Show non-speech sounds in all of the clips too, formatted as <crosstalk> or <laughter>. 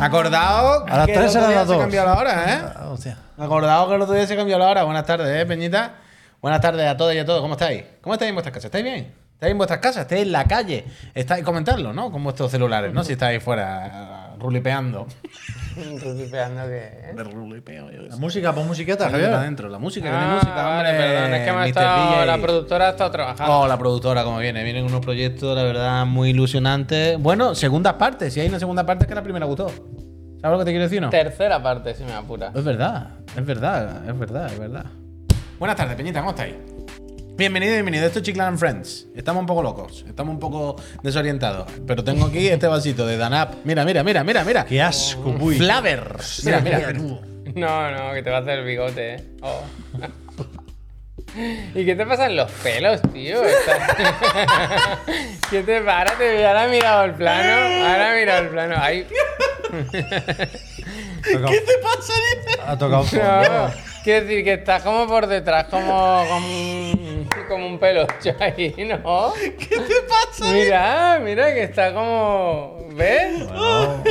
Acordado. A las que 3 el otro eran día las Se 2. cambió la hora, ¿eh? Ah, hostia. Acordado que el otro día se cambió la hora. Buenas tardes, ¿eh, Peñita? Buenas tardes a todas y a todos. ¿Cómo estáis? ¿Cómo estáis en vuestras casas? ¿Estáis bien? ¿Estáis en vuestras casas? ¿Estáis en la calle? ¿Estáis comentando, no? Con vuestros celulares, ¿no? Si estáis fuera ah, rulipeando. rulipeando que. Me rulipeo yo. La música, pon musiqueta, ¿eh? Está Javier. adentro, la música, que no hay Ah, música, vale, hombre. perdón. Es que me ha Mr. estado, DJ. la productora ha estado trabajando. Oh, la productora, como viene. Vienen unos proyectos, la verdad, muy ilusionantes. Bueno, segundas partes. Si hay una segunda parte, es que la primera gustó. ¿Sabes lo que te quiero decir, no? Tercera parte, si me apura. <laughs> Es verdad, es verdad, es verdad, es verdad. Buenas tardes, Peñita, ¿cómo estáis? Bienvenido, bienvenido. Esto es Chiclan and Friends. Estamos un poco locos, estamos un poco desorientados. Pero tengo aquí este vasito de Danap. Mira, mira, mira, mira, mira. Qué asco, uy. Flaver. Mira, mira. No, no, que te va a hacer el bigote, eh. Oh. <laughs> ¿Y qué te pasa en los pelos, tío? Estás- <laughs> ¿Qué te para? Te... Ahora he mirado el plano. Ahora he mirado el plano. Ay, ¿Qué te pasa, Ha <laughs> tocado no. fondo. Quiero decir que estás como por detrás, como, como, un- como un pelocho ahí, ¿no? ¿Qué te pasa? Mira, mira que está como. ¿Ves? Bueno,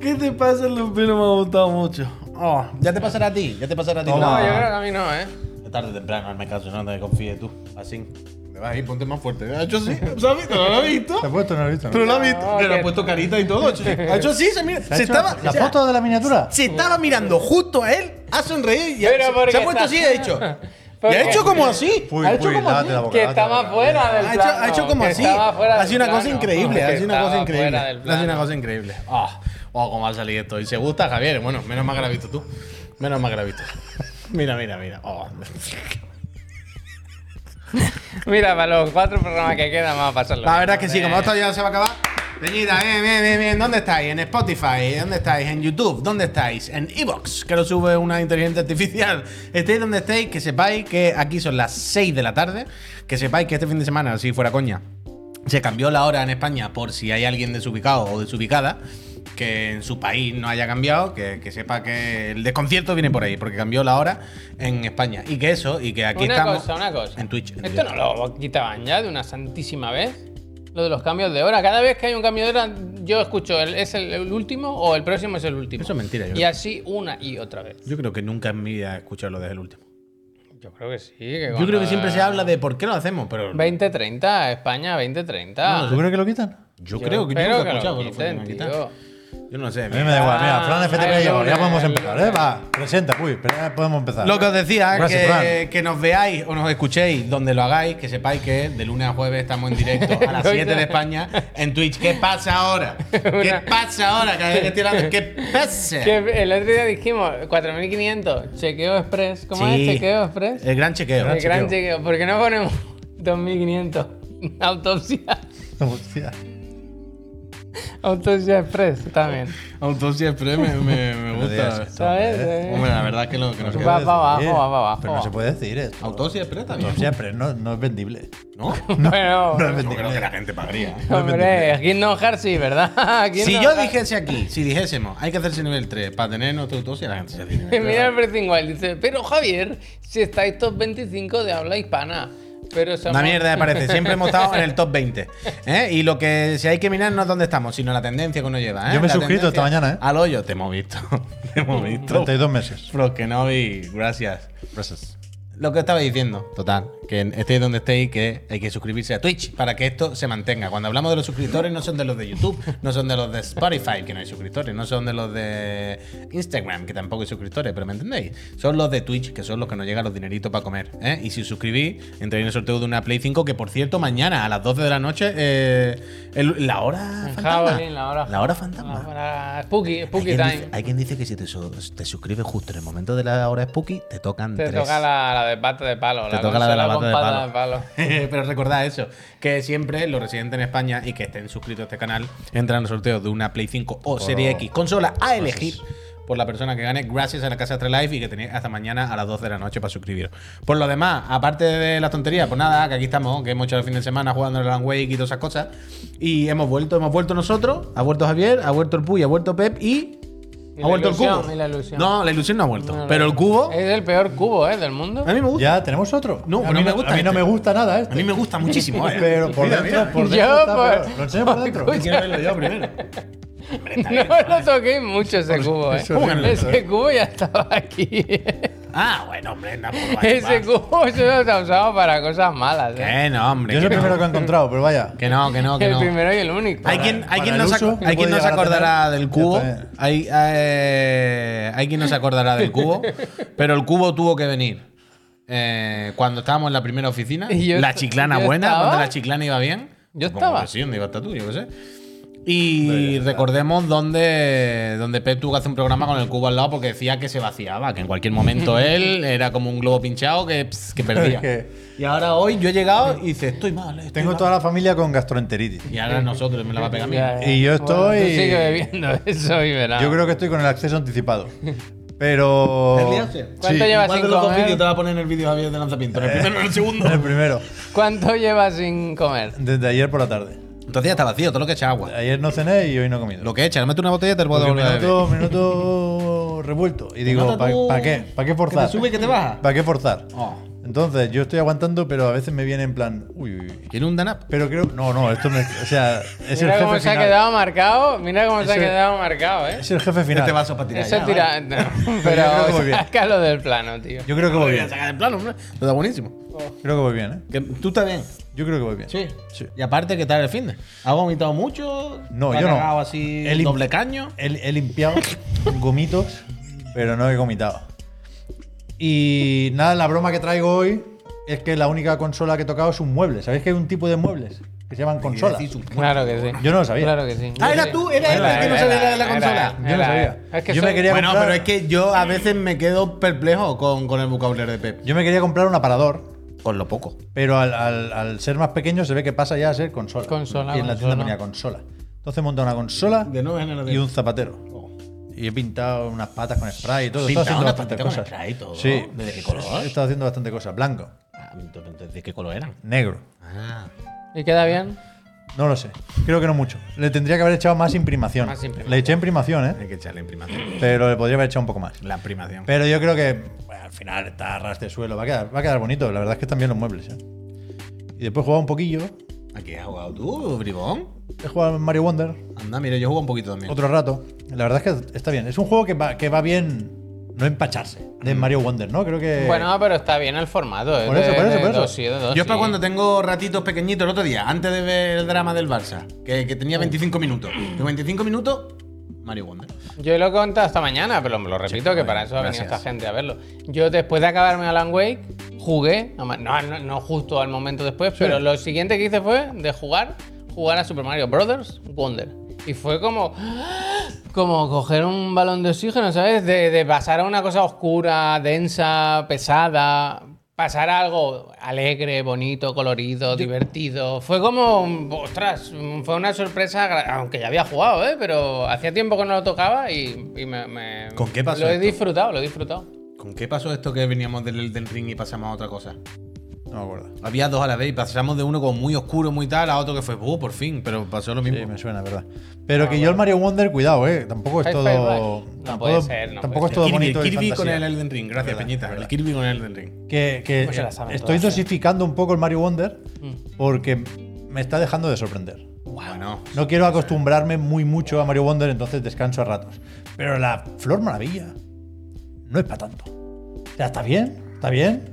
¿Qué te pasa? Los pelos me ha gustado mucho. Oh, ya te pasará a ti, ya te pasará a ti. Toma. No, yo creo que a mí no, ¿eh? Es Tarde o temprano, hazme caso, no te confíes tú. Así. Te vas a ir, ponte más fuerte. Ha hecho <laughs> así, ¿sabes? ¿Te lo has visto? Ah, Te he puesto nervioso. Pero lo ha visto. No, Pero que- ha puesto carita y todo. <laughs> chico. Ha hecho así, se, mira, se, ¿Te ha hecho estaba. ¿La o sea, foto de la miniatura? Se estaba mirando justo a él, ha sonreído y Pero se- se, porque ha puesto está- así y ha dicho. <laughs> Y Porque- ha hecho como así. Uy, ha hecho uy, como lávate así. la boca. Que estaba fuera del Ha hecho, plano. ha hecho como que así. estaba fuera Ha del sido una cosa plano, increíble. que Ha sido una cosa estaba increíble. fuera del Ha sido una plano. cosa increíble. Ah, Oh, cómo ha salido esto. Y se gusta, Javier. Bueno, menos mal que la has visto tú. Menos mal que la has visto. <laughs> Mira, mira, mira. Oh. Mira, para los cuatro programas que quedan vamos a pasarlo. Eh, La verdad es que sí, como esto ya se va a acabar. Peñita, bien, bien, bien, bien. ¿Dónde estáis? ¿En Spotify? ¿Dónde estáis? ¿En YouTube? ¿Dónde estáis? ¿En Evox? Que lo sube una inteligencia artificial. <laughs> Estéis donde estéis, que sepáis que aquí son las 6 de la tarde. Que sepáis que este fin de semana, si fuera coña, se cambió la hora en España por si hay alguien desubicado o desubicada que en su país no haya cambiado, que, que sepa que el desconcierto viene por ahí, porque cambió la hora en España. Y que eso, y que aquí una estamos... cosa, una cosa. En Twitch. en Esto no directo. lo quitaban ya de una santísima vez. Lo de los cambios de hora. Cada vez que hay un cambio de hora, yo escucho, el- ¿es el, el último o el próximo es el último? Eso es mentira, yo Y creo. así una y otra vez. Yo creo que nunca en mi vida he escuchado lo desde el último. Yo creo que sí. Que Yo creo que siempre se habla de por qué lo hacemos, pero 2030, España 2030. ¿Tú crees que lo quitan? yo creo que yo espero nunca he que lo escuchado que lo quiten, fueran a quitar. tío. Yo no sé. A mí me da igual, mira, Fran FTP Ay, yo, ya lunes, podemos empezar, ¿eh? lunes. Va, presenta, uy, pero ya podemos empezar. Lo que os decía, Gracias, que, Fran. que nos veáis o nos escuchéis donde lo hagáis, que sepáis que de lunes a jueves estamos en directo a las 7 de España en Twitch. ¿Qué pasa ahora? ¿Qué pasa ahora? Cada vez que estoy hablando, ¿Qué <laughs> pasa? Que el otro día dijimos 4.500, chequeo express. ¿Cómo Sí. es chequeo express? El gran chequeo. El gran chequeo. ¿Por qué no ponemos 2.500? Autopsia. <laughs> Hostia. Autopsia express también. Autopsia Express me, me- <laughs> me No digas esto, ¿Sabes? ¿eh? Eh, Hombre, la verdad es que lo que nos No se queda. Va puede pa' abajo, decir. va pa' abajo. Pero no se puede decir esto. Autopsia Express también. Autopsia, pero no, no es vendible. <laughs> ¿No? Bueno, No es Yo creo vendible. que la gente pagaría. ¿eh? hombre, aquí no Hard sí, ¿verdad? <laughs> Aquí Si no yo Hard- dijese aquí, si dijésemos, hay que hacerse nivel 3 para tener nuestra autopsia, la gente se hace <laughs> nivel 3. Mira el precio igual, dice, pero Javier, si estáis top 25 de habla hispana, pero somos... Una mierda me parece, siempre hemos estado en el top 20. ¿eh? Y lo que si hay que mirar no es dónde estamos, sino la tendencia que uno lleva. ¿eh? Yo me he La suscrito tendencia esta mañana, ¿eh? Al hoyo, te hemos visto. <laughs> te hemos visto. 32 meses. Frostkenobi, gracias. Gracias. Lo que estaba diciendo, total, que estéis donde estéis, que hay que suscribirse a Twitch para que esto se mantenga. Cuando hablamos de los suscriptores, no son de los de YouTube, no son de los de Spotify, que no hay suscriptores, no son de los de Instagram, que tampoco hay suscriptores, pero ¿me entendéis? Son los de Twitch, que son los que nos llegan los dineritos para comer. ¿eh? Y si os suscribís, entréis en el sorteo de una Play 5, que por cierto, mañana a las 12 de la noche, eh, el- la hora. Fantasma. Javelin, la hora- fantasma. Ahora, Ah, Spooky, Hay Spooky quien, Time. dice, hay quien dice que si te, su- te suscribes justo en el momento de la hora spooky, te tocan Te tres. toca la, la de pata de palo. Te toca la de la consola pata de con pata de <laughs> Pero recordad eso, que siempre los residentes en España y que estén suscritos a este canal entran al sorteo de una Play 5 o Serie X, consola a elegir por la persona que gane, gracias a la Casa Astralife y que tenéis hasta mañana a las 12 de la noche para suscribiros. Por lo demás, aparte de las tonterías, pues nada, que aquí estamos, que hemos hecho el fin de semana jugando el Alan Wake y todas esas cosas. Y hemos vuelto, hemos vuelto nosotros, ha vuelto Javier, ha vuelto el Puy, ha vuelto Pep y... Y ¿Ha la vuelto el ilusión, cubo? y la ilusión. No, la ilusión no ha vuelto. No, no, pero el no. cubo... Es el peor cubo, ¿eh? Del mundo. A mí me gusta. Ya, tenemos otro. No, a no mí me gusta A mí no este. me gusta nada este. A mí me <laughs> gusta muchísimo, eh. Pero por Mira, dentro, mira. por Yo, pues. dentro. está por- peor. Lo enseño por dentro. Quiero verlo yo primero. No lo toqué mucho ese cubo, eh. eso no lo Ese cubo ya estaba <laughs> aquí. Ah, bueno, hombre, <laughs> no, por Ese cubo yo lo he usado para cosas malas, eh. Que no, hombre. Yo que es el no. primero que he encontrado, pero vaya. Que no, que no, que <laughs> El no. primero y el único. Hay quien, hay para quien el no se, uso aco- que hay quien puede no se llegar a acordará tener. del cubo. Ya está. Hay, eh, hay quien no se acordará del <laughs> cubo. pero el cubo tuvo que venir. Eh, cuando estábamos en la primera <laughs> oficina, Y yo la est- chiclana yo buena, estaba. cuando la chiclana iba bien. Yo Supongo estaba. que Sí, donde iba hasta tú, yo qué sé. Y recordemos donde, donde Pep tuvo que hacer un programa con el cubo al lado porque decía que se vaciaba, que en cualquier <laughs> momento él era como un globo pinchado que, pss, que perdía. que- y ahora hoy yo he llegado y dice, estoy mal. estoy Tengo mal". toda la familia con gastroenteritis. Y <laughs> ahora nosotros me la va a pegar a mí. Ya, ya. Y yo estoy- tú sigue bebiendo <laughs> eso y Ah. verás. Yo creo que estoy con el acceso anticipado. Pero. ¿Te liaste? ¿Cuánto Sí, llevas ¿Cuál sin de los dos comer? vídeos te va a poner en el vídeo Javier de lanzapintura? ¿El primero o el segundo? El primero. ¿Cuánto llevas sin comer? Desde ayer por la tarde. Entonces ya está vacío, todo lo que echa agua. Ayer no cené y hoy no he comido. Lo que echa, no mete una botella te lo puedo Porque devolver. a beber. minuto, minuto revuelto. Y digo, nota ¿para tú- qué? ¿Para qué ¿Que te forzar? sube y que te baja? ¿Para qué forzar? Oh. Entonces, yo estoy aguantando, pero a veces me viene en plan. Uy, uy, uy. ¿Quiere un Danap? Pero creo. No, no, esto me. O sea, es el Mira cómo jefe se ha final. quedado marcado. Mira cómo se ha Ese- quedado marcado, eh. Es el jefe final. Este vaso para tirar. Eso ya, ¿vale? <laughs> tira. no, creo que pero voy <laughs> bien. sácalo del plano, tío. Yo creo que Lo voy voy a bien. sacar del plano, hombre. Lo da buenísimo. Creo que voy bien, ¿eh? Que- ¿Tú estás bien? Yo creo que voy bien. Sí. Sí. Y aparte, ¿qué tal el fin de? ¿Has vomitado mucho? No, ¿Te has yo no. cagado así El el im- doble caño? He, he limpiado con gomitos, pero no he gomitado. Y nada, la broma que traigo hoy es que la única consola que he tocado es un mueble. ¿Sabéis que hay un tipo de muebles que se llaman consolas? decís un- Claro que sí. Yo no lo sabía. Claro que sí. Ah, Yo era sí. tú, era él el que no sabía nada de la consola. Yo no sabía. Es que Yo me soy- quería- Bueno, comprar- pero es que yo a veces me quedo perplejo con, con el vocabulario de Pep. Yo me quería comprar un aparador, Por lo poco. pero al, al- al ser más pequeño se ve que pasa ya a ser consola. Consola, Y en la tienda consola. ponía consola. Entonces monté una consola De nueva generación. y un zapatero. Y he pintado unas patas con spray y todo. Pintado Estaba haciendo unas bastantes patitas con cosas. spray y todo. Sí. ¿De qué color? He estado haciendo bastantes cosas. Blanco, Ah, entonces, ¿De qué color eran? negro. Ah. ¿Y queda bien? No lo sé. Creo que no mucho. Le tendría que haber echado más imprimación. Más imprimación. Le eché imprimación, ¿eh? Hay que echarle imprimación. Pero le podría haber echado un poco más. La imprimación. Pero yo creo que bueno, al final está a ras de suelo. Va a quedar, va a quedar bonito. La verdad es que están bien los muebles, ¿eh? Y después jugaba un poquillo. ¿A qué has jugado tú, bribón? He jugado al Mario Wonder Anda, mira, yo juego un poquito también. otro rato. La verdad es que está bien. Es un juego que va, que va bien no empacharse de Mm. Mario Wonder, ¿no? Creo que. Bueno, pero está bien el formato. es Eh, Por eso, de- por eso, de por eso. dos, sí, de dos, Yo es para sí. cuando tengo ratitos pequeñitos el otro día, antes de ver el drama del Barça, que, que tenía 25 minutos. Tengo 25 minutos, Mario Wonder. Yo lo he contado esta mañana, pero me lo repito, que para eso ha venido gracias. esta gente a verlo. Yo después de acabarme Alan Wake, jugué, no, ma- no, no- no justo al momento después, pero lo siguiente que hice fue de jugar, jugar a Super Mario Brothers Wonder. Y fue como... Como coger un balón de oxígeno, ¿sabes? De, de pasar a una cosa oscura, densa, pesada, pasar a algo alegre, bonito, colorido, divertido. Fue como, un- ostras, un- fue una sorpresa, gra- aunque ya había jugado, ¿eh? Pero hacía tiempo que no lo tocaba y, y me, me- ¿Con qué pasó Lo he esto? disfrutado, lo he disfrutado. ¿Con qué pasó esto que veníamos del Elden Ring y pasamos a otra cosa? No me acuerdo. Había dos a la vez y pasamos de uno como muy oscuro, muy tal, a otro que fue, "Buh, por fin, pero pasó lo mismo. Ah, Sí, me suena, ¿verdad? Pero que yo el Mario Wonder, cuidado, ¿eh? Tampoco es Hi-Fi todo. Rush. No tampoco- puede ser, no Tampoco puede es todo Kirby, bonito. y el Kirby con fantasía. el Elden Ring, gracias Verdad, Peñita. verdad. El Kirby con el Elden Ring. que, que Pues se la saben estoy todas, Mm. ¿eh? dosificando un poco el Mario Wonder porque me está dejando de sorprender. Bueno, No quiero acostumbrarme muy mucho a Mario Wonder, entonces descanso a ratos. Pero la Flor Maravilla no es para tanto. O sea, está bien, está bien,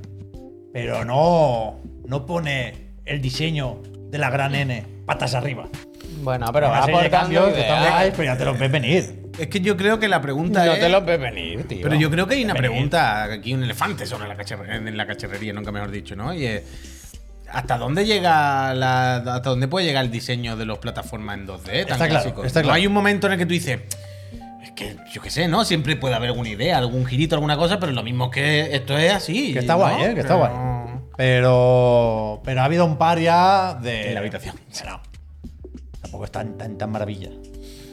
pero no, no pone el diseño de la gran N patas arriba. Bueno, pero Una va serie de aportando cambios que están ideas. guays, pero ya te los ves venir. es que yo creo que la pregunta No eh. es... te lo ves venir, tío. Pero yo creo que hay una Venir. pregunta, aquí un elefante sobre la cacharrería, en la cacharrería, nunca mejor dicho, ¿no? Y es, ¿hasta dónde llega la, hasta dónde puede llegar el diseño de las plataformas en 2D tan Está claro, clásico? está No claro. hay un momento en el que tú dices, es que yo qué sé, ¿no? Siempre puede haber alguna idea, algún girito, alguna cosa, pero lo mismo que esto es así. Que está ¿no? guay, ¿eh? Que está Pero- guay. Pero, pero ha habido un par ya de. En la habitación. Pero tampoco es tan, tan, tan maravilla.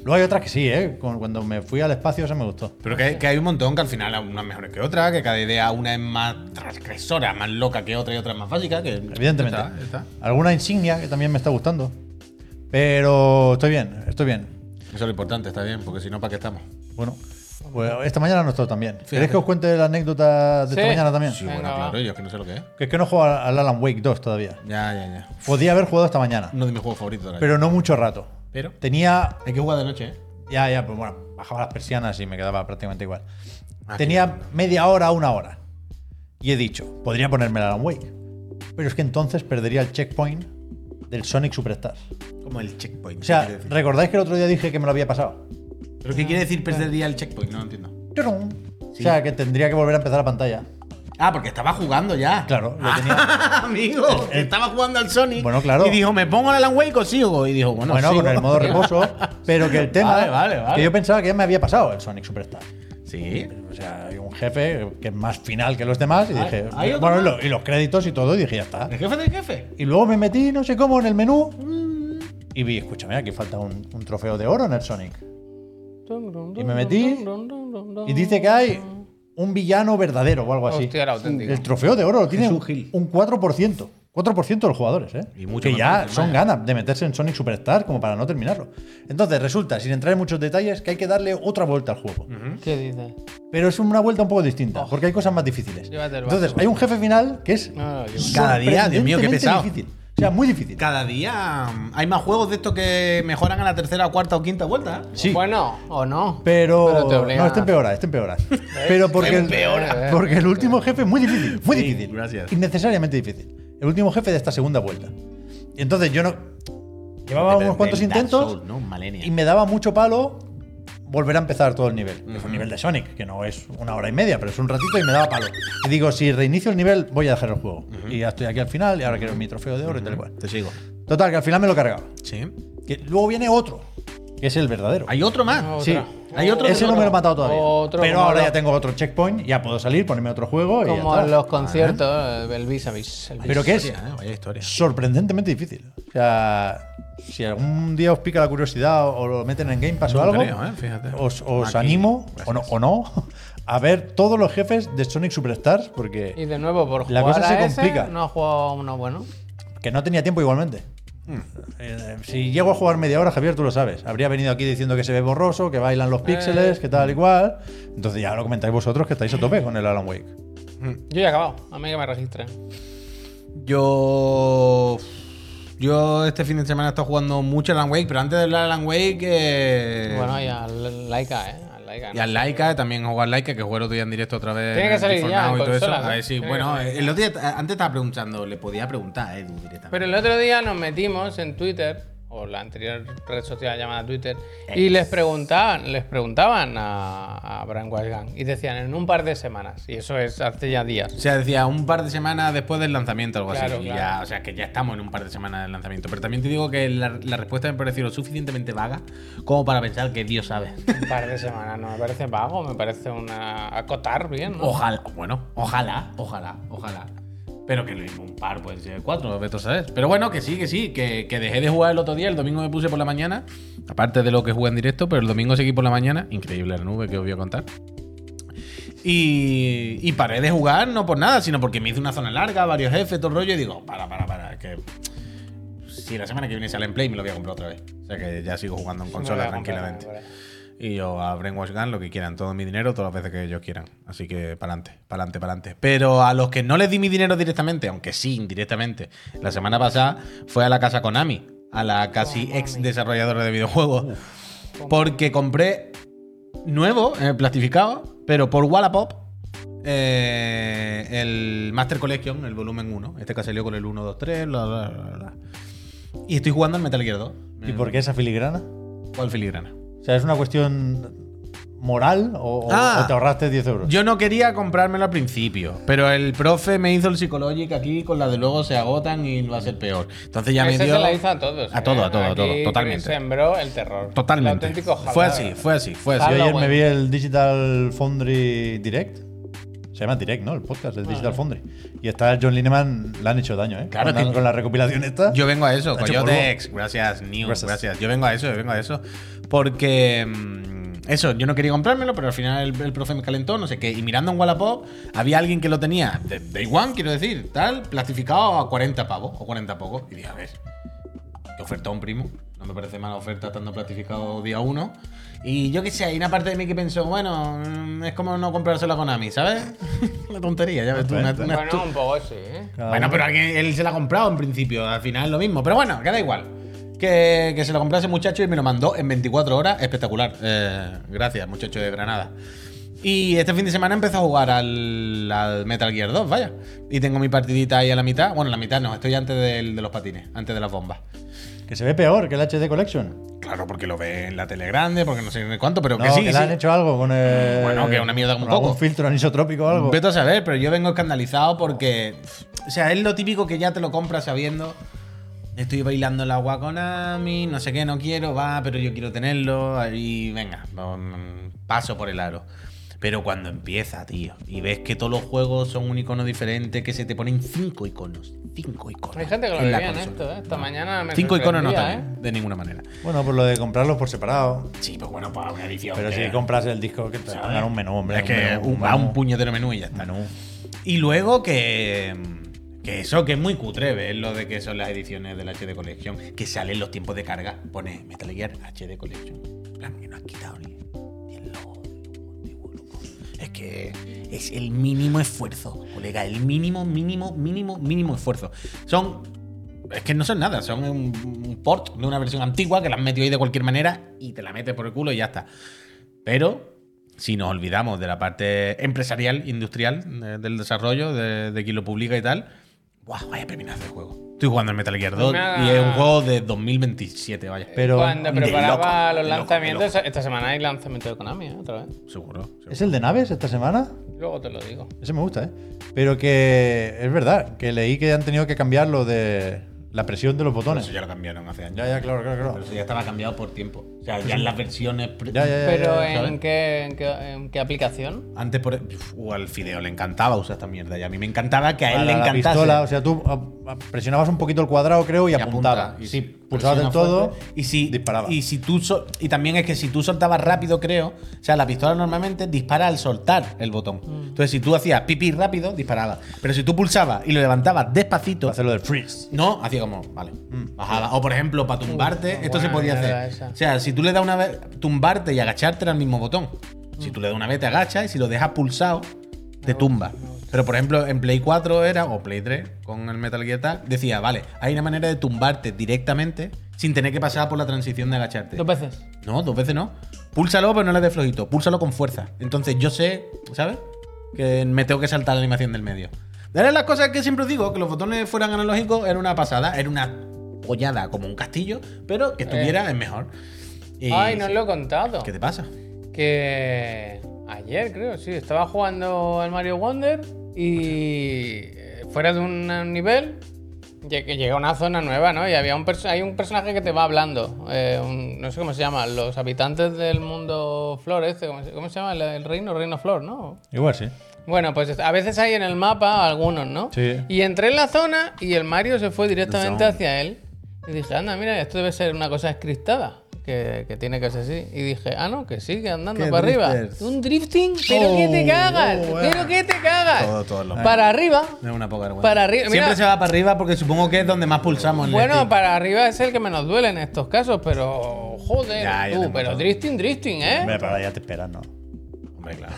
Luego hay otras que sí, ¿eh? Con- Cuando me fui al espacio, esa me gustó. Pero que, que hay un montón que al final unas mejores que otra, que cada idea una es más transgresora, más loca que otra y otra es más básica. Que Evidentemente. Ya está, ya está. Alguna insignia que también me está gustando. Pero estoy bien, estoy bien. Eso es lo importante, está bien, porque si no, ¿para qué estamos? Bueno, pues esta mañana no estoy tan bien. ¿Queréis que os cuente la anécdota de esta Sí. mañana también? Sí, bueno, Venga, va. claro, yo es que no sé lo que es. Que es que no juego al Alan Wake 2 todavía. Ya, ya, ya. Podía haber jugado esta mañana, Uno de mis juegos favoritos. de la vida. pero no mucho rato. Pero Tenía hay que jugar de noche, ¿eh? Ya, ya, pues bueno, bajaba las persianas y me quedaba prácticamente igual. Ah, Tenía media hora, una hora. Y he dicho, podría ponerme el Alan Wake. Pero es que entonces perdería el checkpoint del Sonic Superstars. Como el checkpoint. O sea, ¿qué quiere decir? ¿recordáis que el otro día dije que me lo había pasado? ¿Pero qué quiere decir perdería el checkpoint? No lo entiendo. ¡Turum! O sea, que tendría que volver a empezar la pantalla. Ah, porque estaba jugando ya. Claro, lo tenía. <laughs> Ah, Amigo, que estaba jugando al Sonic. Bueno, claro. Y dijo, ¿me pongo el Alan Wake o sigo? Y dijo, bueno, bueno, sigo. con el modo reposo, pero que el tema Vale, vale, vale. que yo pensaba que ya me había pasado el Sonic Superstar. <laughs> Sí. O sea, hay un jefe que es más final que los demás y ¿Hay- dije, hay otro bueno, y, más? lo- y los créditos y todo, y dije, ya está. ¿El jefe del jefe? Y luego me metí, no sé cómo, en el menú y vi, escúchame, aquí falta un, un trofeo de oro en el Sonic. Y me metí, Y dice que hay un villano verdadero o algo así. Hostia, era auténtico. El trofeo de oro lo tiene Jesús un, Gil. un 4%. 4% de los jugadores, ¿eh? Y mucho que más ya encima, son ¿eh? ganas de meterse en Sonic Superstar como para no terminarlo. Entonces resulta, sin entrar en muchos detalles, que hay que darle otra vuelta al juego. ¿Qué dice? Pero es una vuelta un poco Oh. distinta, porque hay cosas más difíciles. Llévate el Entonces, hay un jefe final que es No, no, yo- Cada día, Dios mío, qué sorprendentemente pesado. difícil. O sea, muy difícil. Cada día mm, hay más juegos de estos que mejoran a la tercera, cuarta o quinta vuelta. ¿eh? Sí, Bueno, o no. pero, Pero te obligan no, a- este empeora, este empeora. pero porque el, Empeora. porque el último jefe es muy difícil, muy Sí, difícil, gracias. innecesariamente difícil. El último jefe de esta segunda vuelta. Y entonces yo no llevaba unos cuantos Del Dark intentos Souls, ¿no? Malenia. y me daba mucho palo volver a empezar todo el nivel. Es un nivel de Sonic, que no es una hora y media, pero es un ratito y me daba palo. Y digo, si reinicio el nivel, voy a dejar el juego. Y ya estoy aquí al final y ahora quiero mi trofeo de oro y tal y cual. Te sigo. Total, que al final me lo cargaba. Sí. Que luego viene otro, que es el verdadero. Hay otro más. No, Sí. otra. Hay otro Ese no me lo he matado todavía. Otro, pero como ahora lo- ya tengo otro checkpoint, ya puedo salir, ponerme otro juego. y ya Como está. en los conciertos, eh, el vis a vis. el vis. Pero que es Historia, ¿eh? Vaya historia. sorprendentemente difícil. O sea, si algún día os pica la curiosidad o lo meten en Game Pass o No algo, creo, ¿eh? Fíjate. os, os Aquí. animo, o no, Gracias. o no, <laughs> a ver todos los jefes de Sonic Superstars, Y porque de nuevo, por La jugar cosa se a ese, complica. no ha jugado uno bueno. que no tenía tiempo igualmente. Hmm. Eh, Si llego a jugar media hora, Javier, tú lo sabes. Habría venido aquí diciendo que se ve borroso, que bailan los píxeles, que tal y cual. Entonces ya lo comentáis vosotros que estáis a tope con el Alan Wake. Yo ya he acabado. A mí que me registren. Yo. Yo este fin de semana he estado jugando mucho Alan Wake, pero antes de hablar de Alan Wake. eh, Bueno, y al Laika, ¿eh? Al Laika. Y al Laika, también jugar Laika, que juego el otro día en directo otra vez. Tiene que en salir Before ya, Now en y todo eso. consola, ¿no? A ver si- Tiene que bueno, salir. el otro día, antes estaba preguntando, le podía preguntar a Edu directamente. Pero el otro día nos metimos en Twitter, o la anterior red social llamada Twitter, y les preguntaban, les preguntaban a, a Brian Washgang y decían en un par de semanas, y eso es hace ya días. O sea, decía un par de semanas después del lanzamiento, algo Claro, así. Y claro. ya, o sea, que ya estamos en un par de semanas del lanzamiento. Pero también te digo que la, la respuesta me pareció lo suficientemente vaga como para pensar que Dios sabe. Un par de semanas, no me parece vago, me parece una acotar bien, ¿no? Ojalá, bueno, ojalá, ojalá, ojalá. Pero que lo mismo, un par pueden ser cuatro, vete a saber. Pero bueno, que sí, que sí, que, que dejé de jugar el otro día. El domingo me puse por la mañana, aparte de lo que jugué en directo, pero el domingo seguí por la mañana. Increíble la nube que os voy a contar. Y, y paré de jugar, no por nada, sino porque me hice una zona larga, varios jefes, todo el rollo, y digo, para, para, para, que si la semana que viene sale en Play me lo voy a comprar otra vez. O sea que ya sigo jugando en No me consola voy a comprar, tranquilamente. hombre. Y yo a Brainwash Gun lo que quieran, todo mi dinero, todas las veces que ellos quieran. Así que para adelante, para adelante, para adelante. Pero a los que no les di mi dinero directamente, aunque sí indirectamente, la semana pasada fue a la casa Konami, a la casi Konami. ex desarrolladora de videojuegos, porque compré nuevo, eh, plastificado, pero por Wallapop, eh, el Master Collection, el volumen 1. Este que salió con el 1, 2, 3, bla, bla, bla, bla. Y estoy jugando al Metal Gear 2. ¿Y por qué esa filigrana? ¿Cuál filigrana? O sea, es una cuestión moral o, o- Ah. o te ahorraste 10 euros. Yo no quería comprármelo al principio, pero el profe me hizo el psicológico aquí con la de luego se agotan y va a ser peor. Entonces ya me Ese dio se la hizo a todos. A todo, ¿eh? a todo, a todo, Aquí totalmente. Sembró el terror. El totalmente. auténtico Fue jalada. así, fue así, fue Yo así. Jala- ayer bueno. me vi el Digital Foundry Direct. Se llama Direct, ¿no? El podcast del Digital Foundry. Y está John Lineman, le han hecho daño, ¿eh? Ah. Claro con, la- que- con la recopilación esta. Yo vengo a eso, Ha hecho Coyotex. Gracias, New. Gracias. Gracias. Yo vengo a eso, yo vengo a eso. Porque. mm, Eso, yo no quería comprármelo, pero al final el, el profe me calentó, no sé qué. Y mirando en Wallapop, había alguien que lo tenía, de Day One, quiero decir, tal, plastificado a 40 pavos o 40 pocos. Y dije, a ver, que oferta un primo. No me parece mala oferta estando platificado día uno. Y yo qué sé, hay una parte de mí que pensó, bueno, mm, es como no comprársela con Ami, ¿sabes? <laughs> una tontería, ya ves tú. Una, una estu- Bueno, un poco sí, ¿eh? Cada bueno, uno. pero alguien- él se la ha comprado en principio, al final es lo mismo. Pero bueno, queda igual. que, que se lo compré a ese muchacho y me lo mandó en 24 horas. Espectacular. Eh, gracias, muchacho de Granada. Y este fin de semana empezó a jugar al, al Metal Gear 2, vaya. Y tengo mi partidita ahí a la mitad. Bueno, a la mitad no, estoy antes del- de los patines, antes de las bombas. Que se ve peor que el HD Collection. Claro, porque lo ve en la tele grande, porque no sé ni cuánto, pero No, que sí. que le sí. han hecho algo con el, Bueno, que una mierda con con algún poco. filtro anisotrópico o algo. Vete a saber, pero yo vengo escandalizado porque. pff, O sea, es lo típico que ya te lo compras sabiendo. Estoy bailando el agua con Ami, no sé qué, no quiero, va, pero yo quiero tenerlo. Y venga, mm, paso por el aro. Pero cuando empieza, tío, y ves que todos los juegos son un icono diferente, que se te ponen cinco iconos. Cinco iconos. Hay gente que lo en la veía en consola. esto, ¿eh? Esta mañana me Cinco iconos no sorprendía, ¿eh? también, de ninguna manera. Bueno, por lo de comprarlos por separado. Sí, pues bueno, para una edición. Pero que- si compras el disco, que te ¿sabes? pongan un menú, hombre. Es que menú, un- va menú, un puñetero menú y ya está. menú. Y luego que. Que eso, que es muy cutre, ¿ves? Lo de que son las ediciones del HD Collection, que salen los tiempos de carga. Pone Metal Gear HD Collection. En plan, que no has quitado ni, ni el logo, ni el logo, loco. Es que es el mínimo esfuerzo, colega. El mínimo, mínimo, mínimo, mínimo esfuerzo. Son. Es que no son nada, son un, un port de una versión antigua que la han metido ahí de cualquier manera y te la metes por el culo y ya está. Pero si nos olvidamos de la parte empresarial, industrial, de- del desarrollo, de, de quien lo publica y tal, ¡buah! Vaya pepinazo de juego. Estoy jugando al Metal Gear 2 Nada. y es un juego de 2027, vaya. Pero- Cuando de <laughs> preparaba loco, de los loco, lanzamientos, de loco. esta semana hay lanzamiento de Konami, ¿eh? otra vez. Seguro. seguro. ¿Es el de naves esta semana? Luego te lo digo. Ese me gusta, ¿eh? Pero que es verdad, que leí que han tenido que cambiar lo de la presión de los botones. Eso ya lo cambiaron hace años. Ya, ya, claro, claro, claro. Pero eso ya estaba cambiado por tiempo. O sea, ya en las versiones. pre- Ya, ya, ya, Pero ya, ya. ¿en qué, en, qué, en qué aplicación? Antes por. e- Uf, al Fideo le encantaba usar esta mierda. Y a mí me encantaba que a él Para le la encantase. pistola, o sea, tú a- a- presionabas un poquito el cuadrado, creo, y, y apuntaba. apunta. Y Y si presiona pulsabas del todo, fuerte. y si disparaba. Y si tú sol- y también es que si tú soltabas rápido, creo, o sea, la pistola normalmente dispara al soltar el botón. Entonces, si tú hacías pipí rápido, disparaba. Pero si tú pulsabas y lo levantabas despacito, hacer lo del freeze. Mm. no, hacía como, vale, bajaba. O por ejemplo, para tumbarte, Uf, esto se buena podía mierda hacer. esa. O sea, si tú le das una vez, tumbarte y agacharte era el mismo botón. Si tú le das una vez, te agachas y si lo dejas pulsado, te tumba. Pero por ejemplo, en Play 4 era, o Play 3, con el Metal Gear Tag, decía, vale, hay una manera de tumbarte directamente sin tener que pasar por la transición de agacharte. Dos veces. No, dos veces no. Púlsalo, pero no le des flojito. Púlsalo con fuerza. Entonces yo sé, ¿sabes? Que me tengo que saltar la animación del medio. Una de las cosas que siempre os digo, que los botones fueran analógicos, era una pasada, era una pollada como un castillo, pero que estuviera es mejor. Y- Eh. Ay, no os lo he contado. ¿Qué te pasa? que ayer creo, sí, estaba jugando al Mario Wonder y eh, fuera de un nivel lle- que llega a una zona nueva, ¿no? Y había un perso- hay un personaje que te va hablando, eh, un- no sé cómo se llama, los habitantes del mundo flor este, ¿cómo se, cómo se llama? El, el reino, reino flor, ¿no? Igual sí. Bueno, pues a veces hay en el mapa algunos, ¿no? Sí. Y entré en la zona y el Mario se fue directamente hacia él. Y dije, anda, mira, esto debe ser una cosa escriptada, que, que tiene que ser así. Y dije, ah, no, que sigue andando Qué para drifters. arriba. Un drifting, pero que te Oh, cagas, oh, pero que te cagas. Todo, todo lo para arriba. Es una poca vergüenza. Para arriba, mira. Siempre se va para arriba porque supongo que es donde más pulsamos en el Bueno, stick. para arriba es el que menos duele en estos casos, pero joder, Ya, ya tú, te he pero matado. drifting, drifting, ¿eh? Hombre, pero ahora ya te esperas, ¿no? Hombre, claro.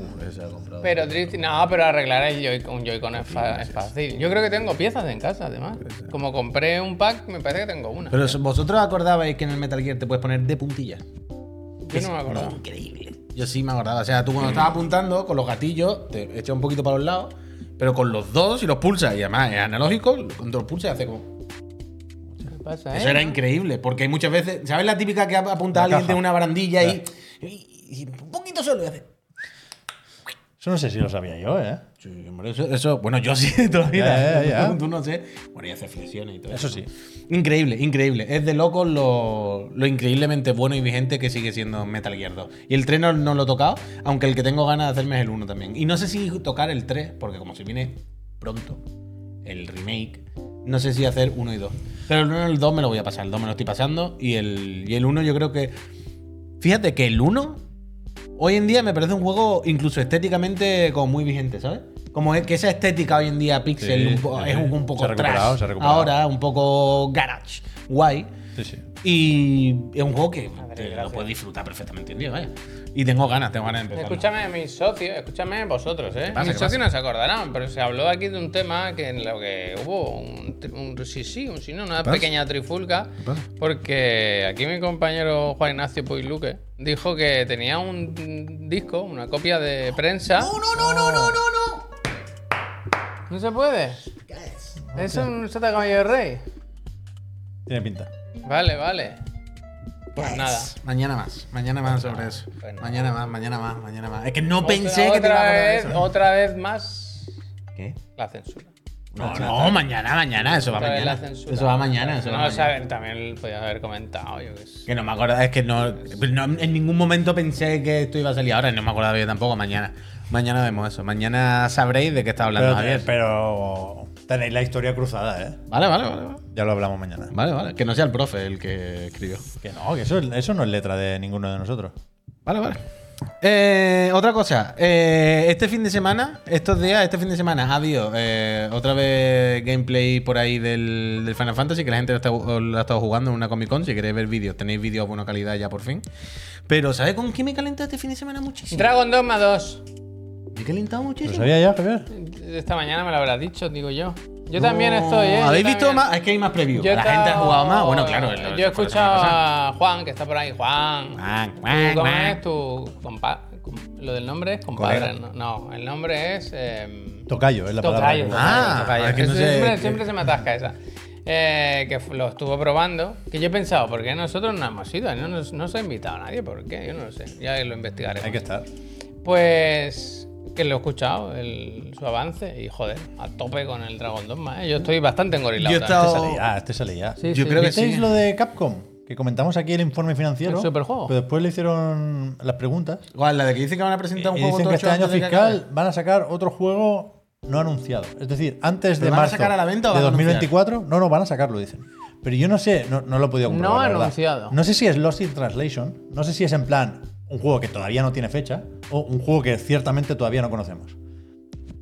Uf, ese ha comprado. Pero drifting, no, pero arreglar el Joy- un Joy-Con es, fa- es fácil. Yo creo que tengo piezas en casa, además. Como compré un pack, me parece que tengo una. Pero vosotros acordabais que en el Metal Gear te puedes poner de puntillas. Yo no me acuerdo. Increíble. Yo sí me acordaba. O sea, tú cuando estabas apuntando con los gatillos, te echas un poquito para los lados, pero con los dos y los pulsas. Y además es analógico, el control pulsa y hace como. ¿Qué pasa, eh? Eso era increíble, porque hay muchas veces. ¿Sabes la típica que apunta a alguien caja. de una barandilla y, y- y Un poquito solo y hace. Eso no sé si lo sabía yo, ¿eh? Sí, hombre, eso, eso- Bueno, yo <laughs> sí, de toda la vida. Ya, ya, <laughs> ya. Tú no sé. Bueno, y hace flexiones y todo Eso sí. Increíble, increíble. Es de locos lo, lo increíblemente bueno y vigente que sigue siendo Metal Gear 2. Y el 3 no, no lo he tocado, aunque el que tengo ganas de hacerme es el 1 también. Y no sé si tocar el 3, porque como se viene pronto el remake, no sé si hacer 1 y 2. Pero el 1 y el 2 me lo voy a pasar, el 2 me lo estoy pasando. Y el, y el 1 yo creo que... Fíjate que el 1 hoy en día me parece un juego incluso estéticamente como muy vigente, ¿sabes? Como es que esa estética hoy en día pixel Sí, un po- sí, es un, un se poco ha recuperado, trash. se ha recuperado. Ahora un poco garage, guay. Sí, sí. Y es un juego que Madre, te lo gracias. puedes disfrutar perfectamente un día, vaya. Y tengo ganas, tengo ganas de empezar. Escúchame, mis socios, escúchame vosotros, ¿eh? pasa? ¿Qué mis pasa? socios no se acordarán, pero se habló aquí de un tema que en lo que hubo un, tri- un sí, sí, un sí, no, una pasa? pequeña trifulca, pasa? porque aquí mi compañero Juan Ignacio Puigluque dijo que tenía un disco, una copia de prensa. No, no, no, no, no, no, no. ¿No se puede? Es un sota caballo de rey. Tiene pinta. Vale, vale. Pues nada. Mañana más, mañana más sobre eso. Ah, Bueno. Mañana más, mañana más, mañana más. Es que no Otra- pensé que te iba a otra acordar de vez, eso. otra vez más ¿Qué? la censura. No, no, mañana, mañana, eso va Otra vez la mañana. censura. Eso va mañana, eso no va lo mañana. saben, también lo podías haber comentado, yo qué sé. Que no me acuerdo, es que no, no- en ningún momento pensé que esto iba a salir ahora, no me acordaba yo tampoco, mañana. Mañana vemos eso, mañana sabréis de qué está hablando Pero, Javier. pero tenéis la historia cruzada, ¿eh? Vale, vale, vale, vale. Ya lo hablamos mañana. Vale, vale, que no sea el profe el que escribió. Que no, que eso, eso no es letra de ninguno de nosotros. Vale, vale. Eh, otra cosa, eh, este fin de semana, estos días, este fin de semana, adiós. eh, otra vez gameplay por ahí del, del Final Fantasy, que la gente lo, está- lo ha estado jugando en una Comic Con. Si queréis ver vídeos, tenéis vídeos de buena calidad ya por fin. Pero, ¿sabes con qué me he calentado este fin de semana muchísimo? Dragon Dogma 2. me he calentado ¿Lo muchísimo. sabía ya, Javier? Esta mañana me lo habrás dicho, digo yo. Yo también No, estoy, ¿eh? Yo ¿Habéis visto también. más? Es que hay más previews. Yo he La gente ha estado- jugado más. Bueno, claro. lo- Yo he fue la semana escuchado pasada. a Juan, que está por ahí. Juan. Guac, ¿Tú guac, ¿Cómo guac. es tu compa- com- Lo del nombre es compadre. ah. Colega. ¿no? No, el nombre es. em, Tocayo, es la palabra. Tocayo, que- Ah, tocayo, tocayo. es que no Eso sé- siempre, que- siempre se me atasca esa. Eh, que f- lo estuvo probando. Que yo he pensado, ¿por qué nosotros no hemos ido? No, nos, no se ha invitado a nadie, ¿por qué? Yo no lo sé. Ya lo investigaré. Hay que estar. Pues que lo he escuchado, el- su avance, y joder, a tope con el Dragon Dogma. ¿eh? Yo estoy bastante engorilado. Yo he también. estado- Este sale ya, este sale ya. Oh. Sí, Yo sí, creo que ¿Visteis sí. lo de Capcom? Que comentamos aquí el informe financiero. El superjuego. Pero después le hicieron las preguntas. Igual, la de que dice que van a presentar un Y juego dicen que tocho este año antes de que acabe. fiscal van a sacar otro juego no anunciado. Es decir, antes de ¿Pero van a marzo sacar a la venta o de van a anunciar? 2024. No, no, van a sacarlo, dicen. Pero yo no sé, no, no lo he podido comprobar. No la verdad. anunciado. No sé si es Lost in Translation, no sé si es en plan un juego que todavía no tiene fecha o un juego que ciertamente todavía no conocemos.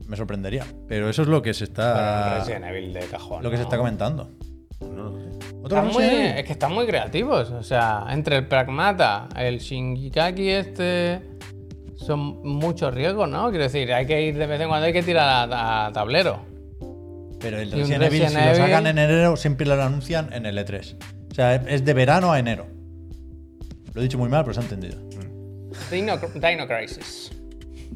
Me sorprendería. Pero eso es lo que se Pero el está, Resident Evil de cajón. lo que se ¿no? está comentando. Otro Están muy- Resident Evil. es que están muy creativos. O sea, entre el Pragmata, el Shingikaki, este. Son muchos riesgos, ¿no? Quiero decir, hay que ir de vez en cuando, hay que tirar a, a tablero. Pero el Y un Resident Evil, Resident si lo sacan en Evil- enero, siempre lo anuncian en el E3. O sea, es de verano a enero. Lo he dicho muy mal, pero se ha entendido. Uh. Dino, Dino Crisis.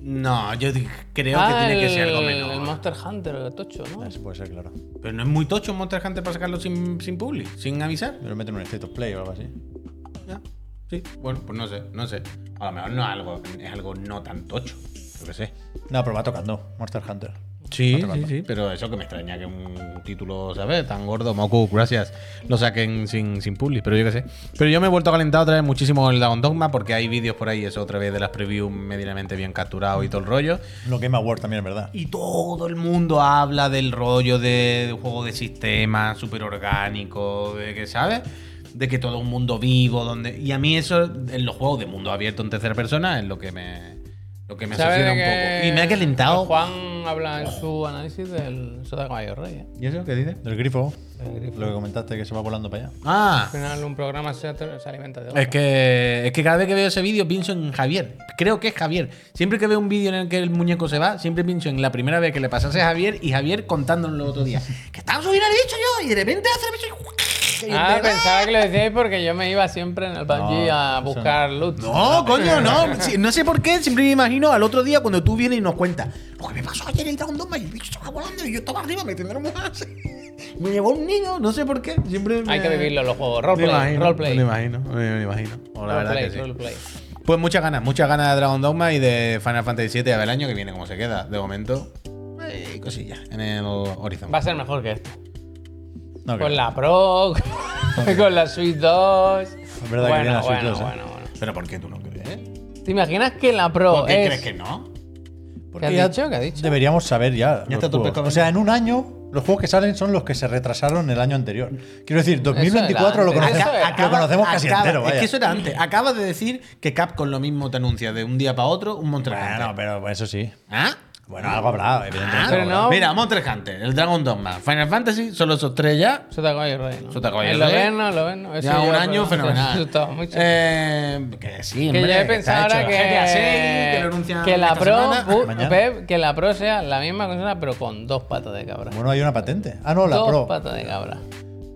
No, yo di- creo Ah, que tiene que el- ser algo El menos. Monster Hunter, el tocho, ¿no? Eso puede ser, claro. Pero no es muy tocho un Monster Hunter para sacarlo sin, sin public, sin avisar. Yo lo meto en un State of Play o algo así. Ya. Sí, bueno, pues no sé, no sé. A lo mejor no es algo, es algo no tan tocho. Yo qué sé. No, pero va tocando Monster Hunter. Sí, sí, sí. Pero eso que me extraña que un título, ¿sabes? Tan gordo, Moku, gracias, lo saquen sin, sin public, pero yo qué sé. Pero yo me he vuelto a calentar otra vez muchísimo con el Down Dogma porque hay vídeos por ahí, eso otra vez de las previews medianamente bien capturados y todo el rollo. Lo Game Awards también, ¿verdad? Y todo el mundo habla del rollo de, de un juego de sistema súper orgánico, de que, ¿sabes? De que todo un mundo vivo, donde. Y a mí eso, en los juegos de mundo abierto en tercera persona, es lo que me. Lo que me ¿Sabes asociera un de poco. que Y me ha calentado. Juan habla en su análisis del Sota Caballo Rey. ¿eh? ¿Y eso qué dices? Del grifo, El grifo. lo que comentaste que se va volando para allá. Ah. Al final, un programa se, se alimenta de otro. Es que, es que cada vez que veo ese vídeo pienso en Javier. Creo que es Javier. Siempre que veo un vídeo en el que el muñeco se va, siempre pienso en la primera vez que le pasase a Javier y Javier contándonos el otro día. <laughs> que estaba subiendo el bicho yo y de repente hace el bicho y... Ah, pensaba que lo decíais porque yo me iba siempre en el PUBG No, a eso buscar loot. No, coño, no. Sí, no sé por qué. Siempre me imagino al otro día cuando tú vienes y nos cuentas. Lo que me pasó ayer en el Dragon Dogma y el bicho estaba volando y yo estaba arriba, me tendrán más. <laughs> Me llevó un niño, no sé por qué. Siempre me- Hay que vivirlo los juegos. Me Roleplay, imagino, roleplay. Me imagino, me imagino. O la verdad Roleplay, que sí. roleplay. Pues muchas ganas, muchas ganas de Dragon Dogma y de Final Fantasy VII. A ver el año que viene cómo se queda. De momento, hay cosillas en el horizonte. Va a ser mejor que esto. No, Con creo. la Pro, con la Switch 2. Es verdad que viene la Switch bueno, 2, ¿eh? bueno, bueno. Pero ¿por qué tú no crees? ¿Te imaginas que la Pro ¿Por qué es- crees que no? Porque has ya dicho? ¿Qué has dicho? Deberíamos saber ya. Ya los está tu juegos. pescado. O sea, en un año, los juegos que salen son los que se retrasaron el año anterior. Quiero decir, 2024 lo Eso era conocemos, antes. Eso Ah, era. lo conocemos casi acaba- entero. Es vaya. que eso era antes. Acabas de decir que Capcom lo mismo te anuncia de un día para otro un Monster Hunter. Bueno, pero eso sí. ¿Ah? Bueno, algo habrá, evidentemente. pero algo no. Mira, Monster Hunter, el Dragon Dogma, Final Fantasy, solo esos tres ya. Sota Caballo Rey. Eh, ¿no? Sota Caballo El Rey. noveno, el noveno. Eso Ya yo un lo año conozco, fenomenal. <laughs> me asustaba pues, mucho. Eh, que sí, que hombre, ya he está pensado hecho. ahora que, GTA 6, que lo anuncian que la esta Pro, semana. Ah, bu- Mañana. Pep, que la Pro sea la misma consola pero con dos patas de cabra. Bueno, hay una patente. Ah, no, la dos Pro. patas de cabra.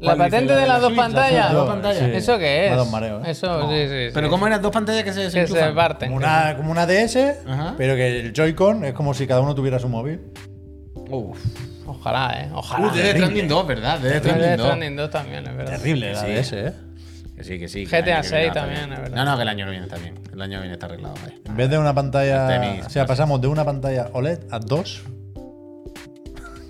La ¿Cuál patente dice? ¿La de de las la dos Switch? pantallas. ¿La de las dos pantallas? Sí. ¿Eso qué Me es? ha dado un mareo, ¿eh? Eso, sí, sí, sí. Oh. Pero ¿cómo eran dos pantallas que se que se desenchufan? parten. Como una, como una DS, Ajá. pero que el Joy-Con es como si cada uno tuviera su móvil. Uf. Ojalá, eh. Ojalá. Uh, Death Stranding 2, ¿verdad? Death Pero Death Stranding 2. Stranding 2 también, es verdad. Terrible la Sí. DS, ¿eh? Que sí, que sí. que el GTA año que viene VI va a estar también, bien. es verdad. No, no, que el año que viene está bien. El año que viene está arreglado, vale. En vez de una pantalla. El tenis, o sea, pasamos de una pantalla OLED a dos. <laughs>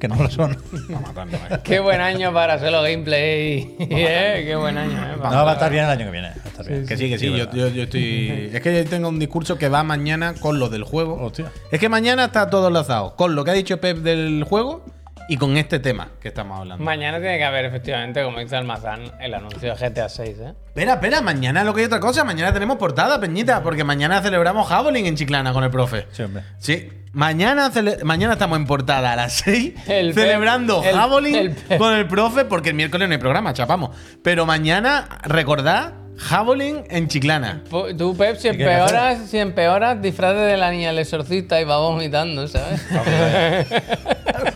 Que no lo <laughs> son. Va matando, vale. Qué buen año para solo gameplay. <laughs> eh, Qué buen año, eh. No, va a estar bien el año que viene. va a estar bien. Que <laughs> sí, que sí, yo, ¿verdad? yo- yo estoy. <laughs> Es que yo tengo un discurso que va mañana con lo del juego. Hostia. Es que mañana está todo enlazado con lo que ha dicho Pep del juego y con este tema que estamos hablando. Mañana tiene que haber, efectivamente, como dice Almazán, el anuncio de GTA 6, ¿eh? espera, espera, mañana lo que hay otra cosa. Mañana tenemos portada, Peñita, porque mañana celebramos Javelin en Chiclana con el profe. Sí, <laughs> hombre. Sí. Mañana, cele- mañana estamos en portada a las 6 <laughs> El Pep, celebrando el- Javelin el Pep. con el profe porque el miércoles no hay programa, chapamos. Pero mañana, recordad, Javelin en Chiclana. <laughs> Po- Tú, Pep, si ¿Y qué hay que hacer? empeoras, si empeoras, disfraces de la niña del exorcista y va <laughs> vomitando, ¿sabes?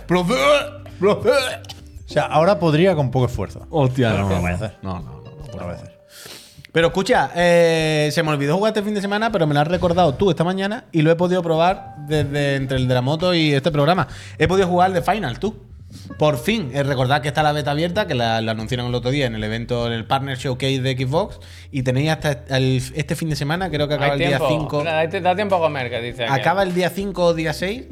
¡Profe! eh. ¡Profe! O sea, ahora podría con poco esfuerzo. Hostia, no, no lo voy a hacer. No, no, no. Por veces. Pero escucha, eh, se me olvidó jugar este fin de semana, pero me lo has recordado tú esta mañana y lo he podido probar desde entre el de la moto y este programa. He podido jugar de Final, tú. Por fin, eh, recordad que está la beta abierta, que la, la anunciaron el otro día en el evento, en el Partner Showcase de Xbox, y tenéis hasta el- este fin de semana, creo que acaba el Hay tiempo. día 5. Espera, ahí te da tiempo a comer, que dice. aquel. Acaba el día 5 o día 6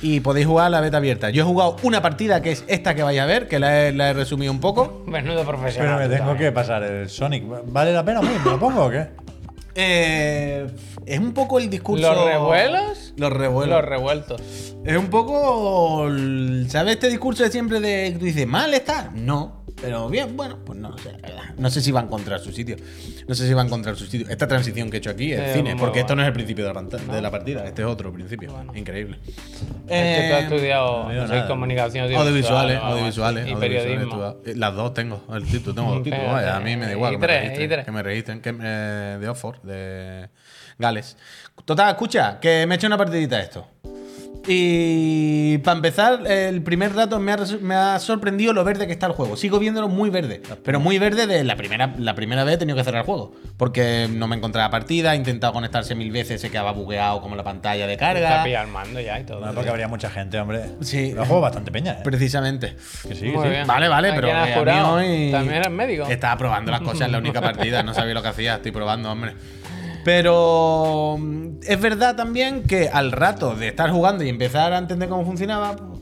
y podéis jugar a la beta abierta. Yo he jugado una partida que es esta que vais a ver, que la he, la he resumido un poco. Menudo profesional. Pero me tú tengo también. que pasar el Sonic. ¿Vale la pena? ¿Me lo pongo o qué? Eh, es un poco el discurso. ¿Los revuelos? Los revuelos. Los revueltos. es un poco. el- ¿Sabes este discurso de siempre de que tú dices, mal está? No. Pero bien, bueno, pues no lo sé, la verdad. No sé si va a encontrar su sitio. No sé si va a encontrar su sitio. Esta transición que he hecho aquí es Eh, cine, muy porque bueno. esto no es el principio de la, panta- de la partida, este es otro principio. Increíble. Este Es que tú has Eh, estudiado no veo no sé, nada. comunicación Audiovisuales, o algo así, audiovisuales, Y audiovisuales. periodismo. tú- eh, Las dos tengo, el título, tengo dos títulos. <laughs> Pero, vaya, a mí me da igual y que me tres, y registren. tres. Que me registren, que, eh, de Oxford, de Gales. Total, escucha, que me he hecho una partidita a esto. Y para empezar, el primer rato me ha, resu- me ha sorprendido lo verde que está el juego. Sigo viéndolo muy verde, pero muy verde de la primera, la primera vez he tenido que cerrar el juego. Porque no me encontraba partida, he intentado conectarse mil veces, se quedaba bugueado como la pantalla de Está carga. pillado el mando ya y todo. No, porque habría mucha gente, hombre. Sí. Lo juego bastante peña, ¿eh? Precisamente. Que sí, que Muy sí. bien. Vale, vale, ¿A pero quién has eh, a mí jurado? hoy- También eres médico. Estaba probando las cosas en la <laughs> única partida, no sabía lo que hacía, estoy probando, hombre. Pero mm, es verdad también que al rato de estar jugando y empezar a entender cómo funcionaba, pues,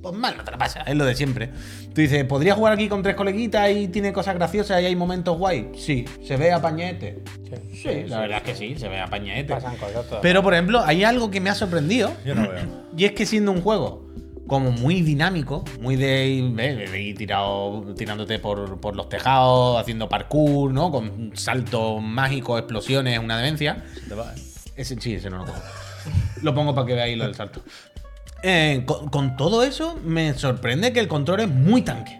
pues mal no te la pasa, es lo de siempre. Tú dices, ¿podría jugar aquí con tres coleguitas y tiene cosas graciosas y hay momentos guay? Sí, se ve a pañete. Sí. Sí, la verdad es que sí, se ve a pañete. Pasan cosas todas. Pero por ejemplo, hay algo que me ha sorprendido. Yo no veo. Y es que siendo un juego como muy dinámico, muy de ir, ve, de ir tirado, tirándote por, por los tejados, haciendo parkour, ¿no? Con saltos mágicos, explosiones, una demencia. Te va, ¿eh? Ese, sí, ese no lo cojo. Lo pongo para que veáis lo del salto. Eh, con, con todo eso, me sorprende que el control es muy tanque.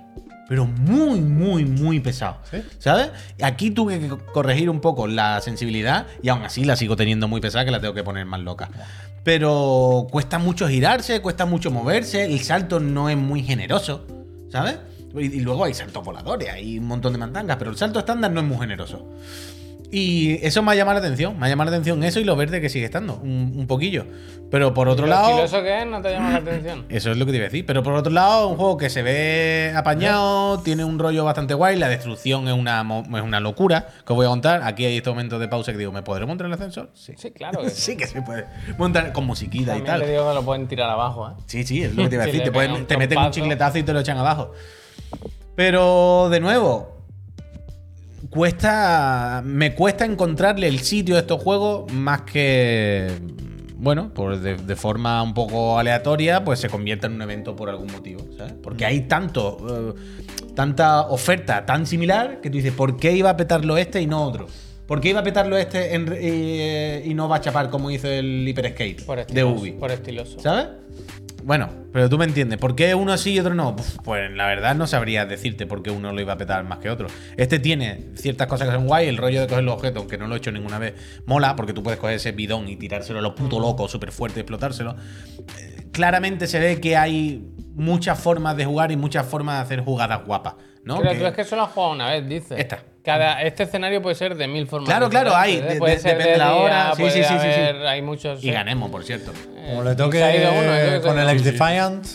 Pero muy, muy, muy pesado. ¿Sí? ¿Sabes? Aquí tuve que co- corregir un poco la sensibilidad y aún así la sigo teniendo muy pesada que la tengo que poner más loca. Pero cuesta mucho girarse, cuesta mucho moverse, el salto no es muy generoso, ¿sabes? Y, y luego hay saltos voladores, hay un montón de mandangas, pero el salto estándar no es muy generoso. Y eso me ha llamado la atención, me ha llamado la atención eso y lo verde que sigue estando, un, un poquillo. Pero por otro ¿Y lado... Lo filoso que es no te llama la atención. Eso es lo que te iba a decir. Pero por otro lado, un juego que se ve apañado, tiene un rollo bastante guay, la destrucción es una, mo- es una locura que os voy a contar. Aquí hay estos momentos de pausa que digo, ¿me podré montar en el ascensor? Sí. Sí, claro que sí. <laughs> Sí que se puede montar con musiquita y También tal. te digo que lo pueden tirar abajo, ¿eh? Sí, sí, es lo que te <laughs> iba a Si decir. le te, pega pueden- un te meten un trompazo. chicletazo y te lo echan abajo. Pero, de nuevo, cuesta. Me cuesta encontrarle el sitio a estos juegos más que. Bueno, por de, de forma un poco aleatoria, pues se convierta en un evento por algún motivo, ¿sabes? Porque Mm. hay tanto, eh, tanta oferta tan similar que tú dices, ¿por qué iba a petarlo este y no otro? ¿Por qué iba a petarlo este en re- y, eh, y no va a chapar como hizo el Hyper Skate Por de estiloso. Ubi? Por estiloso. ¿Sabes? Bueno, pero tú me entiendes. ¿Por qué uno sí y otro no? Puf, Pues la verdad no sabría decirte por qué uno lo iba a petar más que otro. Este tiene ciertas cosas que son guay. El rollo de coger los objetos, que no lo he hecho ninguna vez, mola, porque tú puedes coger ese bidón y tirárselo a los putos locos súper fuerte y explotárselo. Eh, Claramente se ve que hay muchas formas de jugar y muchas formas de hacer jugadas guapas. ¿no? Pero Que- tú es que solo has jugado una vez, dices. Esta. Cada, este escenario puede ser de mil formas. Claro, claro, hay, diferentes. ¿eh? de- Puede de- ser depende de la hora, sí, puede sí, sí, sí, sí. haber- Hay muchos. eh, Y ganemos, por cierto. Como le toque Se ha ido uno, creo que con se ha el ido ex uno. Defiant.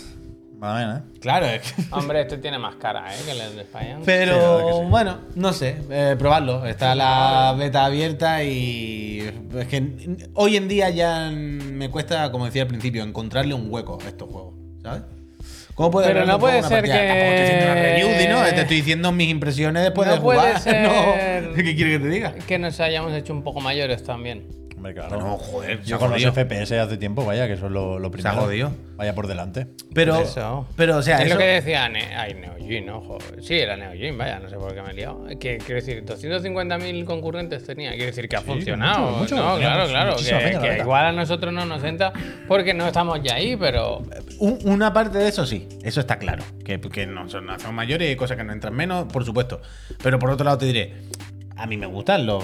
Vale, ¿eh? Claro, es que- Hombre, este tiene más cara, ¿eh? Que el de España. Pero Sí, la verdad que sí. bueno, no sé, eh, probarlo. Está la beta abierta y es que n- hoy en día ya me cuesta, como decía al principio, encontrarle un hueco a estos juegos, ¿sabes? ¿Cómo puede Pero haber no un juego, puede una ser partida? que- Tampoco estoy haciendo una review, Dino, te estoy diciendo mis impresiones después No de jugar. <laughs> puede No, ser. ¿qué quiere que te diga? Que nos hayamos hecho un poco mayores también. Hombre, claro. No, joder, se ha Yo con los jodido. FPS hace tiempo, vaya, que eso es lo, lo primero. jodido. Vaya por delante. Pero, Eso. pero o sea, es eso, lo que decía Ne- ay, Neo Geo, ¿no? Joder. Sí, era Neo Geo, vaya, no sé por qué me he liado. Que, quiero decir, 250.000 concurrentes tenía. Quiero decir que ha funcionado. mucho, mucho. no, Tenía claro, much- claro. muchísima Que, peña, la que verdad. igual a nosotros no nos entra porque no estamos ya ahí, pero. un- una parte de eso sí, eso está claro. Que, que no son no son mayores y hay cosas que nos entran menos, por supuesto. Pero por otro lado te diré, a mí me gustan los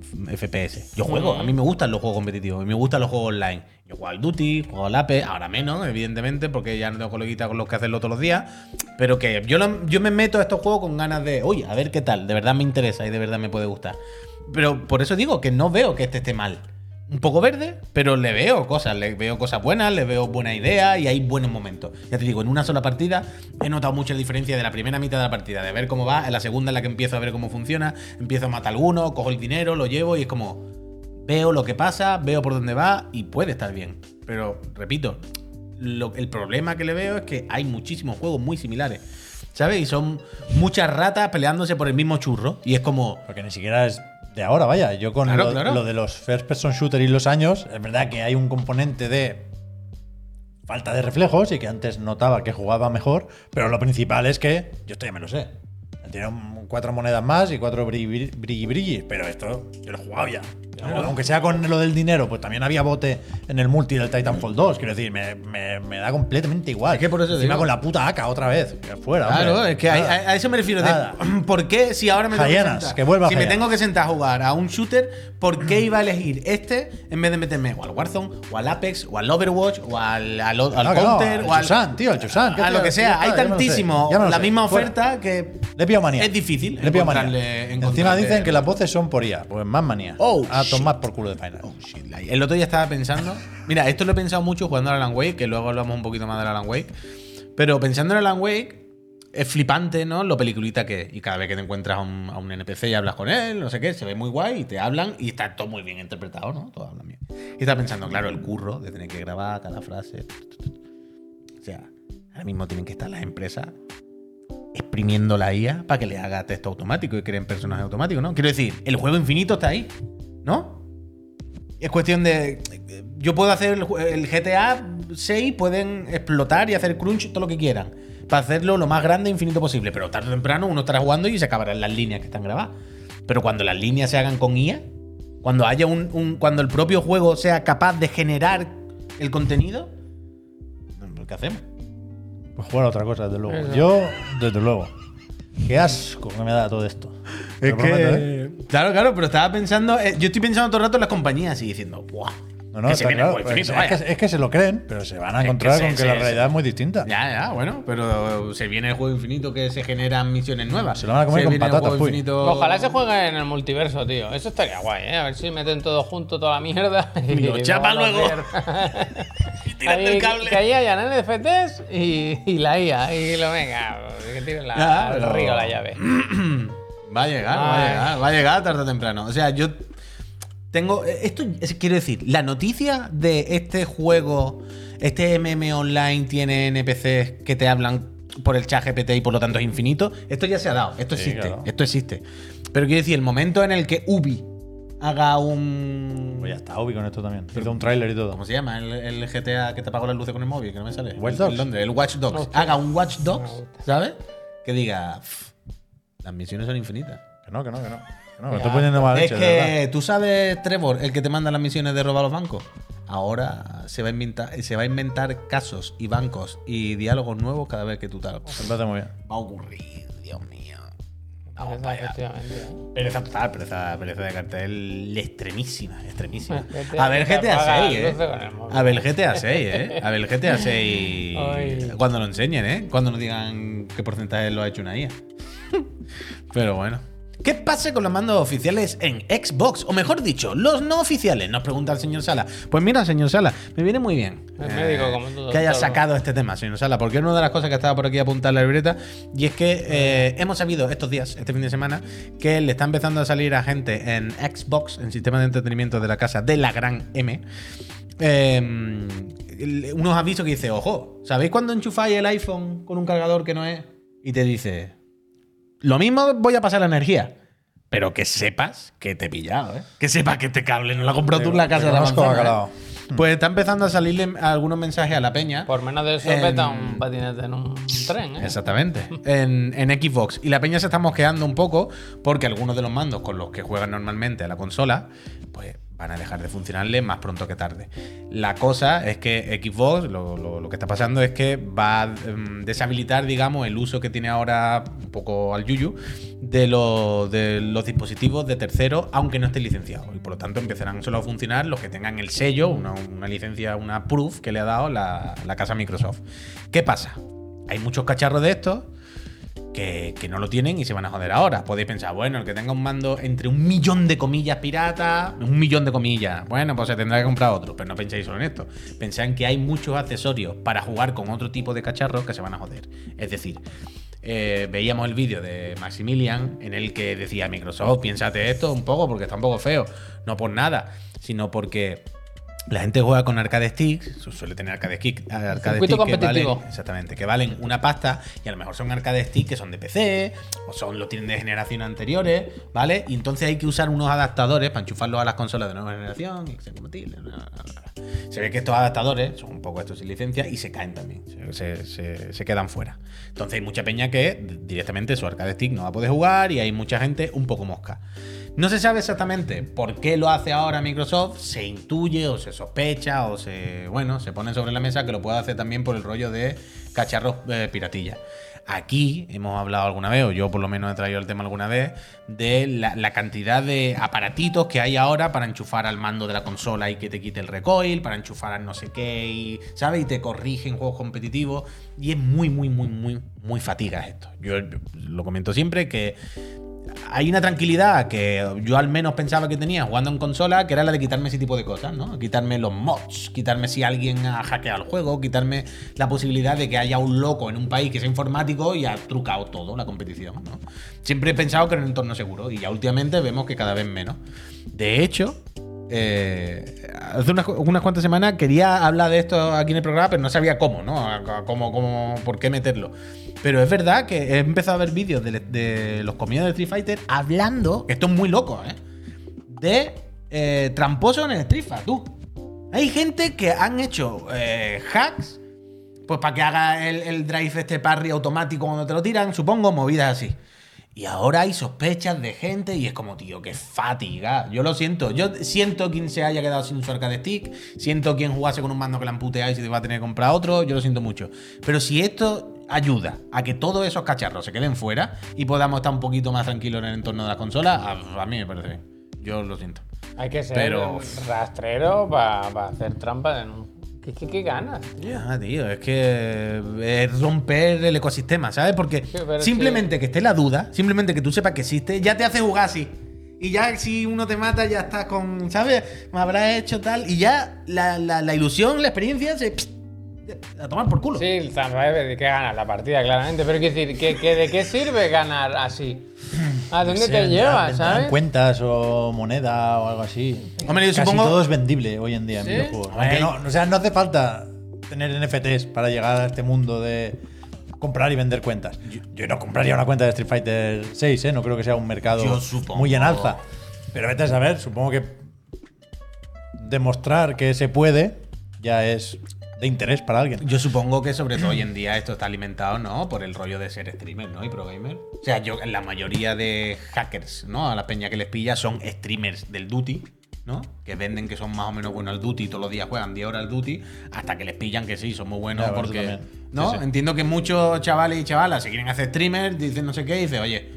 f- FPS. Yo juego, a mí me gustan los juegos competitivos, y me gustan los juegos online. Yo juego al Duty, juego al Ape, ahora menos, evidentemente, porque ya no tengo coleguitas con los que hacerlo todos los días. Pero que yo, lo- yo me meto a estos juegos con ganas de, oye, a ver qué tal, de verdad me interesa y de verdad me puede gustar. Pero por eso digo que no veo que este esté mal. Un poco verde, pero le veo cosas, le veo cosas buenas, le veo buena idea y hay buenos momentos. Ya te digo, en una sola partida he notado mucha diferencia de la primera mitad de la partida, de ver cómo va, en la segunda en la que empiezo a ver cómo funciona, empiezo a matar a alguno, cojo el dinero, lo llevo y es como, veo lo que pasa, veo por dónde va y puede estar bien. Pero, repito, lo- el problema que le veo es que hay muchísimos juegos muy similares. ¿Sabes? Y son muchas ratas peleándose por el mismo churro. Y es como. Porque ni siquiera es de ahora, vaya. Yo con Claro, lo, claro. lo de los first person shooter y los años, es verdad que hay un componente de falta de reflejos y que antes notaba que jugaba mejor, pero lo principal es que yo esto ya me lo sé. Tiene un- cuatro monedas más y cuatro brilli brilli, brilli- brilli, pero esto yo lo he jugado ya. Aunque sea con lo del dinero, pues también había bote en el multi del Titanfall 2. Quiero decir, me, me- me da completamente igual. Es que por eso Encima digo. con la puta AK otra vez. que Fuera, Claro, hombre. es que a, Nada. a- a eso me refiero. de, Nada. <clears throat> ¿Por qué si ahora me tengo Jayanas, sentar- que vuelva si me Jayanas. tengo que sentar a jugar a un shooter, ¿por <clears throat> qué iba a elegir este en vez de meterme o al Warzone, o al Apex, o al Overwatch, o al, al- al Claro que no, Counter, al o al Chusan, tío, al Chusan, ¿qué a te- lo que sea, ya hay está, ya me lo sé, tantísimo ya me lo la sé. misma Fuera. oferta que Le he pillado manía. Es difícil Le he pillado encontrarle- manía. Encima encontrarle- dicen que las voces son por IA. Pues más manía. Oh, a shit. tomar por culo de Final. Oh, shit, la- El otro día estaba pensando. Mira, esto lo he pensado mucho jugando al Alan Wake, que luego hablamos un poquito más del Alan Wake. Pero pensando en Alan Wake, es flipante, ¿no? Lo peliculita que es. Y cada vez que te encuentras a un, a un NPC y hablas con él, no sé qué, se ve muy guay y te hablan y está todo muy bien interpretado, ¿no? Todo hablan bien. Y estaba pensando, claro, el curro de tener que grabar cada frase. O sea, ahora mismo tienen que estar las empresas exprimiendo la IA para que le haga texto automático y creen personajes automáticos, ¿no? Quiero decir, el juego infinito está ahí, ¿no? Es cuestión de. Yo puedo hacer el, ju- el GTA 6, pueden explotar y hacer crunch todo lo que quieran. Para hacerlo lo más grande e infinito posible. Pero tarde o temprano uno estará jugando y se acabarán las líneas que están grabadas. Pero cuando las líneas se hagan con IA, cuando haya un- un cuando el propio juego sea capaz de generar el contenido, ¿qué hacemos? Pues jugar a otra cosa, desde luego. Eso. Yo, desde luego. Qué asco que me da todo esto. Te Es lo prometo, ¿eh? que... Claro, claro, pero estaba pensando. eh, yo estoy pensando todo el rato en las compañías y diciendo, ¡buah! No, no, que se está viene claro, el juego pero infinito, es, vaya. que, es que se lo creen, pero se van a Es que encontrar sí, con que sí, la sí. realidad es muy distinta. Ya, ya, bueno, pero se viene el juego infinito que se generan misiones nuevas. Se lo van a comer Se con viene el patatas, juego fui. infinito- Ojalá se juegue en el multiverso, tío. Eso estaría guay, ¿eh? A ver si meten todo junto, toda la mierda. Y <laughs> lo chapa vamos a luego. ver. Y tírate el Ahí, cable. Que ahí hayan NFTs y, y la IA. Y lo venga, que tiren la, Ya, al pero- río la llave. Va a llegar, va a Ay. llegar, va a llegar tarde o temprano. O sea, yo tengo. Esto es- quiero decir, la noticia de este juego, este MM online tiene NPCs que te hablan por el chat GPT y por lo tanto es infinito. Esto ya se ha dado, esto Sí, existe, claro. esto existe. Pero quiero decir, el momento en el que Ubi haga un. Pues ya está, obvio con esto también. Hizo un tráiler y todo. ¿Cómo se llama? El, el GTA que te apagó las luces con el móvil, que no me sale. Watch El- Dogs. El, Londres, el Watch Dogs. Hostia. Haga un Watch Dogs, Me gusta. ¿sabes? Que diga, "Pff, las misiones son infinitas. Que no, que no, que no. Que no, me Ya, estoy poniendo mal Es leche, Ah, de verdad. que tú sabes, Trevor, el que te manda las misiones de robar a los bancos. Ahora se va a inventar, se va a inventar casos y bancos y diálogos nuevos cada vez que tú tal. Me parece muy bien. Va a ocurrir, Dios mío. Vamos Efectivamente. Pereza total, pereza, pereza de cartel extremísima, extremísima. <laughs> Vete A ver te apaga GTA las 6, eh. luces con el móvil. A ver GTA 6, <laughs> eh. A ver GTA 6. Ay. Cuando lo enseñen, eh. Cuando nos digan qué porcentaje lo ha hecho una IA. Pero bueno. ¿Qué pasa con los mandos oficiales en Xbox? O mejor dicho, los no oficiales, nos pregunta el señor Sala. Pues mira, señor Sala, me viene muy bien. Eh, Es médico como tú, Que haya doctor. sacado este tema, señor Sala, porque es una de las cosas que estaba por aquí apuntada en la libreta. Y es que eh, Mm. hemos sabido estos días, este fin de semana, que le está empezando a salir a gente en Xbox, en sistema de entretenimiento de la casa de la gran M, eh, el- unos avisos que dice, ojo, ¿sabéis cuando enchufáis el iPhone con un cargador que no es? Y te dice, lo mismo voy a pasar la energía. Pero que sepas que te he pillado, ¿eh? Que sepas que este cable no la compró tú en la Te- casa te de la conozco, manzana, ¿eh? bacalao. Pues está empezando a salirle algunos mensajes a la peña. Por menos de eso, Em, peta un patinete en un tren, ¿eh? Exactamente. En, en Xbox. Y la peña se está mosqueando un poco porque algunos de los mandos con los que juegan normalmente a la consola, pues van a dejar de funcionarle más pronto que tarde. La cosa es que Xbox, lo, lo- lo que está pasando es que va a em, deshabilitar, digamos, el uso que tiene ahora un poco al yuyu de, lo- de los dispositivos de terceros, aunque no estén licenciados. Y por lo tanto empezarán solo a funcionar los que tengan el sello, una, una licencia, una proof que le ha dado la, la casa Microsoft. ¿Qué pasa? Hay muchos cacharros de estos que, que no lo tienen y se van a joder ahora. Podéis pensar, bueno, el que tenga un mando entre un millón de comillas pirata, un millón de comillas, bueno, pues se tendrá que comprar otro. Pero no penséis solo en esto. Pensad en que hay muchos accesorios para jugar con otro tipo de cacharros que se van a joder. Es decir, eh, veíamos el vídeo de Maximilian en el que decía Microsoft, piénsate esto un poco porque está un poco feo. No por nada, sino porque la gente juega con arcade sticks, su- suele tener arcade, kick, arcade Circuito sticks que valen, competitivo. exactamente, que valen una pasta y a lo mejor son arcade sticks que son de PC o son lo tienen de generación anteriores, ¿vale? Y entonces hay que usar unos adaptadores para enchufarlos a las consolas de nueva generación, y que sean compatibles, bla, bla, bla. Se ve que estos adaptadores son un poco estos sin licencia y se caen también, se, se- se- se quedan fuera. Entonces hay mucha peña que directamente su arcade stick no va a poder jugar y hay mucha gente un poco mosca. No se sabe exactamente por qué lo hace ahora Microsoft, se intuye o se sospecha o se, bueno, se pone sobre la mesa que lo puede hacer también por el rollo de cacharros eh, piratilla. Aquí hemos hablado alguna vez, o yo por lo menos he traído el tema alguna vez, de la, la cantidad de aparatitos que hay ahora para enchufar al mando de la consola y que te quite el recoil, para enchufar al no sé qué, y, ¿sabes? Y te corrigen juegos competitivos. Y es muy, muy, muy, muy, muy fatiga esto. Yo, yo lo comento siempre que hay una tranquilidad que yo al menos pensaba que tenía jugando en consola, que era la de quitarme ese tipo de cosas, ¿no? Quitarme los mods, quitarme si alguien ha hackeado el juego, quitarme la posibilidad de que haya un loco en un país que sea informático y ha trucado todo la competición, ¿no? Siempre he pensado que era un entorno seguro y ya últimamente vemos que cada vez menos. De hecho, eh, hace unas, cu- unas cuantas semanas quería hablar de esto aquí en el programa, pero no sabía cómo, ¿no? A- a- Cómo, cómo, por qué meterlo. Pero es verdad que he empezado a ver vídeos de, de los comidos de Street Fighter hablando, que esto es muy loco, ¿eh? De eh, tramposos en el Street Fighter, tú. Hay gente que han hecho eh, hacks pues para que haga el, el drive este parry automático cuando te lo tiran, supongo, movidas así. Y ahora hay sospechas de gente y es como, tío, qué fatiga. Yo lo siento. Yo siento quien se haya quedado sin su arcade stick. Siento quien jugase con un mando que la amputea y se te va a tener que comprar otro. Yo lo siento mucho. Pero si esto ayuda a que todos esos cacharros se queden fuera y podamos estar un poquito más tranquilos en el entorno de las consolas, a, a mí me parece bien. Yo lo siento. Hay que ser Pero- rastrero para hacer trampa en un. ¿Qué, qué, qué ganas? Ya, tío, es que eh, es romper el ecosistema, ¿sabes? Porque pero es simplemente que... esté la duda, simplemente que tú sepas que existe, ya te hace jugar así. Y ya si uno te mata, ya estás con, ¿sabes? Me habrá hecho tal. Y ya la, la- la ilusión, la experiencia se. a tomar por culo. Sí, tampoco de qué ganas la partida, claramente. Pero quiero decir, ¿que, que ¿de qué sirve ganar así? ¿A dónde Sí, te vendrán- lleva, vendrán sabes? cuentas o moneda o algo así. Hombre, yo Casi supongo- todo es vendible hoy en día ¿Sí? en videojuegos. Hombre. Aunque no, o sea, no hace falta tener NFTs para llegar a este mundo de comprar y vender cuentas. Yo, yo no compraría una cuenta de Street Fighter 6, ¿eh? no creo que sea un mercado Yo supongo. muy en alza. Pero vete a saber, supongo que demostrar que se puede ya es de interés para alguien. Yo supongo que sobre todo hoy en día esto está alimentado, ¿no? Por el rollo de ser streamer, ¿no? Y pro gamer. O sea, yo la mayoría de hackers, ¿no? A la peña que les pilla son streamers del Duty, ¿no? Que venden que son más o menos buenos al Duty, todos los días juegan 10 horas al Duty, hasta que les pillan que sí, son muy buenos Claro, eso porque... también. ¿No? Sí, sí. Entiendo que muchos chavales y chavalas se quieren hacer streamers, dicen no sé qué, y dicen, oye,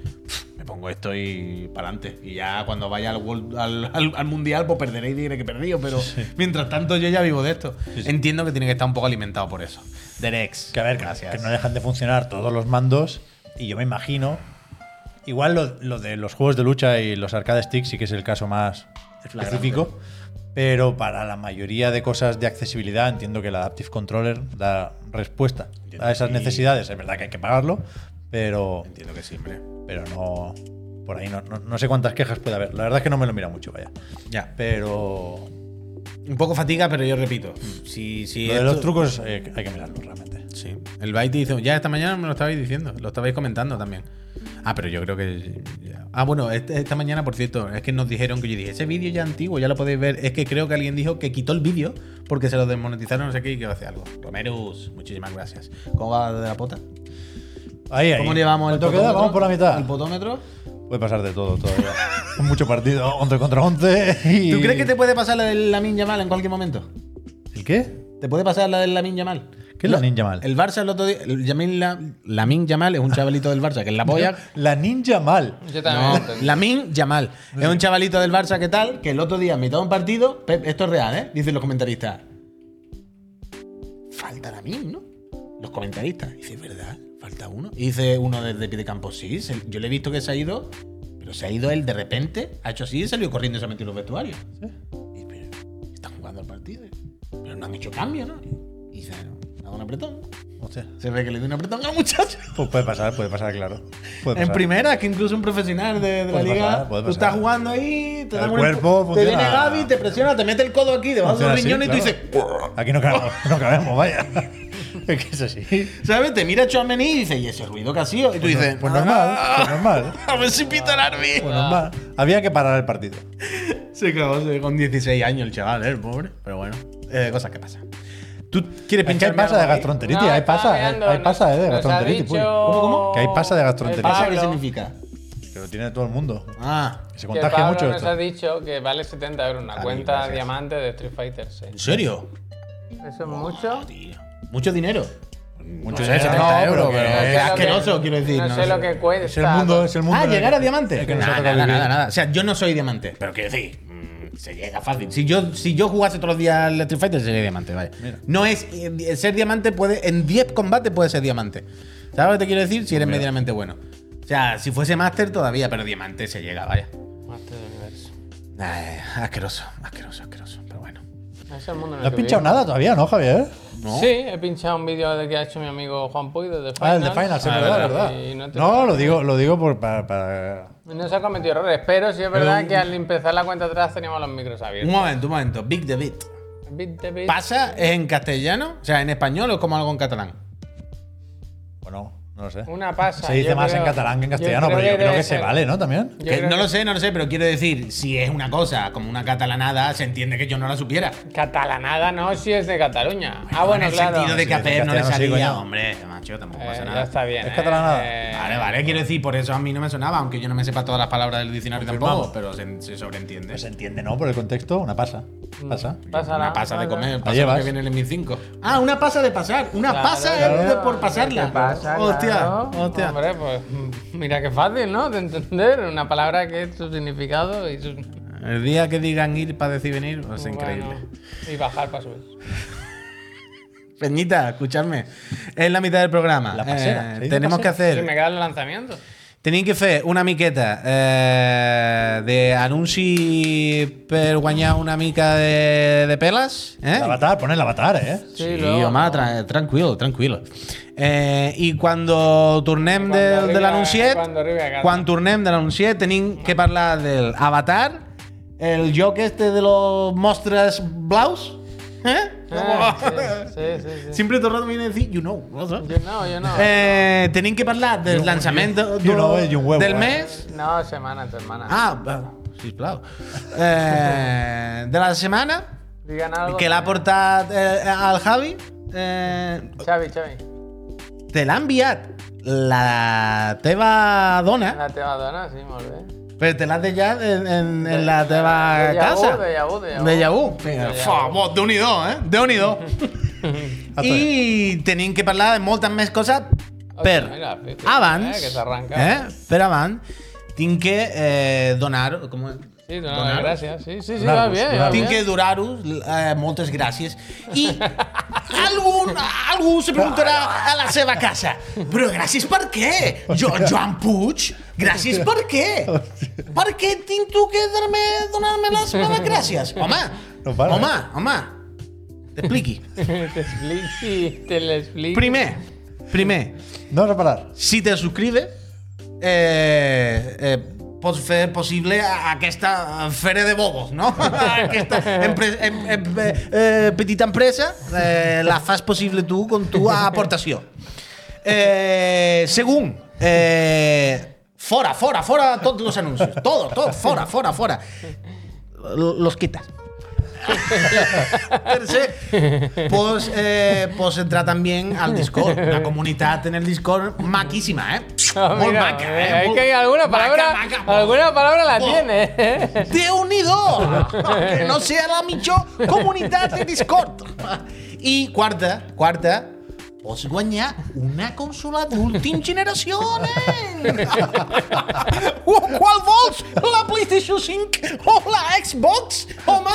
me pongo esto y para adelante. Y ya cuando vaya al, World- al, al- al mundial, pues perderéis y diré que he perdido. Pero mientras tanto, yo ya vivo de esto. Entiendo que tiene que estar un poco alimentado por eso. Derex. Que a ver, que- gracias. que no dejan de funcionar todos los mandos. Y yo me imagino. Igual lo, lo de los juegos de lucha y los arcade sticks sí que es el caso más Flagrante. específico. Pero para la mayoría de cosas de accesibilidad, entiendo que el Adaptive Controller da respuesta Entiendo a esas que sí. necesidades. Es verdad que hay que pagarlo, pero, Entiendo que sí, hombre. pero no. Por ahí no, no- no sé cuántas quejas puede haber. La verdad es que no me lo mira mucho, vaya. Ya. Pero. Un poco fatiga, pero yo repito. Si, si Lo de los esto- trucos eh, hay que mirarlo realmente. Sí. El Byte dice, ya esta mañana me lo estabais diciendo, lo estabais comentando también. Ah, pero yo creo que. ya. Ah, bueno, este- esta mañana, por cierto, es que nos dijeron que yo dije, ese vídeo ya antiguo, ya lo podéis ver. Es que creo que alguien dijo que quitó el vídeo porque se lo desmonetizaron, no sé qué, y que va a hacer algo. Romerus, muchísimas gracias. ¿Cómo va de la pota? Ahí, ahí. ¿Cómo llevamos el ¿Cuánto queda? potómetro? Vamos por la mitad. ¿El potómetro? Puede pasar de todo todavía. <laughs> Con mucho partido, 11 contra 11. Y... ¿Tú crees que te puede pasar la del Lamin Yamal en cualquier momento? ¿El qué? ¿Te puede pasar la del Lamin Yamal? ¿Qué es la Ninja Mal? El Barça el otro día. El Yamin La- Lamin Yamal <laughs> es un chavalito del Barça, que es la polla. La Ninja Mal. Yo No, también. entendí. Lamin Yamal. Es un chavalito del Barça que tal, que el otro día, en mitad de un partido, Pep, esto es real, ¿eh? Dicen los comentaristas. Falta Lamin, ¿no? Los comentaristas. Dice, es verdad, falta uno. Y dice uno desde pie de campo, sí, se- yo le he visto que se ha ido, pero se ha ido él de repente, ha hecho así y salió corriendo y se ha metido en los vestuarios. Y pero, están jugando el partido, ¿eh? pero no han hecho cambio, ¿no? Y dice, ha dado un apretón. Hostia. Se ve que le dio un apretón al muchacho. Pues puede pasar, puede pasar, claro. Puede pasar. En primera, que incluso un profesional de, de la eh, Puede liga, pasar, puede tú pasar. estás jugando ahí, te El dan un cuerpo empu- te funciona. viene Gaby, te presiona, te mete el codo aquí debajo de Funciona los así, riñones y tú claro. dices, Aquí no cabemos, no cabemos, vaya. <laughs> Es que es así. ¿sabes? Te mira Chouameni y dice, ¿y ese ruido que ha sido? Y tú dices, "Ah". Pues normal, pues normal. <laughs> a ver si pita el árbitro. Ah. Pues normal. Había que parar el partido. Se cagó, se ve con 16 años el chaval, ¿eh? el pobre. Pero bueno, eh, cosas que pasan. ¿Tú quieres Es que hay pincharme pasa de algo ahí? gastroenteritis, No, hay estaba pasa, mirando, hay nos- pasa eh, de nos ha gastroenteritis. dicho Puy. ¿Cómo, cómo? Que hay pasa de el gastroenteritis. ¿Pasa Pablo. qué significa? pues, Que lo tiene todo el mundo. Ah, Que se Que contagia Pablo mucho nos ha esto. dicho que vale 70 euros una Javi, cuenta gracias. diamante de Street Fighter 6. ¿en serio? Eso es mucho. Tío, Mucho dinero. Mucho dinero, no, pero que- es sé lo que- asqueroso, quiero decir. No, no sé lo que cuesta. Es el mundo, es el mundo. Ah, en el llegar que- a diamante. el que nos ha nada, tocado nada, vivir. nada, nada. O sea, yo no soy diamante, pero quiero decir, mm, se llega fácil. Si yo, si yo jugase todos los días al Street Fighter, sería diamante, vaya. Mira. No es. eh, Ser diamante puede. En 10 combates puede ser diamante. ¿Sabes lo que te quiero decir? Si eres medianamente bueno. O sea, si fuese máster todavía, pero diamante se llega, vaya. Master del universo. Ay, asqueroso, asqueroso, asqueroso. Pero bueno. Ese Es el mundo en el No has que pinchado vivimos. nada todavía, ¿no, Javier? ¿no? Sí, he pinchado un vídeo de que ha hecho mi amigo Juan Puy de The Final. Ah, el de Final, sí, Ah, verdad, verdad. verdad. Y no te- No, lo digo, lo digo por, para, para- No se ha cometido errores, pero sí es verdad que al empezar la cuenta atrás teníamos los micros Un abiertos. momento, un momento. Big the Beat. Bit de bit. ¿Pasa es en castellano? O sea, en español o es como algo en catalán. Bueno, no lo sé. Una pasa. Se dice yo más creo- en catalán que en yo castellano, pero yo creo debe que se ser- vale, ¿no? También. yo Que creo no que- lo sé, no lo sé, pero quiero decir, si es una cosa como una catalanada, se entiende que yo no la supiera. Catalanada no, si es de Cataluña. ah, bueno, en el claro. sentido de que Sí, a Pep no le castellano sí, salía, coño. hombre, macho, tampoco Eh, pasa ya nada. está bien. ¿Es eh, catalanada? eh, Vale, vale, quiero decir, por eso a mí no me sonaba, aunque yo no me sepa todas las palabras del diccionario tampoco, pero se, se sobreentiende. Pues se entiende, ¿no? Por el contexto, una pasa. Pasa. Pásala, una pasa de pásala. comer, pasa llevas. que viene en el Mi 5. Ah, una pasa de pasar, una Claro, pasa claro. es de por pasarla. ¿Qué pasa, hostia, claro? hostia. Hombre, pues mira qué fácil, ¿no? De entender una palabra que es su significado y su... El día que digan ir para decir venir, es increíble. Bueno, y bajar para subir. Peñita, escuchadme. Es la mitad del programa. La pasera, Eh, se dice tenemos pasera. que hacer. Se me quedan los lanzamientos. Tenéis que fer una miqueta eh, de anunci per guanyar una mica de, de peles, eh? El avatar, pon el avatar, ¿eh? Sí, luego- home, tra- tranquil, tranquil. Eh, I quan tornem Quan del, arribi de a- l'anunciet, quan arribi a casa. quan tornem de l'anunciet tenim que parlar del Avatar, el joc este de los mostres blaus, eh? Ah, sí, sí, sí. sí. Sempre torno a dir, you know, no? Yo no, yo no. Eh, tenim que parlar del lançament jo- jo no veig un huevo, del eh. mes, No, semana, tu hermana. Ah, va, sisplau. Eh, de la setmana Digan algo. que le ha portat eh, al Javi, eh, Xavi, Xavi. te l'ha enviat la teva dona, La teva dona, sí, molt bé. però te l'ha deixat en, en, en la teva de Yahoo, casa. de Yahoo, de Yahoo. De Yahoo. Déjà vu. Famós, déu nhi eh? déu nhi <laughs> I tenim que parlar de moltes més coses per Hòstia, mira, fes-ho, abans, eh, que s'arranca. eh? per abans, tinc que eh, donar, com és? Sí, no, Donar-los. gracias. Sí, sí, sí, Donar-los, va pues, bien. Va donar-los. bien. Tinc que donar-vos eh, moltes gràcies. I algun, algú se preguntarà a la seva casa, però gràcies per què? Jo, Joan Puig, gràcies per què? Per què tinc tu que donar-me donar les meves gràcies? Home, No para, home, eh? home, t'expliqui. <laughs> te expliqui, te lo expliqui. Primer, primer, No vas a parar. si te subscribes, eh, eh, pots fer possible a- aquesta fere de bobos, no? aquesta empre em, em, eh, eh, petita empresa eh, la fas possible tu con tu aportació. Eh, segon, eh, fora, fora, fora tots els anuncis. Todo, tot, fora, fora, fora. L- Los quitas. Tercer, pues, eh, pues entrar también al Discord. La comunidad en el Discord maquísima, ¿eh? Ah, Molt <laughs> mira, maca, eh, eh? hay Molt- que alguna maca, palabra, maca, molt. alguna palabra la Bo. tiene. <laughs> ¿eh? Déu nhi Que no sea la millor comunitat de Discord. I quarta, quarta, pots guanyar una consola d'última generació, nen! O Qual vols? La PlayStation 5 o la Xbox? Home,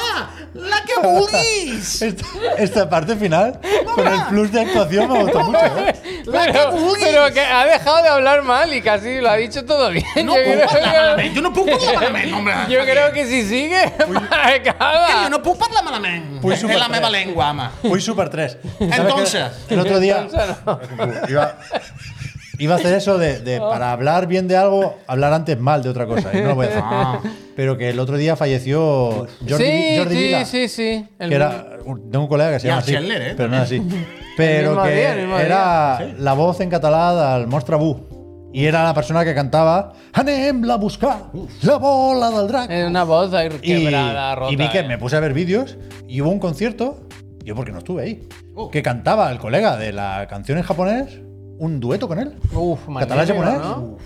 la que vulguis! Esta, esta parte final, con el plus de actuación, me gustó mucho. ¿eh? La que Pero, vulguis! pero que ha dejado de hablar mal y casi lo ha dicho todo bien. No yo, puc parlar creo malament, jo no puc parlar malament, home. que, yo creo que si sigue, <laughs> acaba. Que jo no puc parlar malament. Vull És la superar. meva llengua, home. Fui Super 3. Entonces. El otro día Entonces, no. iba, iba a hacer eso de, de, para hablar bien de algo, hablar antes mal de otra cosa. Y no lo voy a hacer. Pero que el otro día falleció Jordi, Ah. sí, Vi- Jordi sí, Vila. sí, sí. El- que era tengo un colega que se Ya, llama así, Schindler, ¿eh? pero no es así. Pero mismo que día, el mismo día. era la voz en catalán al Mostra Bu y era la persona que cantaba Anem la buscar la bola del drac Es una voz ahí y, quebrada, rota. y vi que eh. me puse a ver vídeos y hubo un concierto yo porque no estuve ahí Uh. que cantaba el colega de la canción en japonés un dueto con él Uf, catalán magnífico, japonés ¿no?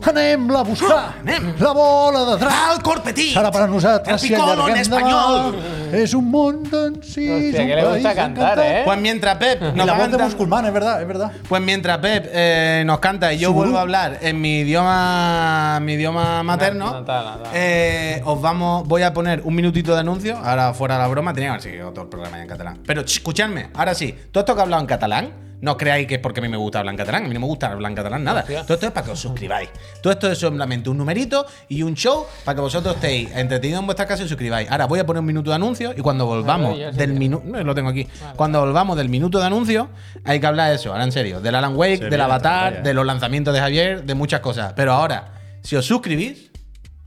Ah, Anem la buscar Anem. la bola del drac Al corpetí. Ahora para nosotros, El picolo en español. Es un montón, sí. Hostia, es un que le gusta país cantar, encantado. ¿eh? Pues mientras Pep Y nos va la voz de cantando- Musculmán, es verdad, es verdad. Pues mientras Pep eh, nos canta y yo Sí. vuelvo a hablar en mi idioma, mi idioma materno, natal, natal. eh, os vamos, voy a poner un minutito de anuncio. Ahora fuera la broma, tenía que haber seguido todo el programa ya en catalán. Pero ch, escuchadme, ahora sí, todo esto que he hablado en catalán, no creáis que es porque a mí me gusta hablar en catalán, a mí no me gusta hablar en catalán nada. Hostia. Todo esto es para que os suscribáis. Todo esto es solamente un numerito y un show para que vosotros estéis entretenidos en vuestra casa y os suscribáis. Ahora voy a poner un minuto de anuncio y cuando volvamos ya sé del que- minuto. No, lo tengo aquí. Cuando volvamos del minuto de anuncio, hay que hablar de eso, ahora en serio. Del Alan Wake, del viene Avatar, todavía, ¿eh? de los lanzamientos de Javier, de muchas cosas. Pero ahora, si os suscribís,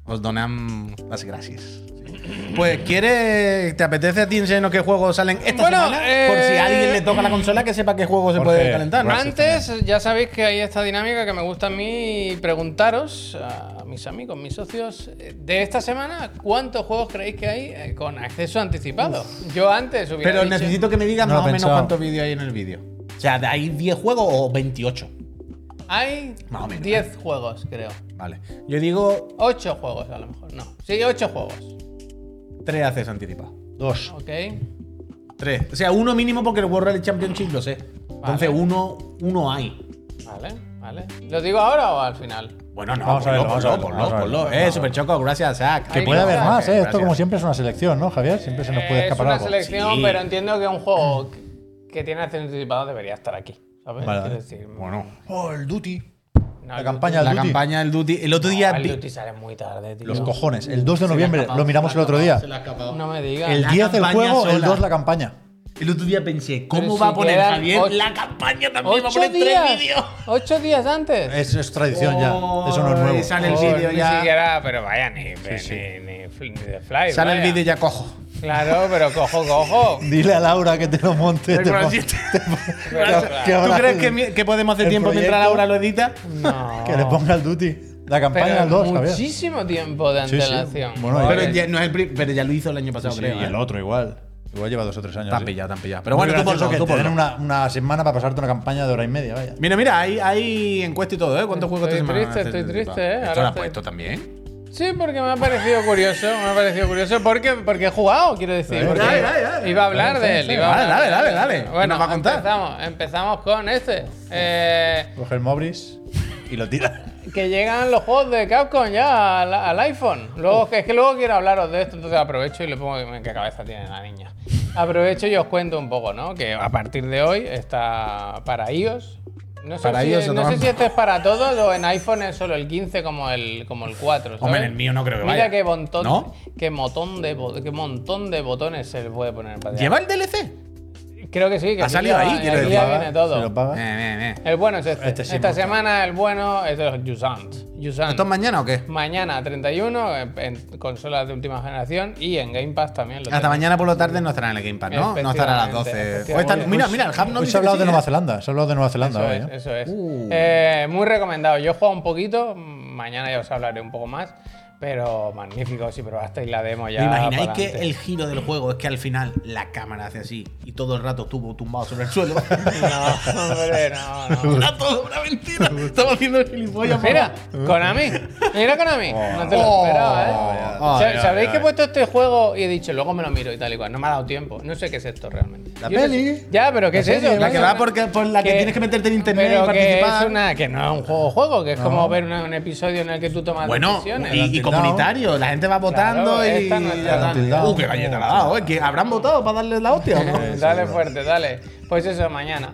os donan las gracias. Pues, ¿quieres. ¿Te apetece a ti enseñarnos qué juegos salen esta Bueno, semana? Por si a alguien eh, le toca la consola, que sepa qué juego se Jorge, puede calentar. ¿no? Gracias, Antes, ya sabéis que hay esta dinámica que me gusta a mí preguntaros a mis amigos, mis socios, eh, de esta semana, ¿cuántos juegos creéis que hay eh, con acceso anticipado? Yo antes hubiera Pero dicho- necesito que me digas No lo más o he menos pensado. cuántos vídeos hay en el vídeo. O sea, ¿hay 10 juegos o 28? Hay Más o menos, ¿eh? 10 juegos, creo. Vale. Yo digo 8 juegos, a lo mejor. No. Sí, 8 juegos. 3 haces anticipados. Dos. ¿Ok? Tres. O sea, uno mínimo porque el World Rally Championship lo sé. Entonces, uno, uno hay. Vale, vale. ¿Lo digo ahora o al final? Bueno, no, Vamos a ponlo, verlo, vamos a ponlo, verlo, ponlo, vamos a verlo. ponlo. Eh, Superchoco, gracias, Zach. Que Puede haber Gracias, más, ¿eh? Esto, como Gracias. siempre, es una selección, ¿no, Javier? Siempre se nos puede es escapar una algo. selección, Sí. pero entiendo que un juego que- que tiene acceso anticipado debería estar aquí. ¿Sabes? Vale, Quiero vale. decir, Bueno, Oh, el Duty. no, La el campaña la del Duty. campaña del Duty. El otro día. Duty- vi- el Duty sale muy tarde, tío. Los cojones. El 2 de noviembre, escapado, lo miramos se le ha el otro escapado, día. se le ha escapado. No me digas. El La 10 el campaña juego, el sola. 2 la campaña. El otro día pensé, Pero ¿cómo si va a poner quedan Javier ocho- la campaña también? Va a ¿Ocho poner tres días? vídeos. ¿Ocho días antes? Es, es tradición ya. Eso no es Ay, nuevo. sale el vídeo Oh, ni ya. siquiera, pero vaya, ni, Ni, ni, fl- ni de fly. Sale el vaya. vídeo y ya cojo. Claro, pero cojo, <laughs> cojo. Dile a Laura que te lo monte. te pon- Pero, que ¿Tú habrá crees el- que, mi- que podemos hacer el tiempo mientras proyecto- Laura lo edita? no. que le ponga el Duty. La campaña pero del 2, Javier. muchísimo tiempo de Sí, sí. antelación. Bueno, Pero Joder. ya, no es el pri- pero ya lo hizo el año pasado, Sí, creo. y el ¿eh? otro igual. Igual lleva dos o tres años. Te han sí. pillado, te han pillado. Pero Muy bueno, tú gracioso ponlo, que tú te den ponlo. una, una semana para pasarte una campaña de hora y media, vaya. Mira, mira, hay, hay encuesta y todo, ¿eh? ¿Cuántos juegos Estoy te triste, estoy triste, ¿eh? ¿Esto Ahora lo has estoy- puesto también? Sí, porque me ha parecido curioso. Me ha parecido curioso porque, porque he jugado, quiero decir. Dale, porque dale, dale, dale. Iba a hablar Dale, de sí, él. sí. iba a Dale, hablar de dale, él. dale, dale. Bueno, Nos va a contar. Empezamos, empezamos con este. Eh, Coge el Mobris y lo tira. que llegan los juegos de Capcom ya al, al iPhone. Luego, es que luego quiero hablaros de esto, entonces aprovecho y le pongo en qué cabeza tiene la niña. Aprovecho y os cuento un poco, ¿no? Que a partir de hoy está para iOS. No sé, Para si, iOS, no no. sé si esto es para todos o en iPhone es solo el 15 como el, como el 4. ¿sabes? Hombre, en el mío no creo que vaya. Mira qué montón, ¿No? qué montón de bo- qué montón de botones se le puede poner para ¿Lleva el DLC? Creo que sí, que Ha aquí salido ya- ahí, quiero aquí decir. ya Paga, viene todo. se lo paga. Eh, eh, eh. El bueno es este. Este sí me Esta gusta. semana el bueno es los Yusant. Yusant. ¿Esto es mañana o qué? Mañana 31 en, en consolas de última generación y en Game Pass también. Lo Hasta tengo. mañana por la tarde no estará en el Game Pass, ¿no? No estará a las 12. Efectivamente, Pues O está- mira, mira, el Hub no Hoy dice se ha que hablado de sí, Nueva ¿eh? Zelanda, se ha hablado de Nueva Zelanda, Eso vaya. es, eso es. Uh. Eh, muy recomendado. Yo he jugado un poquito, mañana ya os hablaré un poco más, pero magnífico si probasteis la demo ya. ¿Os imagináis para que adelante. el giro del juego es que al final la cámara hace así y todo el rato estuvo tumbado sobre el suelo? <laughs> <laughs> No, <laughs> hombre, no, no. Era todo una mentira. Estamos haciendo gilipollas. Mira, ¿Eh? Konami. Mira, Konami. No te lo Oh. esperaba, ¿eh? Oh, Sa- mira, ¿Sabéis mira, que he mira. puesto este juego y he dicho, luego me lo miro y tal y cual? No me ha dado tiempo. No sé qué es esto realmente. La Yo no peli. sé- Ya, pero ¿qué La es serie, eso? La que coño? va porque- por la que tienes que meterte en internet pero y participar. Que, es una, que no es un juego juego, que es como ver una- un episodio en el que tú tomas Bueno, decisiones. y, y comunitario, la gente va votando Claro, y. esta no está tan tildado. uh, qué galleta la ha dado, ¿eh? Que habrán votado para darle la hostia o <laughs> no. dale fuerte, dale. Pues eso, mañana.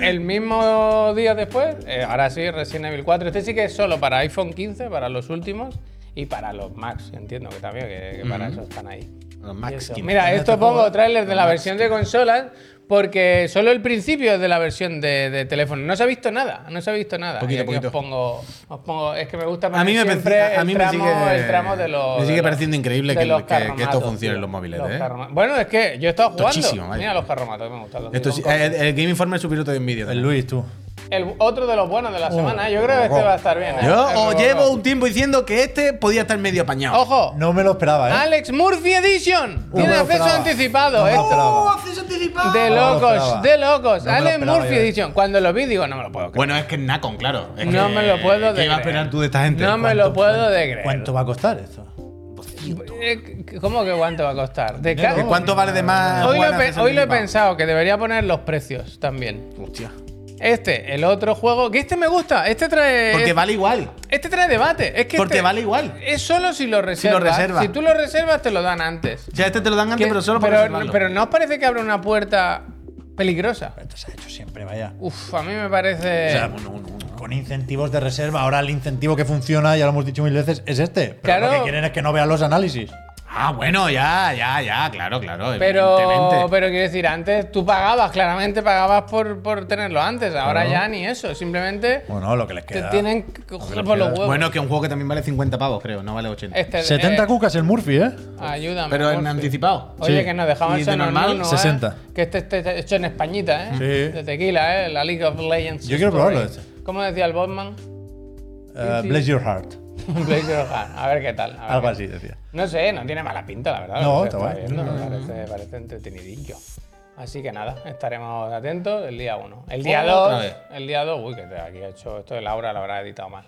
El mismo día después, eh, ahora sí, Resident Evil 4. Este sí que es solo para iPhone 15, para los últimos, y para los Max, entiendo que también, que, que para eso están ahí. Los Max Kidd. Mira, esto este pongo juego- trailer de la versión de consolas, porque solo el principio es de la versión de, de teléfono. No se ha visto nada, no se ha visto nada. Poquito, Y aquí poquito. Os pongo, os pongo, es que me gusta A mí me, siempre parece- a mí el, me tramo, sigue, el tramo de los. me sigue de los- pareciendo increíble de que, los que- que esto carromatos, funcione tío. en los móviles. Los ¿eh? carroma- Bueno, es que yo he estado jugando. Tochísimo, vaya. Mira los carromatos, me gustan. Los Esto sí- eh. Nikon el, el Game Informer subió todo en vídeo. El también. Luis, tú. El otro de los buenos de la semana, yo creo que este va a estar bien. ¿eh? Oh, Yo El os Robocop. llevo un tiempo diciendo que este podía estar medio apañado. ¡Ojo! No me lo esperaba, ¿eh? Alex Murphy No Edition. me Tiene lo acceso esperaba. anticipado. ¿eh? No me lo esto. esperaba. acceso anticipado! De No me lo locos, esperaba. de No locos. me lo Alex esperaba Murphy yo. Edition. Cuando lo vi, digo, no me lo puedo creer. Bueno, es que es Nacon, claro. Es No que- me lo puedo ¿Qué de iba a creer. esperar tú de esta gente? No me lo puedo de creer. ¿Cuánto va a costar esto? Eh, ¿Cómo que cuánto va a costar? De ca- ¿De ¿Cuánto vale de más? Hoy, jugar lo, he pe- acceso hoy lo he anticipado? pensado, que debería poner los precios también. Hostia. Este, el otro juego, que este me gusta, este trae... Porque vale igual. Este trae debate. Es que Porque este- vale igual. Es solo si lo reservas. reservas. Si tú lo reservas, te lo dan antes. O sea, este te lo dan antes, Que- pero solo para pero, reservarlo. pero no os parece que abre una puerta peligrosa. Esto se ha hecho siempre, vaya. Uf, a mí me parece... O sea, bueno, bueno, bueno, con incentivos de reserva. Ahora el incentivo que funciona, ya lo hemos dicho mil veces, es este. Pero Claro. lo que quieren es que no vean los análisis. Ah, bueno, ya, ya, ya, claro, claro. Pero, evidentemente. pero quiero decir, antes tú pagabas, claramente pagabas por, por tenerlo antes. Ahora ya ni eso. Simplemente Bueno, lo que les te queda. tienen que coger por los huevos. Bueno, que un juego que también vale 50 pavos, creo, no vale 80. Este, 70 eh, cucas el Murphy, ¿eh? Ayúdame. Pero en Murphy. anticipado. Oye, Sí. que nos dejamos ¿Y eso de en el normal? Nuno, ¿eh? 60. Que este esté hecho en Españita, ¿eh? Sí. De tequila, ¿eh? La League of Legends. Yo quiero Story. probarlo este. ¿Cómo decía el Botman? <laughs> Eh, bless your heart. Blaze Your Hand. A ver qué tal. a ver Algo qué- así decía. No sé, no tiene mala pinta, la verdad. No, lo que está se guay. Mm. viendo, me parece, parece entretenidillo. Así que nada, estaremos atentos el día 1. El día Hola, otra 2. vez. El día 2. Uy, que te- aquí he hecho esto de Laura, lo habrá editado mal.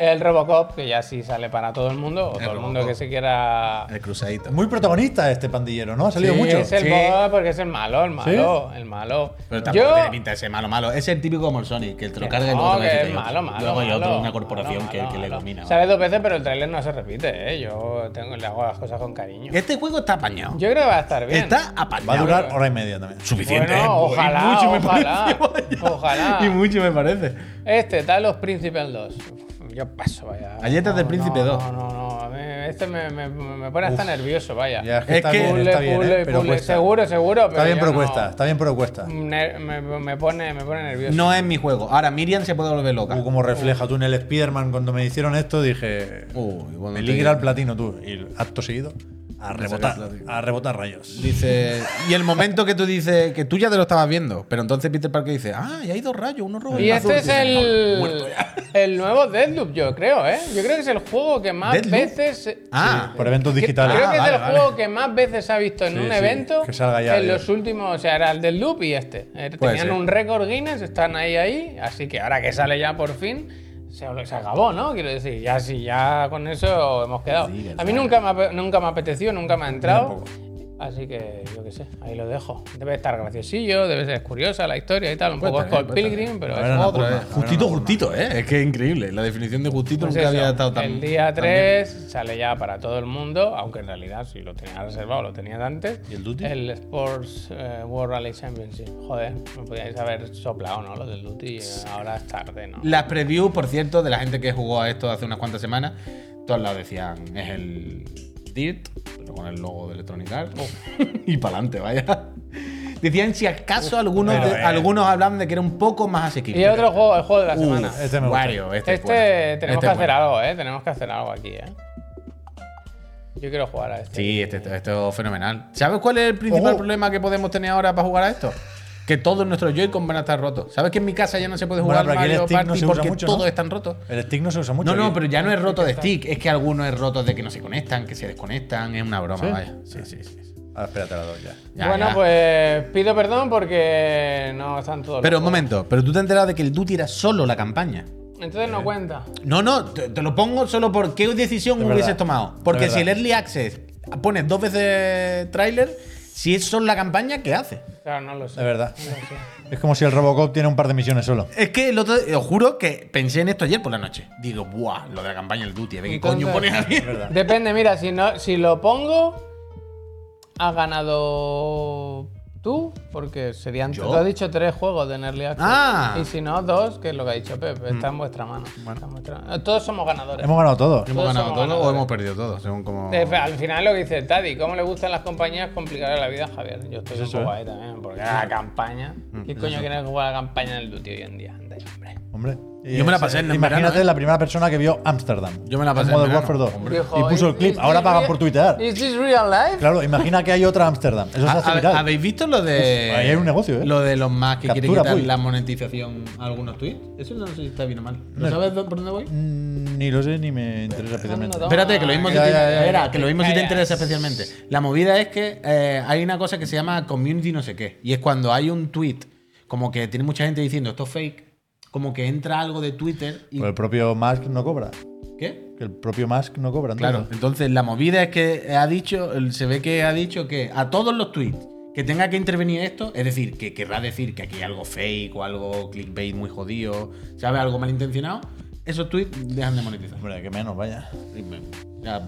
El Robocop, que ya sí sale para todo el mundo, o todo el mundo Robocop. que se quiera. El cruzadito. Muy protagonista este pandillero, ¿no? Ha salido Sí, mucho. Es el Sí. boss, porque es el malo, el malo, el malo. Pero Yo- tampoco tiene pinta de ser malo, malo. Es el típico como el Sonic, que te lo que carga y no, luego te lo que quita es y otro. malo, malo. Luego hay otro, malo, una corporación malo, que, malo, que le malo. domina. Sale dos veces, pero el trailer no se repite, ¿eh? Yo tengo, le hago las cosas con cariño. Este juego está apañado. Yo creo que va a estar bien. Está Va a apañado. durar hora y media también. Suficiente. Bueno, ¿eh? ojalá, Y mucho me ojalá, parece, <laughs> vaya. ojalá. Y mucho me parece. Este, Talos Príncipe 2. Uf, Yo paso, vaya. Galletas del Príncipe no, 2. No, no, no. a mí Este me, me- me pone hasta nervioso, vaya. Ya, Es que- bien, Puzzle, <laughs> está bien, puzzle, ¿eh? pero puzzle. cuesta. Seguro, seguro. Está bien, yo pero no- Mm. cuesta. Está bien, pero cuesta. Ne- me, me pone, me pone nervioso. No es mi juego. Ahora Miriam se puede volver loca. Tú como refleja tú en el Spider-Man, cuando me hicieron esto, dije. Uy, cuando te- Peligra al platino, tú. Y acto seguido. Pensé A que rebotar, Atlético. a rebotar rayos. Dice, y el momento que tú dices que tú ya te lo estabas viendo, pero entonces Peter Parker dice, ah, y hay dos rayos, uno rojo Y uno azul". este es Dice, el, el nuevo Deadloop, yo creo, ¿eh? Yo creo que es el juego que más ¿Deadloop? veces. se- Ah, Por eventos Que- digitales. Creo que Ah, es el vale, juego que más veces se ha visto en Sí, un sí, evento que salga ya, en tío. los últimos, o sea, era el del loop y este. Eh, Puede Tenían ser. un récord Guinness, están ahí ahí, así que ahora que sale ya por fin, se, se acabó, ¿no? Quiero decir, ya sí, ya con eso hemos quedado. Sí, que A mí salga. nunca me, ape- nunca me apeteció, nunca me ha entrado. tampoco. Así que yo qué sé, ahí lo dejo. Debe estar graciosillo, debe ser curiosa la historia y tal, un Puede poco estar Scott bien, puede estar Pilgrim, pero A es ver, Ana, otro. por Otra una- vez. Justito, justito, ¿eh? Es que es increíble. La definición de justito Pues nunca había eso, estado tan. El día tan 3 sale ya para todo el mundo, aunque en realidad si lo tenía reservado, lo tenía de antes. ¿Y el Duty? El Sports eh, World Rally Championship. Joder, me podíais haber soplado, ¿no? Lo del Duty. eh, Ahora es tarde, ¿no? bien. Las previews, por cierto, de la gente que jugó a esto hace unas cuantas semanas, todos lados decían, es el Dirt, pero con el logo de Electronic Arts. Oh. <laughs> y para adelante, vaya. Decían si acaso algunos, pero, de- eh. algunos hablaban de que era un poco más asequible. y otro juego, el juego de la semana. Uf, Este me gusta. Wario, este, Este, es bueno. tenemos Este que es hacer bueno. algo, ¿eh? Tenemos que hacer algo aquí, ¿eh? Yo quiero jugar a este. Sí, este- esto esto es fenomenal. ¿Sabes cuál es el principal Ojo. problema que podemos tener ahora para jugar a esto? Que todos nuestros Joy-Con van a estar rotos. ¿Sabes que en mi casa ya no se puede jugar Bueno, pero aquí el Mario stick no Party se usa porque mucho, ¿no? todos están rotos? El stick no se usa mucho. No, no, aquí. pero ya no es roto de stick. Es que algunos es roto de que no se conectan, que se desconectan. Es una broma, ¿Sí? vaya. Sí, sí, sí. Ahora Ah, espérate, la doy ya. Ya, bueno, ya. pues pido perdón porque no están todos. los Pero un juegos. momento, pero tú te enteras de que el Duty era solo la campaña. Entonces Eh. no cuenta. No, no, te, te lo pongo solo por qué decisión Es hubieses verdad, tomado. es Porque verdad. si el Early Access pones dos veces tráiler, si es solo la campaña, ¿qué hace? Claro, no lo sé. De verdad. No lo sé. Es como si el Robocop tiene un par de misiones solo. Es que el otro, os juro que pensé en esto ayer por la noche. Digo, buah, lo de la campaña del Duty, a ver qué Entonces- coño pones aquí. verdad. Depende, mira, si, no, si lo pongo, ha ganado tú, porque serían. ¿Yo? Tú has dicho tres juegos de Early Access. Ah. Y si no, dos, que es lo que ha dicho Pep. Está en vuestra mano. Está en vuestra mano. Todos somos Mm. ganadores. Hemos ganado <laughs> todos. ¿Hemos Todos ganado somos todo o ganadores. hemos perdido todo? Según como. Eh, Al final lo que dice Taddy, ¿cómo le gustan las compañías complicarle la vida a Javier? Yo estoy Pues eso, un ¿eh? poco Mm, ahí también, porque la campaña. ¿Qué coño quiere jugar a la campaña del Duty hoy en día? Anda ya, hombre. Hombre. Yo me la pasé en Imagínate verano, ¿eh? la primera persona que vio Ámsterdam. Yo me la pasé en En Modern verano, Warfare 2. hombre. y Dijo, puso el "Is- clip. is Ahora this pagan real- por tuitear. ¿Is this real life? Claro, imagina que hay otra Ámsterdam. Eso se Ah, hace a- viral. ¿Habéis visto lo de. Ahí hay un negocio, ¿eh? Lo de los más que quieren Captura, quitar puy. la monetización a algunos tweets. Eso no sé si está bien o mal. ¿No No. sabes dó- por dónde voy? Mm, Ni lo sé ni me interesa especialmente. no, no. Espérate, que lo mismo, si Ya, te, ya, ya, ya. espera, que lo mismo si te Calla. interesa especialmente. La movida es que eh, hay una cosa que se llama community no sé qué. Y es cuando hay un tweet, como que tiene mucha gente diciendo esto es fake, como que entra algo de Twitter y. Pero el propio Musk no cobra. ¿Qué? Que el propio Musk no cobra. Claro, entonces. entonces la movida es que ha dicho, el- se ve que ha dicho que a todos los tweets que tenga que intervenir esto, es decir, que querrá decir que aquí hay algo fake o algo clickbait muy jodido, ¿sabes? Algo malintencionado, esos tweets dejan de monetizar. Hombre, que menos, vaya. Y me- ya,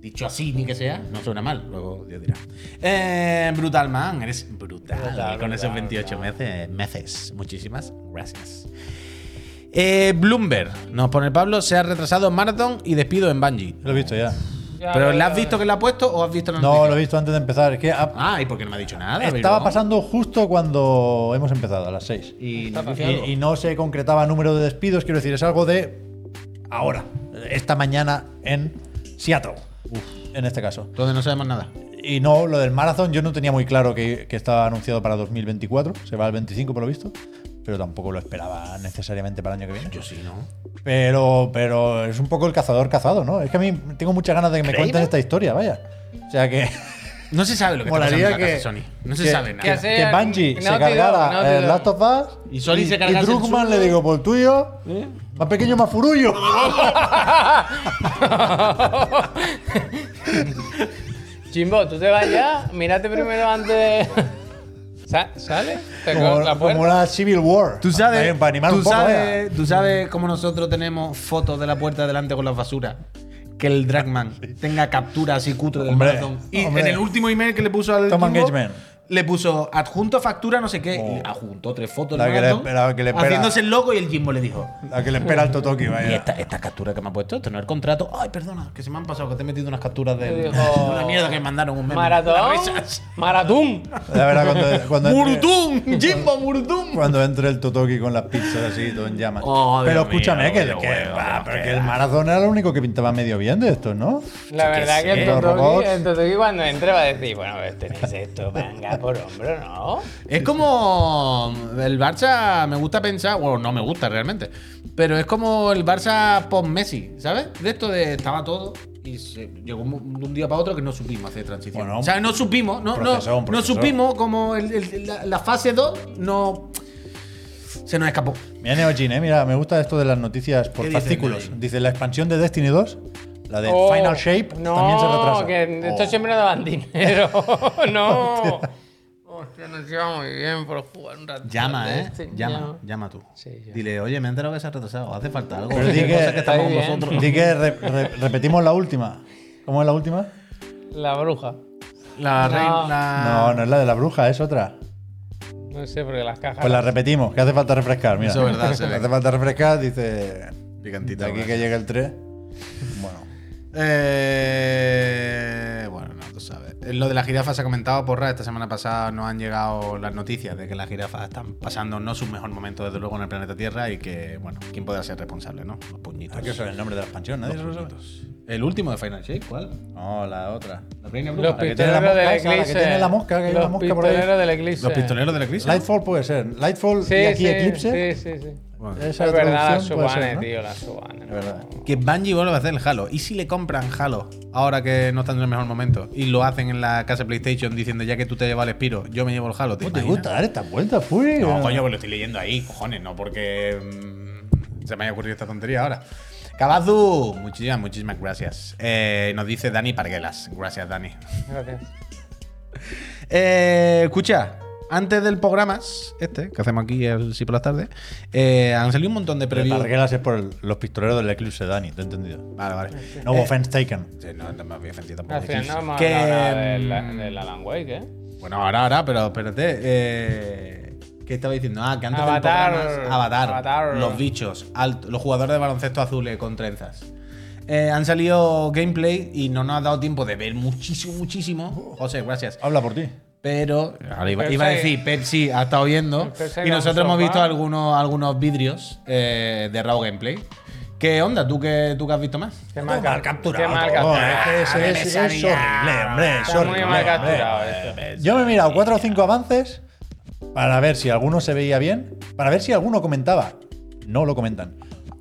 dicho así, ni que sea, no suena mal, luego Dios dirá. Eh, brutal man, eres brutal, eh, Brutal, con esos brutal, 28 meses, meses. Muchísimas gracias. Eh, Bloomberg, nos pone Pablo, se ha retrasado en Marathon y despido en Bungie. Lo he visto <laughs> ya. Ya, ¿Pero la has ya, visto que la ha puesto o has visto la No, noticia? lo he visto antes de empezar. Es que ha- Ah, ¿y por qué no me ha dicho nada? estaba Bilbao? pasando justo cuando hemos empezado, a las 6. Y, Está no dice algo. Y, y no se concretaba número de despidos, quiero decir, es algo de ahora, esta mañana en Seattle, en este caso. Entonces no sabemos nada. Y no, lo del maratón yo no tenía muy claro que, que estaba anunciado para 2024, se va al 25 por lo visto, pero tampoco lo esperaba necesariamente para el año que viene. Yo sí, ¿no? Pero, pero es un poco el cazador cazado, ¿no? Es que a mí tengo muchas ganas de que me ¿Kramer? cuenten esta historia, vaya. O sea que... No se sabe lo que está pasando Molaría en la casa que- Sony. No se que- sabe ¿Qué nada. hace? que, sea, Bungie Naughty se cargara Dog, Naughty el Dog. Last of Us Y Sony se cargase el Druckmann suyo. le digo, por tuyo, más pequeño, más furullo. Chimbo, tú te vas ya, mírate primero antes de. <laughs> Sa- ¿Sale? ¿Te como, co- la como puerta? la Civil War. Tú sabes, Ahí, Para animar tú, un poco, ¿eh? sabes tú sabes cómo nosotros tenemos fotos de la puerta delante con las basuras. Que el Dragman tenga capturas así cutre del Hombre, maratón. Y hombre. en el último email que le puso al Toma Kimbo, engagement. le puso adjunto factura, no sé qué. Oh. y adjuntó tres fotos. La del que le maratón, espera- que le espera. Haciéndose el loco y el Jimbo le dijo. La que le espera al Totoki, Y vaya. esta, esta captura que me ha puesto, esto no es el contrato. Ay, perdona, que se me han pasado, que te he metido unas capturas de, Te digo- de <laughs> una mierda que me mandaron un meme. Maratón. Las risas. Maratón. Ya verás cuando, cuando entre, ¡Murtum! ¡Jimbo, Murtum! cuando entre el Totoki con las pizzas así, todo en llamas. Oh, Dios pero mío, escúchame, que, Dios que- mío, va, Dios pero mío. que el Maradona era lo único que pintaba medio bien de estos, ¿no? La Yo qué verdad que sé, el los Totoki, robots. el Totoki cuando entre va a decir, bueno, pues tenéis esto, manga por hombro, ¿no? Es como el Barça, me gusta pensar, bueno, no me gusta realmente, pero es como el Barça post Messi, ¿sabes? De esto de estaba todo y se- llegó un, de un día para otro que no supimos hacer transición. Bueno, o sea, no supimos, no, un no, proceso, un no proceso. supimos como el- el- la, la fase 2 no se nos escapó. Mira Neojin, eh, mira, me gusta esto de las noticias por ¿Qué dice fascículos. Neojin? Dice la expansión de Destiny 2, la de Oh, Final Shape, no, también se retrasa. que esto Oh. siempre nos daban dinero. <laughs> no. Hostia, nos lleva muy bien por jugar un rato. Llama, ¿eh? Sí, Llama, llama tú. Sí, yo. Dile, oye, me he enterado que se ha retrasado, hace falta algo. Pero di que- Cosas está estamos bien. vosotros. Di que re- re- repetimos la última. ¿Cómo es la última? La bruja. <laughs> La No. reina. Ah. No, no es la de la bruja, es otra. No sé, porque las cajas. Pues la repetimos, que hace falta refrescar, mira. Eso es verdad, <laughs> se ve. Hace falta refrescar, dice. Picantita, de aquí gracias. que llegue el 3. Bueno. Eh, bueno, no, tú sabes. Lo de la jirafa se ha comentado, porra. Esta semana pasada nos han llegado las noticias de que las jirafas están pasando no su mejor momento, desde luego, en el planeta Tierra y que, bueno, ¿quién podrá ser responsable, no? Los puñitos. ¿A qué sabe el nombre de la expansión? Nadie se lo Los sabe. puñitos. El último de Final Shape, ¿cuál? No, la otra. La reina bruja. Los La que- que tiene la pistoleros del mosca esa, la que eclipse. tiene la mosca, que hay Los una mosca por ahí. pistoleros del eclipse. Los pistoleros de la crisis. Lightfall puede ser. Lightfall Sí, y aquí sí, Eclipse. Sí, sí, sí. Bueno, Esa Es verdad, las traducción puede subanes, ser, ¿no? tío, las subanes. Es verdad. Que Bungie vuelve a hacer el Halo. ¿Y si le compran Halo ahora que no están en el mejor momento? Y lo hacen en la casa de PlayStation diciendo, ya que tú te llevas el Spiro, yo me llevo el Halo. ¿Te, ¿Cómo te imaginas? gusta dar estas vueltas, Furi? No, coño, pues lo estoy leyendo ahí, cojones, no porque mm, se me haya ocurrido esta tontería ahora. Cabazu, muchísimas, muchísimas gracias. Eh, nos dice Dani Parguelas. Gracias, Dani. Gracias. Eh, escucha, antes del programa, este, que hacemos aquí el sí por las tardes, eh, han salido un montón de Pero previews. Targuelas es por el- los pistoleros del Eclipse, Dani, te he entendido. Vale, vale. No hubo offense taken. Sí, no, no me había ofendido tampoco. Al final no hemos Que, hablado nada de la, mm, de la Alan Wake, ¿eh? Bueno, ahora, ahora, pero espérate. eh, ¿Qué estaba diciendo? Ah, que antes Avatar. del programa- Avatar, Avatar. Los bichos. alt- los jugadores de baloncesto azules con trenzas. Eh, han salido gameplay y no nos ha dado tiempo de ver muchísimo, muchísimo. José, gracias. Habla por ti. Pero. Ahora iba, Pepsi- iba a decir, Pepsi ha estado viendo. Pepsi Y era nosotros un hemos sofá. visto algunos, algunos vidrios eh, de Raw Gameplay. ¿Qué onda? ¿Tú que tú qué has visto más? Qué mal, mal cap- capturado Qué mal todo, capturado. eh, que ese- Ah, ese me es sabía. horrible, hombre, es Está muy horrible, mal hombre. capturado eh. esto. Yo me he mirado cuatro o cinco avances para ver si alguno se veía bien, para ver si alguno comentaba. No lo comentan.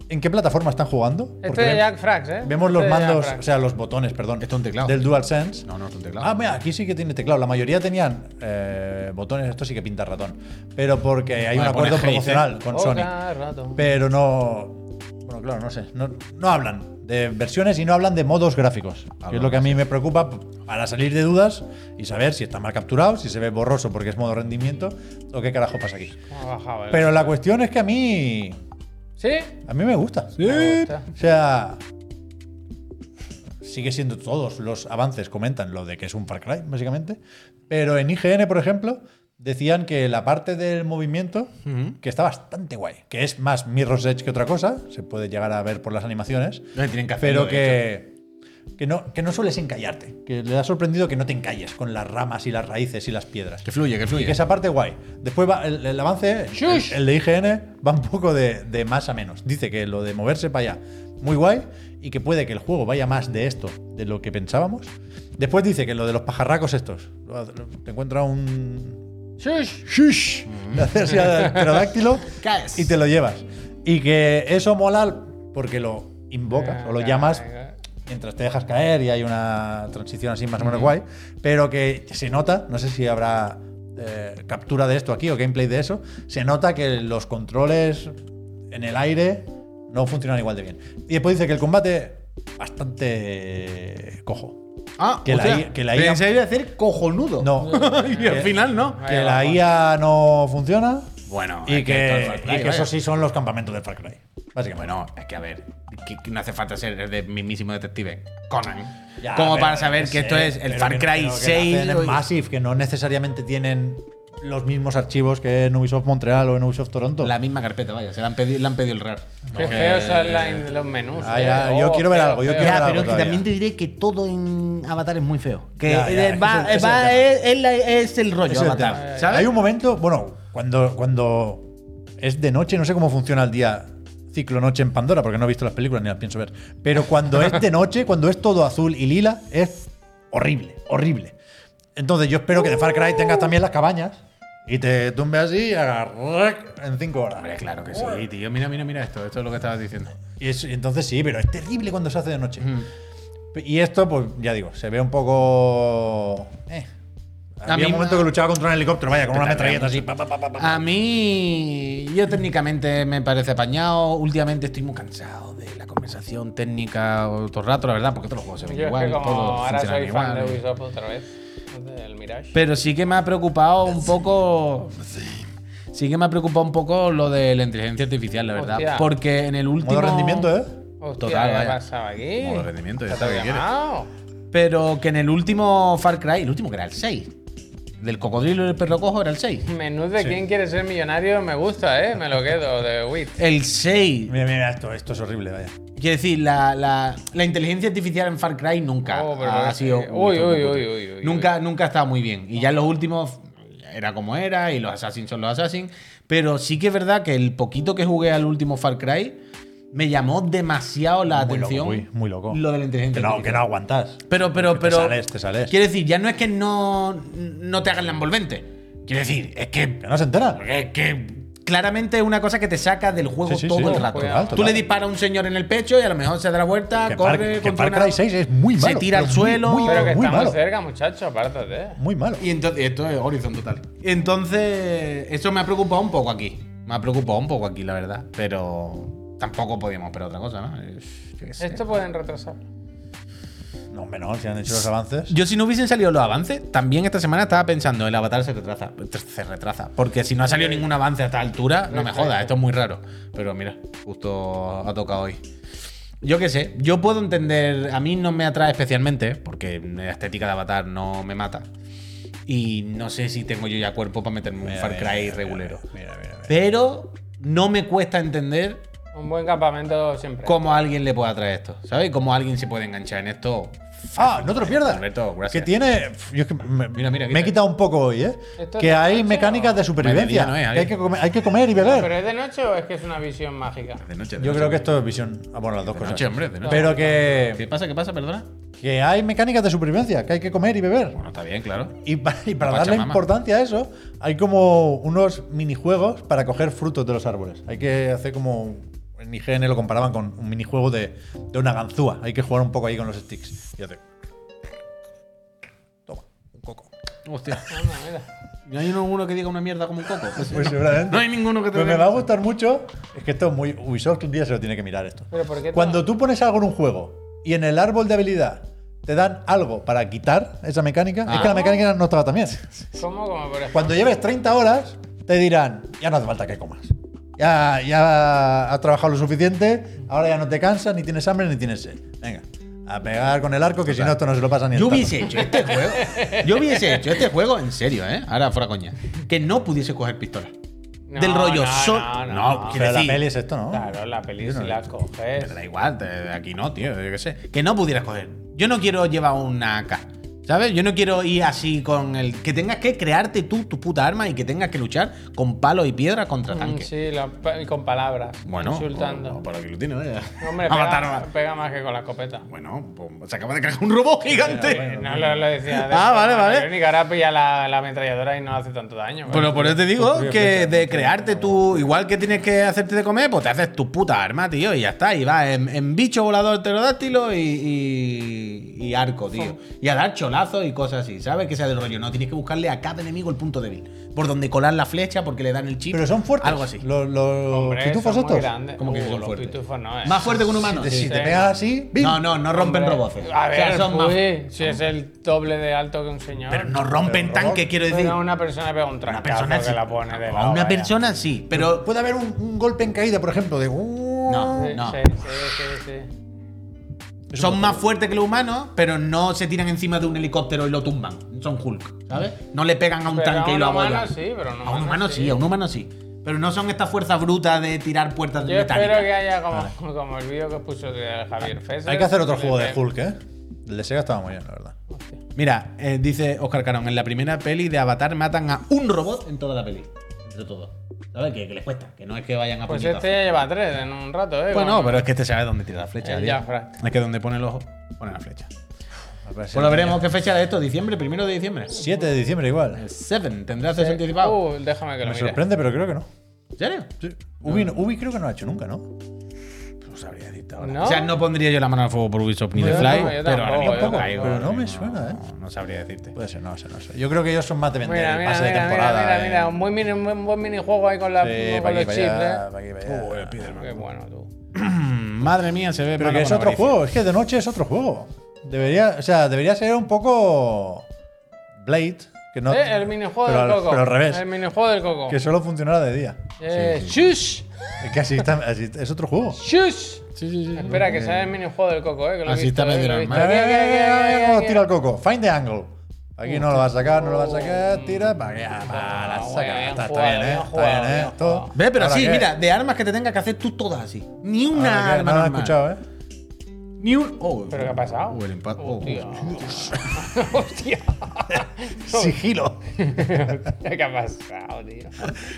¿En qué plataforma están jugando? Esto Porque Este de ve- Jack Frax, ¿eh? Vemos los Este de Jack mandos, Frax. o sea, los botones, perdón, Esto es un teclado. del DualSense. No, no, es un teclado. Ah, mira, aquí sí que tiene teclado. La mayoría tenían eh, botones, esto sí que pinta ratón. Pero porque hay Vale, un acuerdo pone Heise. promocional con Oh, Sony. cada rato. Pero no. Bueno, claro, no sé. No, no hablan de versiones y no hablan de modos gráficos. que es lo que a mí me preocupa para salir de dudas y saber si está mal capturado, si se ve borroso porque es modo rendimiento o qué carajo pasa aquí. Ha bajado, ¿eh? Pero la cuestión es que a mí. ¿Sí? A mí me gusta. Me gusta. O sea. Sigue siendo todos los avances comentan lo de que es un Far Cry, básicamente. Pero en IGN, por ejemplo, decían que la parte del movimiento, que está bastante guay, que es más Mirror's Edge que otra cosa, se puede llegar a ver por las animaciones, No, tienen que hacerlo, pero de que, que, no, que no sueles encallarte, que le ha sorprendido que no te encalles con las ramas y las raíces y las piedras. Que fluye, que fluye. Y que esa parte guay. Después va el, el avance, el, Shush. el de IGN, va un poco de, de más a menos. Dice que lo de moverse para allá, muy guay, y que puede que el juego vaya más de esto, de lo que pensábamos. Después dice que lo de los pajarracos estos, lo- lo- te encuentra un... Shush. ¡Shush! Le haces al pterodáctilo Caes. y te lo llevas. Y que eso mola porque lo invocas o lo llamas mientras te dejas caer y hay una transición así más o menos guay, pero que se nota, no sé si habrá eh, captura de esto aquí o gameplay de eso, se nota que los controles en el aire no funcionan igual de bien. Y después dice que el combate bastante cojo. Ah, Que la hostia, I- que la pensé IA iba a decir <laughs> cojonudo. No. y al Que- final no. Que Ahí la vamos. IA no funciona Bueno, y es que todo el que, Far Cry, y que eso vaya. sí son los campamentos de Far Cry. Básicamente. Bueno, es que a ver, que, que no hace falta ser el de mismísimo detective Conan. Ya, como pero para saber yo que qué esto sé, es el pero Far que- Cry pero que 6. hacen en Massive, que no necesariamente tienen los mismos archivos que en Ubisoft Montreal o en Ubisoft Toronto. La misma carpeta, vaya, se la han pedido, le han pedido el RAR. Qué feo son la- los menús. Ah, eh. ya, yo quiero ver algo, yo quiero Ya, algo pero es que todavía. también te diré que todo en Avatar es muy feo. Que Ya, ya, eh, va- ese- ese va- es es, es la- es el rollo Ese es el Avatar. tema. ¿sabes? Hay un momento, bueno, cuando, cuando es de noche, no sé cómo funciona el día ciclo noche en Pandora, porque no he visto las películas ni las pienso ver. Pero cuando es de noche, <laughs> cuando es todo azul y lila, es horrible, horrible. Entonces yo espero que de Far Cry tengas también las cabañas y te tumbes así y hagas rec en cinco horas. Hombre, claro que sí, tío. Mira, mira, mira esto. Esto es lo que estabas diciendo. Y es- y entonces sí, pero es terrible cuando se hace de noche. Y esto, pues ya digo, se ve un poco. Eh. A Había mí un momento me- que luchaba contra un helicóptero, vaya, con una Te metralleta cabreaba así. pa, pa, pa, pa, pa. A mí, yo técnicamente me parece apañado. Últimamente estoy muy cansado de la conversación técnica o todo el rato, la verdad, porque todos los juegos se ven Yo es igual. que como todos ahora funcionan soy fan igual. de Ubisoft otra vez, del Mirage. Pero sí que me ha preocupado un poco. Sí que me ha preocupado un poco lo de la inteligencia artificial, la verdad. Hostia. Porque en el último. Modo rendimiento, ¿eh? Hostia, total, ¿qué ha vaya. pasado aquí? Modo rendimiento, ya ¿Te sabes has qué quieres. llamado? Pero que en el último Far Cry, el último que era el 6, del cocodrilo y el perro cojo era el 6. Menú de quién quiere ser millonario me gusta, eh. Me lo quedo, de WIT. El 6. Mira, mira, mira, esto, esto es horrible, vaya. Quiero decir, la, la, la inteligencia artificial en Far Cry nunca Oh, pero ha es que- sido. uy, uy, nunca- uy, uy, uy, nunca, nunca ha estado muy bien. Y ya en los últimos era como era, y los Assassins son los Assassins. Pero sí que es verdad que el poquito que jugué al último Far Cry me llamó demasiado la Muy loco, atención. muy, muy loco. Lo de la Que inteligencia no, que artificial. no aguantas. Pero, pero, Que te pero. sales, te sales. Quiero decir, ya no es que no, no te hagan la envolvente. Quiero decir, es que Que no se entera. que, que claramente es una cosa que te saca del juego Sí, sí, todo sí. el rato. Total, Tú total. le disparas a un señor en el pecho y a lo mejor se da la vuelta, Que Far- corre que contra Far una- Cry 6 es muy malo. Se tira pero al muy, suelo. muy, Pero que muy estamos malo. cerca, muchacho, apártate. Muy malo. Y entonces, esto es Horizon total. Entonces, eso me ha preocupado un poco aquí. Me ha preocupado un poco aquí, la verdad. Pero tampoco podíamos esperar otra cosa, ¿no? Es- yo qué sé. Esto pueden retrasar. No, hombre, no, si han hecho los avances. Yo si no hubiesen salido los avances, también esta semana estaba pensando, el avatar se retrasa, se retrasa, porque si no ha salido ningún avance a esta altura, no me jodas, esto es muy raro. Pero mira, justo ha tocado hoy. Yo qué sé, yo puedo entender, a mí no me atrae especialmente, porque la estética de avatar no me mata. Y no sé si tengo yo ya cuerpo para meterme un Mira, Far mira, Cry mira, regulero. Mira, mira, mira. Pero no me cuesta entender Un buen campamento siempre. cómo a alguien le puede atraer esto, ¿sabes? Y cómo alguien se puede enganchar en esto. Ah, no te lo pierdas. Alberto, gracias. Que tiene. pf, yo es que me, Mira, mira, me he quita. quitado un poco hoy, ¿eh? ¿Esto es Que de hay noche mecánicas o- de supervivencia. Mediodía no es, que hay, que comer, hay que comer y ¿Pero beber. es de noche o es que es una visión mágica? De noche, de Yo noche. creo que esto es visión. Ah, bueno, las dos De cosas. noche, hombre, de noche. Pero que, ¿Qué pasa? ¿Qué pasa? Perdona. que hay mecánicas de supervivencia, que hay que comer y beber. Bueno, está bien, claro. Y, pa- y para La darle Pachamama. importancia a eso, hay como unos minijuegos para coger frutos de los árboles. Hay que hacer como. En IGN lo comparaban con un minijuego de, de una ganzúa. Hay que jugar un poco ahí con los sticks. Y hace. Toma, un coco. Hostia. Anda, Ah, mira. No hay uno, uno que diga una mierda como un coco. <laughs> Pues seguramente. <laughs> No hay ninguno que te Pues me dé. va a gustar mucho. Es que esto es muy. Ubisoft un día se lo tiene que mirar esto. ¿Pero por qué Cuando no? tú pones algo en un juego y en el árbol de habilidad te dan algo para quitar esa mecánica, es Ah. que la mecánica no estaba tan bien. ¿Cómo? Como por ejemplo. Cuando lleves 30 horas, te dirán, ya no hace falta que comas. Ya, ya has trabajado lo suficiente, ahora ya no te cansas, ni tienes hambre, ni tienes sed. Venga, a pegar con el arco, que si no, esto no se lo pasa ni el Yo tato. hubiese hecho este juego. Yo hubiese hecho este juego en serio, ¿eh? Ahora fuera coña. Que no pudiese coger pistola. No, Del rollo no, sol- no, no, No, no. quiero Pero la decir- peli es esto, ¿no? Claro, la peli si la Pero coges. da igual, te- aquí no, tío, yo qué sé. Que no pudieras coger. Yo no quiero llevar una AK, ¿sabes? Yo no quiero ir así con el. Que tengas que crearte tú tu puta arma y que tengas que luchar con palos y piedras contra Mm, tanques. Sí, la pe- y con palabras. Bueno, Insultando. o- o para que lo tiene, vaya. Hombre, A matar pega, pega más que con la escopeta. Bueno, pues, se acaba de crear un robot gigante. Eh, No lo, lo decía. de- Ah, vale, vale. Johnny Garap pilla la, la ametralladora y no hace tanto daño. Pero por eso te digo Construye que flechas, de ¿no? crearte tú, igual que tienes que hacerte de comer, pues te haces tu puta arma, tío, y ya está. Y vas en, en bicho volador pterodáctilo y, y- y arco, tío. Y a dar cholazos y cosas así, ¿sabes? Que sea del rollo. No, tienes que buscarle a cada enemigo el punto débil. Por donde colar la flecha porque le dan el chip. Pero son fuertes. Algo así. Los, los Hombre, pitufos son muy estos. grandes. ¿Cómo que Uh, son los fuertes? pitufos no, eh. Más fuerte que un humano. Si Sí. te pegas así, ¡bim! No, no, no rompen Hombre, roboces. A O ver, sea, son más- uy, si es el doble de alto que un señor. Pero no rompen Pero tanques, robot- quiero decir. Pero a una persona le pega un trancazo persona que sí. la pone de A lado, una vaya. persona sí, pero Puede haber un, un golpe en caída, por ejemplo, de. No, Sí, no. sí, sí, sí, sí. Son más fuertes que los humanos, pero no se tiran encima de un helicóptero y lo tumban. Son Hulk, ¿sabes? No le pegan a un Pero tanque y lo a un abollan. humano sí, pero a un a un humano humano sí, sí. a un humano sí. Pero no son estas fuerzas brutas de tirar puertas Yo de metálicas. espero que haya como, <laughs> como el vídeo que puso de Javier Fesser. Hay que hacer otro juego de Le- Hulk, ¿eh? El de Sega estaba muy bien, la verdad. Pues Mira, eh, dice Oscar Carón, en la primera peli de Avatar matan a un robot en toda la peli. Entre todos. ¿Sabes? Que, que les cuesta, que no es que vayan a Pues puñetazos. este ya lleva tres en un rato, ¿eh? Bueno, Con- pero es que este sabe dónde tira la flecha. El tío. Jafra. Es que donde pone el ojo, pone la flecha. Al Pues parecer lo veremos, tenía- ¿qué fecha de esto? ¿Diciembre? ¿Primero de diciembre? 7 de diciembre igual. Este, El 7, tendrá acceso anticipado. Uh, déjame que lo Me mire. sorprende, pero creo que no. ¿En serio? Sí. Ubi, no- Ubi creo que no lo ha hecho nunca, ¿no? Pues No sabría decirte ahora. ¿No? O sea, no pondría yo la mano al fuego por Ubisoft ni Yo The Fly, tampoco, yo pero ahora tampoco, mismo yo no tampoco. caigo. Pero no me No, suena, ¿eh? no, no sabría decirte. Puede ser, no sé, no sé. Yo creo que ellos son más de vender Mira, el mira, pase mira, de mira, temporada. mira, mira, eh. un buen, mini- un buen- buen minijuego ahí con, la, Sí, con pa' los aquí, chips, pa' ¿eh? allá, pa' aquí, pa' allá. Uh, el Spiderman. Qué bueno, tú. Mm, Madre mía, se ve Pero mala que es con otro avaricia. juego, es que de noche es otro juego. Debería, o sea, debería ser un poco Blade, que no. Eh, el minijuego pero del al- coco. Pero al revés, El minijuego del coco. que solo funcionara de día. Eh, ¡Shush! Es que así, está, así- es otro juego. ¡Shush! Sí, sí, sí. Espera, que sale el minijuego del coco, ¿eh? Que lo he Así visto, está eh, medio lo he visto. normal. Mira, Aquí, mira, aquí, mira, aquí, mira, aquí, mira cómo aquí. tira el coco. Find the angle. Aquí no lo vas a sacar, no lo vas a sacar, tira, para allá, va, la Ah, saca. bueno, bien Está, está jugado, bien, bien eh. jugado, está bien, eh. bien Todo. jugado. Ve, pero Ahora sí, qué, mira, de armas que te tengas que hacer tú todas así. Ni ahora una qué, arma. No lo he normal. escuchado, eh. Ni un. Oh, ¿Pero qué ha pasado? Oh, el empate. Oh, Hostia. <laughs> Dios. Hostia. <laughs> <laughs> Sigilo. ¿Qué ha pasado, tío?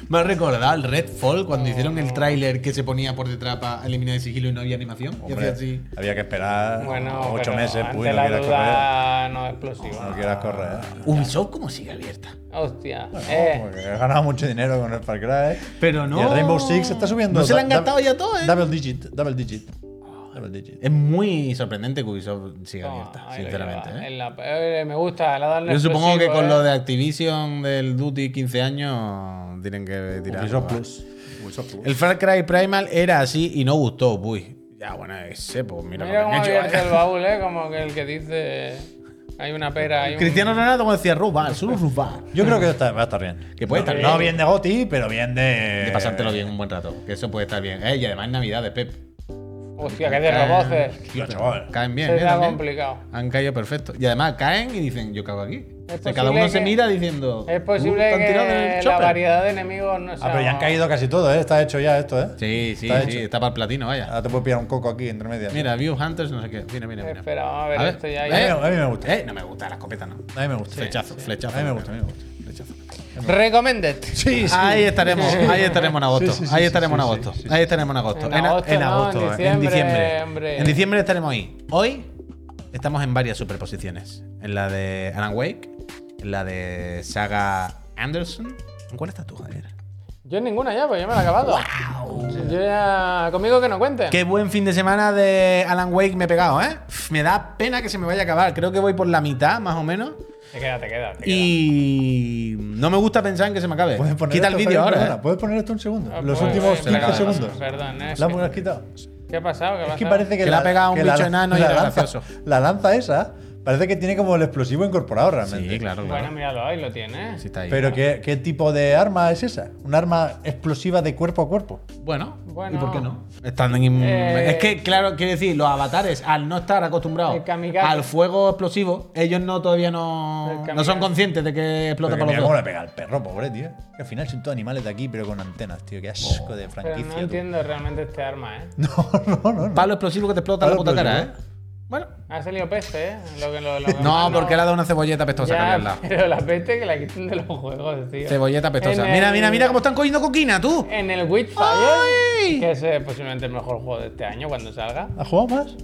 Me ha recordado el Redfall Oh. cuando hicieron el tráiler que se ponía por detrás para eliminar el sigilo y no había animación. Y Hombre, hacía así. había que esperar Bueno, ocho pero meses, ante uy, no la quieras correr. duda no explosiva. No quieras correr. Ubisoft, ¿cómo sigue abierta? Hostia. eh. eh, Porque he ganado mucho dinero con el Far Cry. ¿eh? Pero Y el no. Rainbow Six está subiendo. No se le han da- gastado da- ya todo, ¿eh? Oh, Double digit, double digit. Double digit. Es muy sorprendente que Ubisoft siga toma, abierta, ahí lo sinceramente. lleva. ¿eh? En la- eh, me gusta la darle Yo supongo que explosivo, con eh. lo de Activision del Duty 15 años tienen que tirar. Ubisoft algo, ¿eh? Plus. Ubisoft Plus. El Far Cry Primal era así y no gustó, uy. Ya, bueno, ese, pues mira, Mira lo cómo que han hecho. abierto el baúl, ¿eh? Como que el que dice. Hay una pera. Hay un- Cristiano Ronaldo, como decía, Ruba, solo <laughs> Ruba. Yo creo que está- va a estar bien. Que puede no, estar no bien. bien de Goti, pero bien de. De pasártelo bien un buen rato, que eso puede estar bien. Eh, y además en Navidades, Pep. Hostia, que de roboces. Tío, chaval. Caen Eh, bien, Se eh, da también. complicado. Han caído perfecto. Y además caen y dicen, yo cago aquí. Es O sea, cada uno posible se que- mira diciendo. Es "Uh, te posible han tirado del que la chopper". variedad de enemigos no sea. Ah, pero ya han caído casi todo, ¿eh? Está hecho ya esto, ¿eh? Sí, sí, Está sí, hecho. está para el platino, vaya. Ahora te puedo pillar un coco aquí entre medias. Mira, View Hunters, no sé qué. Mira, mira, mira. Espera, vamos a ver, esto ya. A mí, Eh, a mí me gusta. Eh, no me gusta la escopeta, no. A mí me gusta. Flechazo, flechazo. A mí me gusta, a mí me gusta. Flechazo. Recommended. Sí, Ahí estaremos, ahí estaremos en agosto. Sí, sí, sí, ahí sí, estaremos en sí, agosto. sí, sí, ahí estaremos en agosto. En a- agosto, no, en agosto, diciembre, diciembre. hombre. En diciembre estaremos ahí. Hoy estamos en varias superposiciones. En la de Alan Wake, en la de Saga Anderson. ¿En cuál estás tú, Javier? Yo en ninguna ya, pues yo me la he acabado. Yo ya. Conmigo que no cuenten. Qué buen fin de semana de Alan Wake me he pegado, ¿eh? Pff, Me da pena que se me vaya a acabar. Creo que voy por la mitad, más o menos. Te queda, te queda. te queda. Y no me gusta pensar en que se me acabe. ¿Puedes poner Quita el esto, vídeo Javier? ahora. Perdona, pues. ¿eh? ¿Puedes poner esto un segundo? Ah, Los pues, últimos eh, 15 perdón, segundos. Perdón, eh, La es hemos que- quitado. ¿Qué ha pasado? ¿Qué Es ha pasado? que parece que, Que le ha pegado un bicho la- enano y la era lanza, gracioso. La lanza esa parece que tiene como el explosivo incorporado realmente. Sí, claro, claro. Bueno, míralo, ahí lo tiene. eh. Sí, está ahí. Pero ¿qué, ¿qué tipo de arma es esa? ¿Un arma explosiva de cuerpo a cuerpo? Bueno, Bueno. ¿y por qué no? Están en- Eh, es que, claro, quiero decir, los avatares, al no estar acostumbrados El kamikaze. al fuego explosivo, ellos no todavía no, El no son kamikaze. conscientes de que explota Pero que para mira los cómo dos. le pega al perro, pobre, tío. Que al final son todos animales de aquí, pero con antenas, tío. Qué asco de Pero franquicia. no tú. entiendo realmente este arma, ¿eh? no, no, no, no. Palo explosivo que te explota la Palo puta cara, ¿eh? explosivo. Bueno. Ha salido peste, ¿eh? Lo que, lo, lo que No, más porque le ha dado una cebolleta pestosa que había al ya, lado. <laughs> pero la peste que la quiten de los juegos, tío. Cebolleta pestosa. En Mira, el- mira, mira cómo están cogiendo coquina, tú. En el Witchfire, ¡Ay! que es eh, posiblemente el mejor juego de este año cuando salga, ¿Has jugado más?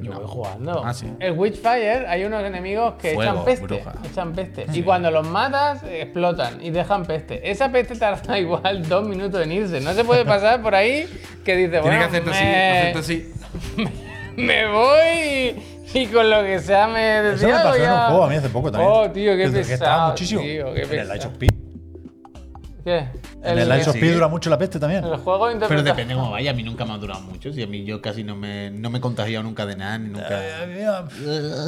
yo voy jugando. Ah, sí. El Witchfire, hay unos enemigos que Fuego, echan peste. bruja. Echan peste. Y cuando los matas, explotan y dejan peste. Esa peste tarda <laughs> igual dos minutos en irse. No se puede pasar por ahí que dice, bueno, me- así. me voy y, y con lo que sea me Eso decía. me "Ah, pasó en ya". un juego a mí hace poco también. Oh, tío, qué Que- que pesado. estaba muchísimo. Tío, qué en el Lights pesado. of P. ¿Qué? En el Lights of sí. P dura mucho la peste también. el juego Pero interpreta. depende cómo vaya, a mí nunca me ha durado mucho. Si a mí yo casi no me, no me he contagiado nunca de nada, ni nunca. Eh, mira,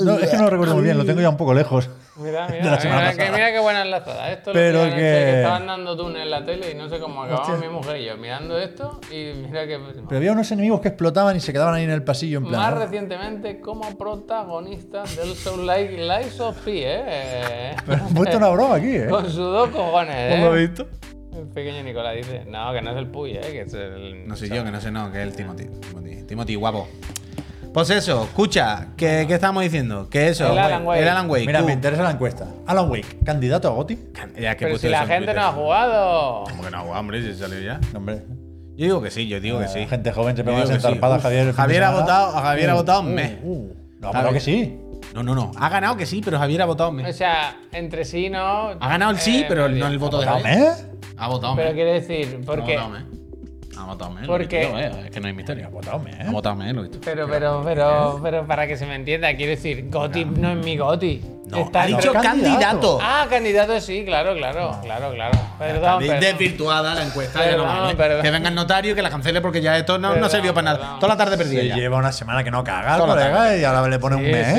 No, es que no lo recuerdo muy bien, lo tengo ya un poco lejos. Mira, mira, De la mira, semana mira pasada. que, mira qué buena enlazada. Esto Pero lo que, que- estaban dando túnel en la tele y no sé cómo acababa Hostia. mi mujer y yo mirando esto y mira que... Pero había unos enemigos que explotaban y se quedaban ahí en el pasillo en plan. "Ah". Más ¿no? recientemente como protagonista del Soul Like Lies of P, ¿eh? Pero han puesto una broma aquí, <laughs> ¿eh? Con sus dos cojones, ¿eh? ¿Lo has visto? El pequeño Nicolás dice, no, que no es el Puy, ¿eh? Que es el... No sé yo, que no sé, no, que es el Timothy. Timothy, Timothy, guapo. Pues eso, escucha, ¿qué, qué estamos diciendo? Que eso, El Alan Wake. El Alan Wake, Mira, tú. me interesa la encuesta. Alan Wake, candidato a Goti. Ya que Pero puse si la eso en gente no Twitter. ha jugado. Como que no, hombre, si salió ya. Hombre, Yo digo que sí, yo digo que la sí. Eh, gente joven se Yo pega digo unas que sí. entarpadas, Uf, Javier. el fin de Javier ha semana. votado, a Javier ha Uh, votado uh, me. uh. No, Javier. pero que sí. No, no, no. Ha ganado que sí, pero Javier ha votado O me. sea, entre sí no. Ha ganado el sí, eh, pero medio. no el voto de ¿Votado Javier. me? Ha votado me. Pero quiere decir, porque. Ha votado me. Ha votado me. lo ¿Por que qué? te digo, eh, Es que no hay misterio. Ha votado me, Ha ¿eh? votado me, lo he visto. Pero, pero, pero, pero, para que se me entienda, quiero decir, Goti no es mi Goti. No, Está ha entre- dicho candidato. candidato. Ah, candidato sí, claro, claro, claro, claro. Perdón, También perdón. desvirtuada la encuesta, Perdón, ya no mames. perdón. Que venga el notario y que la cancele porque ya esto no, no Perdón, sirvió para nada. perdón. Toda la tarde perdida Se ya. lleva una semana que no caga el Toda la colega y ahora le pone un Sí, mes.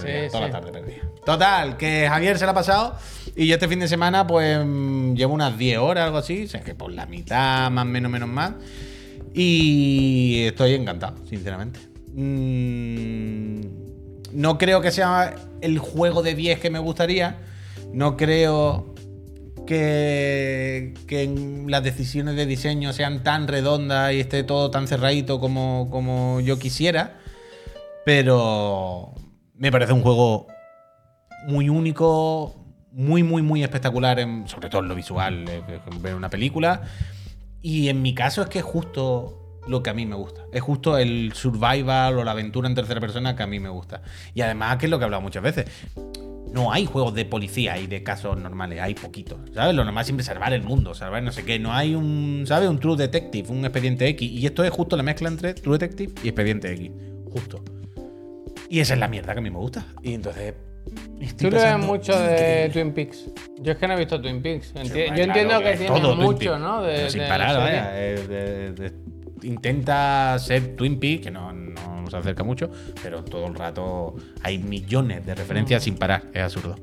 sí. ¿eh? Toda la tarde perdida, toda sí. la tarde perdida. Total, que Javier se la ha pasado y yo este fin de semana pues mm, llevo unas 10 horas, algo así, o sea que por la mitad, más, menos, menos, más. Y estoy encantado, sinceramente. Mm, no creo que sea el juego de 10 que me gustaría, no creo que, que en las decisiones de diseño sean tan redondas y esté todo tan cerradito como, como yo quisiera. Pero me parece un juego muy único, muy, muy, muy espectacular, en- sobre todo en lo visual, eh, que- que ver una película. Y en mi caso es que es justo lo que a mí me gusta. Es justo el survival o la aventura en tercera persona que a mí me gusta. Y además, que es lo que he hablado muchas veces. No hay juegos de policía y de casos normales, hay poquitos. ¿Sabes? Lo normal es siempre salvar el mundo, salvar no sé qué. No hay un, ¿sabes? Un True Detective, un Expediente X. Y esto es justo la mezcla entre True Detective y Expediente X. Justo. Y esa es la mierda que a mí me gusta. Y entonces. estoy Tú lo ves pensando, mucho de increíble. Twin Peaks. Yo es que no he visto Twin Peaks. Enti- Sí, hombre, yo entiendo pues, claro, que, es tiene todo Twin mucho, Peaks. ¿no? Pero De, sin de parar, serie. vaya, eh, de- de- intenta ser Twin Peaks, que no, no nos acerca mucho, pero todo el rato hay millones de Mm. referencias sin parar. Es absurdo.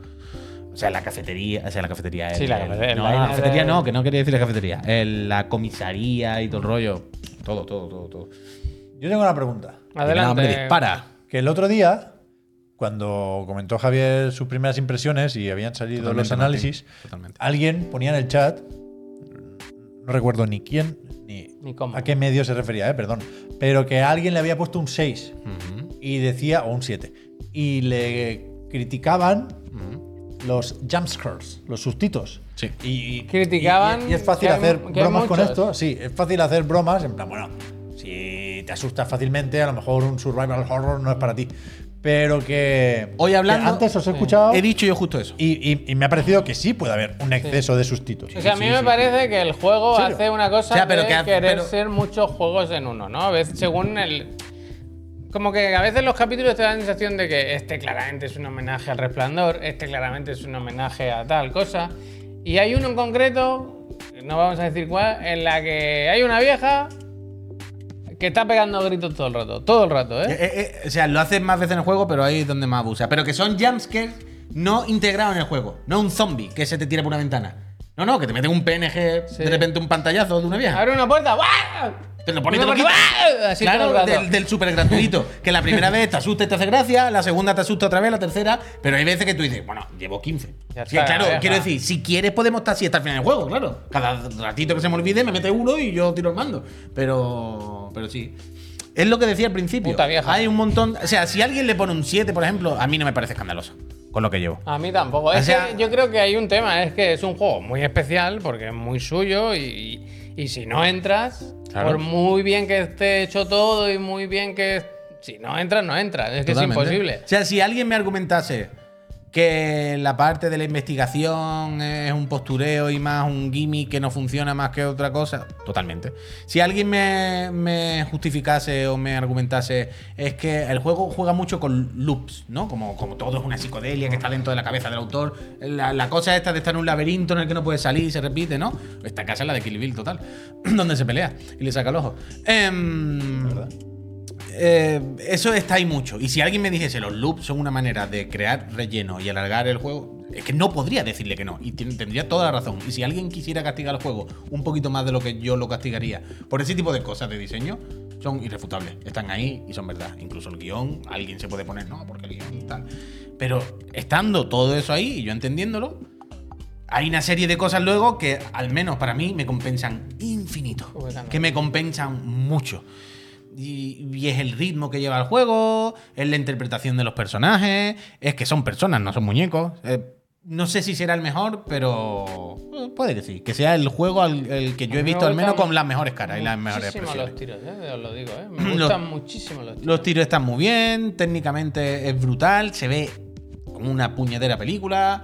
O sea, la cafetería, o sea, la cafetería. Sí, el- la el- cafetería, no, la la vaina cafetería de- no, que no quería decir la cafetería. El- la comisaría y todo el rollo. Todo, todo, todo, todo. Yo tengo una pregunta. Nada, hombre, Adelante. dispara. Que el otro día, cuando comentó Javier sus primeras impresiones y habían salido los Totalmente, análisis, Martín, totalmente. alguien ponía en el chat, no recuerdo ni quién, ni, Ni cómo. a qué medio se refería, eh, perdón, pero que alguien le había puesto un 6 Ujú, y decía, o un 7, y le criticaban ujú. los jumpscares, los sustitos. Sí. Y, y- Criticaban Y, y es fácil que hay- hacer que hay bromas con muchos. esto. Sí, es fácil hacer bromas. En plan, bueno, si te asustas fácilmente, a lo mejor un survival horror no es para ti. Pero que. Hoy hablando- que antes os he escuchado. He dicho yo justo eso. y, y- y me ha parecido que sí puede haber un exceso de sustitos. O sea, a mí me parece que el juego ¿En serio? hace una cosa O sea, pero de que hace- querer pero- ser muchos juegos en uno, ¿no? A veces, según el. Como que a veces los capítulos te dan la sensación de que este claramente es un homenaje al resplandor, este claramente es un homenaje a tal cosa. Y hay uno en concreto, no vamos a decir cuál, en la que hay una vieja que está pegando gritos todo el rato, todo el rato, ¿eh? Eh, eh, eh, o sea, lo haces más veces en el juego, pero ahí es donde más abusa. Pero que son jumpscares no integrados en el juego. No un zombie que se te tira por una ventana. No, no, que te meten un PNG, Sí. de repente un pantallazo de una vieja. Abre una puerta, ¡guau! Te lo pone y te Una lo puerta, quita. ¡guau! ¡Ah! Así todo el Claro, rato. del, del súper gratuito. Que la primera vez te asusta y te hace gracia, la segunda te asusta otra vez, la tercera. Pero hay veces que tú dices, bueno, llevo 15. Ya Sí, está, claro, ya está. quiero decir, si quieres podemos estar así hasta el final del juego, claro. Cada ratito que se me olvide me mete uno y yo tiro el mando. Pero, pero sí. Es lo que decía al principio. Puta vieja. Hay un montón. O sea, si alguien le pone un 7, por ejemplo, a mí no me parece escandaloso con lo que llevo. A mí tampoco. O Es que sea- yo creo que hay un tema, es que es un juego muy especial porque es muy suyo y, y si no entras, Claro. por muy bien que esté hecho todo y muy bien que... Si no entras, no entras. Es que Totalmente. es imposible. O sea, si alguien me argumentase que la parte de la investigación es un postureo y más un gimmick que no funciona más que otra cosa, totalmente. Si alguien me, me justificase o me argumentase, es que el juego juega mucho con loops, ¿no? Como, como todo es una psicodelia que está dentro de la cabeza del autor. La, la cosa esta de estar en un laberinto en el que no puedes salir y se repite, ¿no? Esta casa es <clears throat> la de Kill Bill, total, donde se pelea y le saca el ojo. Em, ¿Verdad? eh, eh, eso está ahí mucho. Y si alguien me dijese los loops son una manera de crear relleno y alargar el juego, es que no podría decirle que no. Y tien- tendría toda la razón. Y si alguien quisiera castigar el juego un poquito más de lo que yo lo castigaría por ese tipo de cosas de diseño, son irrefutables. Están ahí y son verdad. Incluso el guión, alguien se puede poner, no, porque el guión tal. Pero estando todo eso ahí y yo entendiéndolo, hay una serie de cosas luego que, al menos para mí, me compensan infinito. Completamente. Que me compensan mucho. Y, y es el ritmo que lleva el juego, es la interpretación de los personajes, es que son personas, no son muñecos. Eh, no sé si será el mejor, pero eh, puede que sí. Que sea el juego al- el que yo A he mí me visto, al menos gustan con las mejores caras y las mejores Mm, Muchísimo expresiones. los tiros, eh, os lo digo, eh. <clears throat> Me Los- gustan muchísimo los tiros. Los tiros están muy bien, técnicamente es brutal, se ve como una puñetera película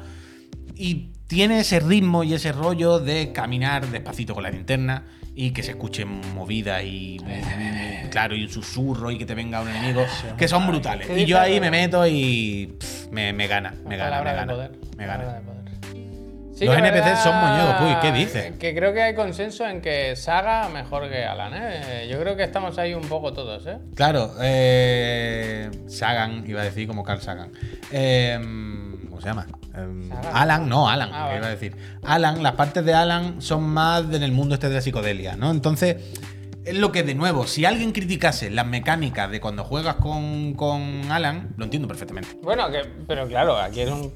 y tiene ese ritmo y ese rollo de caminar despacito con la linterna y que se escuchen movidas y claro y un susurro y que te venga un enemigo que son brutales Sí, y yo ahí claro. me meto y pff, me, me gana me Una gana palabra me de gana poder. me Una gana palabra de poder. Los que es NPCs verdad son muñecos, uy, ¿qué dices? Que creo que hay consenso en que Saga mejor que Alan, ¿eh? Yo creo que estamos ahí un poco todos, ¿eh? claro eh, Sagan iba a decir como Carl Sagan Eh, ¿cómo se llama? Eh, Sagan. Alan no Alan Ah, que vale. iba a decir. Alan, las partes de Alan son más en el mundo este de la psicodelia, ¿no? Entonces, es lo que de nuevo, si alguien criticase las mecánicas de cuando juegas con, con Alan, lo entiendo perfectamente. Bueno, que, pero claro, aquí es un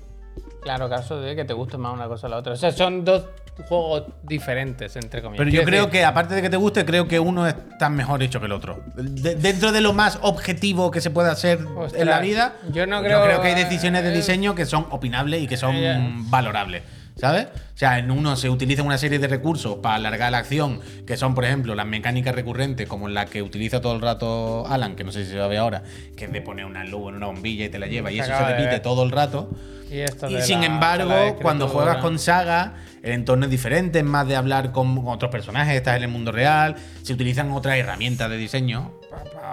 claro caso de que te guste más una cosa o la otra. O sea, son dos juegos diferentes, entre comillas. Pero yo Quiero creo decir, que, aparte de que te guste, creo que uno está mejor hecho que el otro. De- dentro de lo más objetivo que se puede hacer Ostras, en la vida, yo no creo- que hay decisiones de eh, diseño que son opinables y que son eh, valorables. ¿Sabes? O sea, en uno se utilizan una serie de recursos para alargar la acción, que son, por ejemplo, las mecánicas recurrentes, como la que utiliza todo el rato Alan, que no sé si se la ve ahora, que es de poner una luz en una bombilla y te la lleva, y Se eso se acaba de repite ver. todo el rato. Y, esto Y de sin la- embargo, la escritura- cuando juegas con saga, el entorno es diferente, es más de hablar con otros personajes, estás en el mundo real, se utilizan otras herramientas de diseño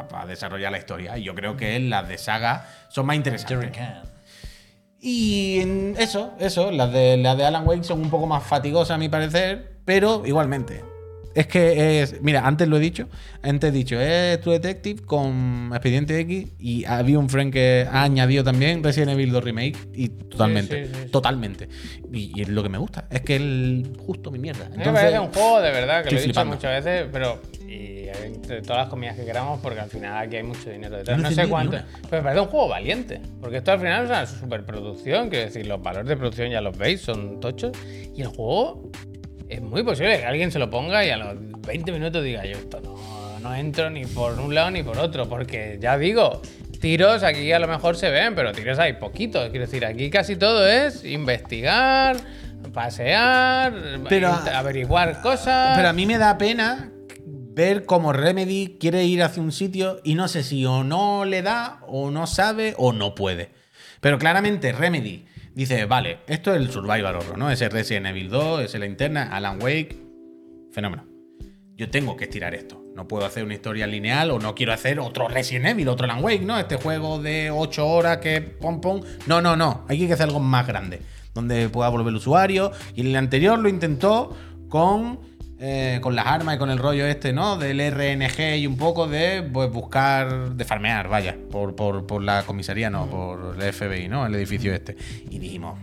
para desarrollar la historia. Y yo creo que las de saga son más interesantes. Y en eso, eso, las de, las de Alan Wake son un poco más fatigosas a mi parecer, pero igualmente. Es que es. Mira, antes lo he dicho. Antes he dicho, "Eh, es True Detective con Expediente X. Y había un friend que ha añadido también Resident Evil 2 Remake. Y totalmente. sí, sí, sí. Totalmente. Y, y es lo que me gusta. Es que es justo mi mierda. A mí me parece Entonces, un juego de verdad, que estoy lo he dicho flipando. muchas veces, pero. Y entre todas las comidas que queramos, porque al final aquí hay mucho dinero detrás. Yo no No, he sé entendido cuánto. ni una. Pero me parece un juego valiente, porque esto al final es una superproducción, quiero decir, los valores de producción ya los veis, son tochos. Y el juego es muy posible que alguien se lo ponga y a los 20 minutos diga yo esto no, no entro ni por un lado ni por otro, porque ya digo, tiros aquí a lo mejor se ven, pero tiros hay poquitos. Quiero decir, aquí casi todo es investigar, pasear, Pero- int- averiguar cosas. Pero a mí me da pena ver cómo Remedy quiere ir hacia un sitio y no sé si o no le da, o no sabe, o no puede. Pero claramente Remedy dice, vale, esto es el Survival Horror, ¿no? Ese Resident Evil 2, ese La Interna, Alan Wake, fenómeno. Yo tengo que estirar esto. No puedo hacer una historia lineal o no quiero hacer otro Resident Evil, otro Alan Wake, ¿no? Este juego de 8 horas que pom pom. No, no, no. Aquí hay que hacer algo más grande. Donde pueda volver el usuario. Y el anterior lo intentó con. eh, con las armas y con el rollo este, ¿no? Del RNG y un poco de pues, buscar, de farmear, vaya, por, por, por la comisaría, no, por el FBI, ¿no? El edificio este. Y dijimos,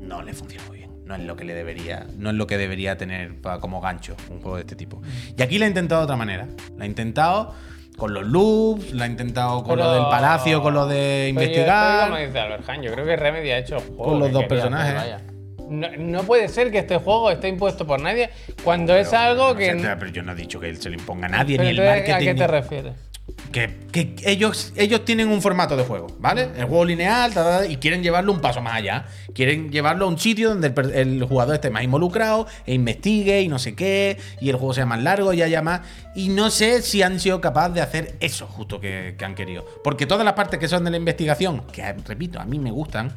no le funciona muy bien. No es lo que le debería, no es lo que debería tener pa- como gancho un juego de este tipo. Y aquí la ha intentado de otra manera. La ha intentado con los loops, la ha intentado con lo Pero- del palacio, con lo de Pero yo estoy Como investigar. dice Albert Hain, yo creo que Remedy ha hecho el juego Con los que dos quería hacer, personajes. vaya. No, no puede ser que este juego esté impuesto por nadie cuando es algo No sé, que. espera, Pero yo no he dicho que él se le imponga a nadie, Pero ni el entonces, marketing. ¿A qué ni- te refieres? que, que ellos, ellos tienen un formato de juego, ¿vale? El juego lineal, ta, ta, ta, y quieren llevarlo un paso más allá. Quieren llevarlo a un sitio donde el, per- el jugador esté más involucrado e investigue y no sé qué, y el juego sea más largo y haya más. Y no sé si han sido capaces de hacer eso justo que, que han querido. Porque todas las partes que son de la investigación, que repito, a mí me gustan,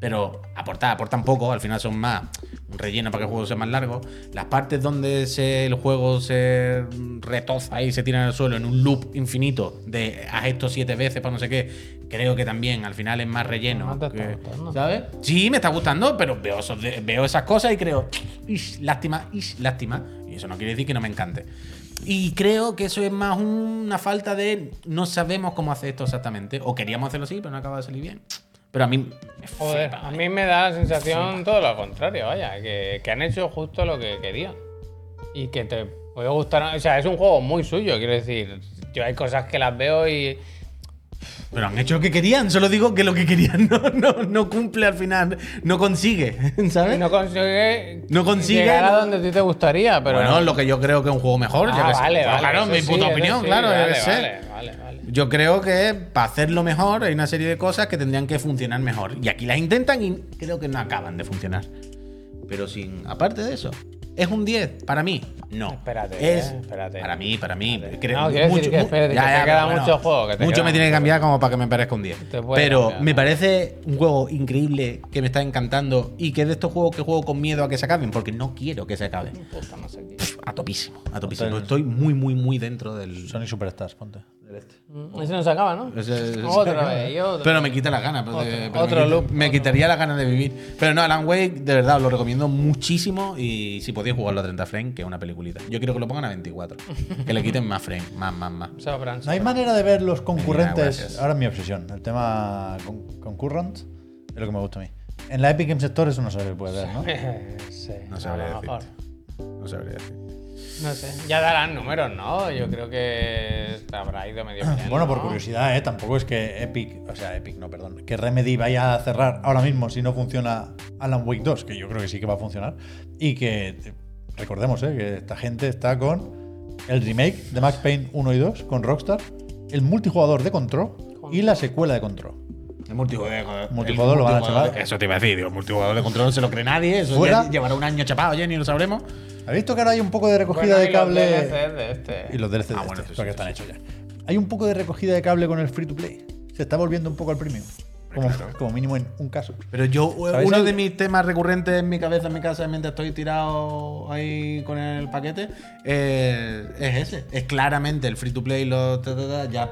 pero aportar, aportan poco, al final son más un relleno para que el juego sea más largo. Las partes donde se- el juego se retoza y se tira al suelo en un loop infinito de haz esto siete veces para no sé qué, creo que también al final es más relleno. No te está que- gustando. ¿Sabes? Sí, me está gustando, pero veo, esos de- veo esas cosas y creo, "Ish, lástima, ish, lástima. Y eso no quiere decir que no me encante. Y creo que eso es más una falta de no sabemos cómo hacer esto exactamente. O queríamos hacerlo así, pero no acaba de salir bien. Pero a mí me Joder, flipa. a mí me da la sensación todo lo contrario, vaya, que, que han hecho justo lo que querían. Y que te puede gustar. O sea, es un juego muy suyo, quiero decir. Yo hay cosas que las veo y. Pero han hecho lo que querían, solo digo que lo que querían <laughs> no, no, no cumple al final, no consigue, <laughs> y ¿sabes? no consigue. No consigue, Llegar a no- donde a ti te gustaría, pero. bueno, lo que yo creo que es un juego mejor, Ah, yo que sé. vale, vale. claro, eso mi sí, puta eso opinión, sí, claro, vale, debe ser. vale, vale, vale. Yo creo que para hacerlo mejor hay una serie de cosas que tendrían que funcionar mejor. Y aquí las intentan y creo que no acaban de funcionar. Pero sin. Aparte de eso, ¿es un 10 para mí? No. Espérate, Es- eh, espérate. Para mí, para mí. Creo, No, quiero decir que mu- espérate, que te queda pero mucho juego, que te mucho queda me tiene que mucho cambiar como para que me parezca un 10. Te puede Pero cambiar, me ¿no? parece un juego increíble que me está encantando y que es de estos juegos que juego con miedo a que se acaben, porque no quiero que se acaben. Puta, no sé qué. A topísimo, a topísimo. Entonces- Estoy muy, muy, muy dentro del. Sonic Superstars, ponte. Mm, Ese no se acaba, ¿no? Ese- ese- otra vez, y otra. Pero me quita las ganas. pero- Otro- pero me otro quita- loop, Me otro. quitaría las ganas de vivir. Pero no, Alan Wake, de verdad, os lo recomiendo muchísimo. Y si podéis jugarlo a 30 frames, que es una peliculita. Yo quiero que lo pongan a <laughs> 24. que le quiten más frames, más, más, más. Sobran, No hay sobran. manera de ver los Mira, concurrentes. gracias. Ahora es mi obsesión. El tema con- concurrent es lo que me gusta a mí. En la Epic Games Store eso no se puede ver, ¿no? <laughs> sí, No a lo sabría mejor. decirte. No sabría decir. No sé. Ya darán números, ¿no? Yo creo que habrá ido medio Ah, bien. Bueno, por ¿no? curiosidad, ¿eh? tampoco es que Epic, o sea, Epic no, perdón, que Remedy vaya a cerrar ahora mismo si no funciona Alan Wake 2, que yo creo que sí que va a funcionar, y que eh, recordemos ¿eh? que esta gente está con el remake de Max Payne 1 y 2 con Rockstar, el multijugador de Control y la secuela de Control. El multijugador, Multijugador lo van a multijugador- chapar. Eso te iba a decir, digo, multijugador de control no se lo cree nadie. Eso Fuera. ya llevará un año chapado, ya ni lo sabremos. ¿Habéis visto que ahora hay un poco de recogida Bueno, y de los cable? DLCs de este. Y los DLC Ah, de bueno, este, sí, porque sí, están hechos ya. Hay un poco de recogida de cable con el free to play. Se está volviendo un poco al premium. Como, como mínimo en un caso. Pero yo, eh, ¿Sabéis uno algo? de mis temas recurrentes en mi cabeza, en mi casa, mientras estoy tirado ahí con el paquete, eh, es ese. Es claramente el free to play, lo ta, ta, ta, ya.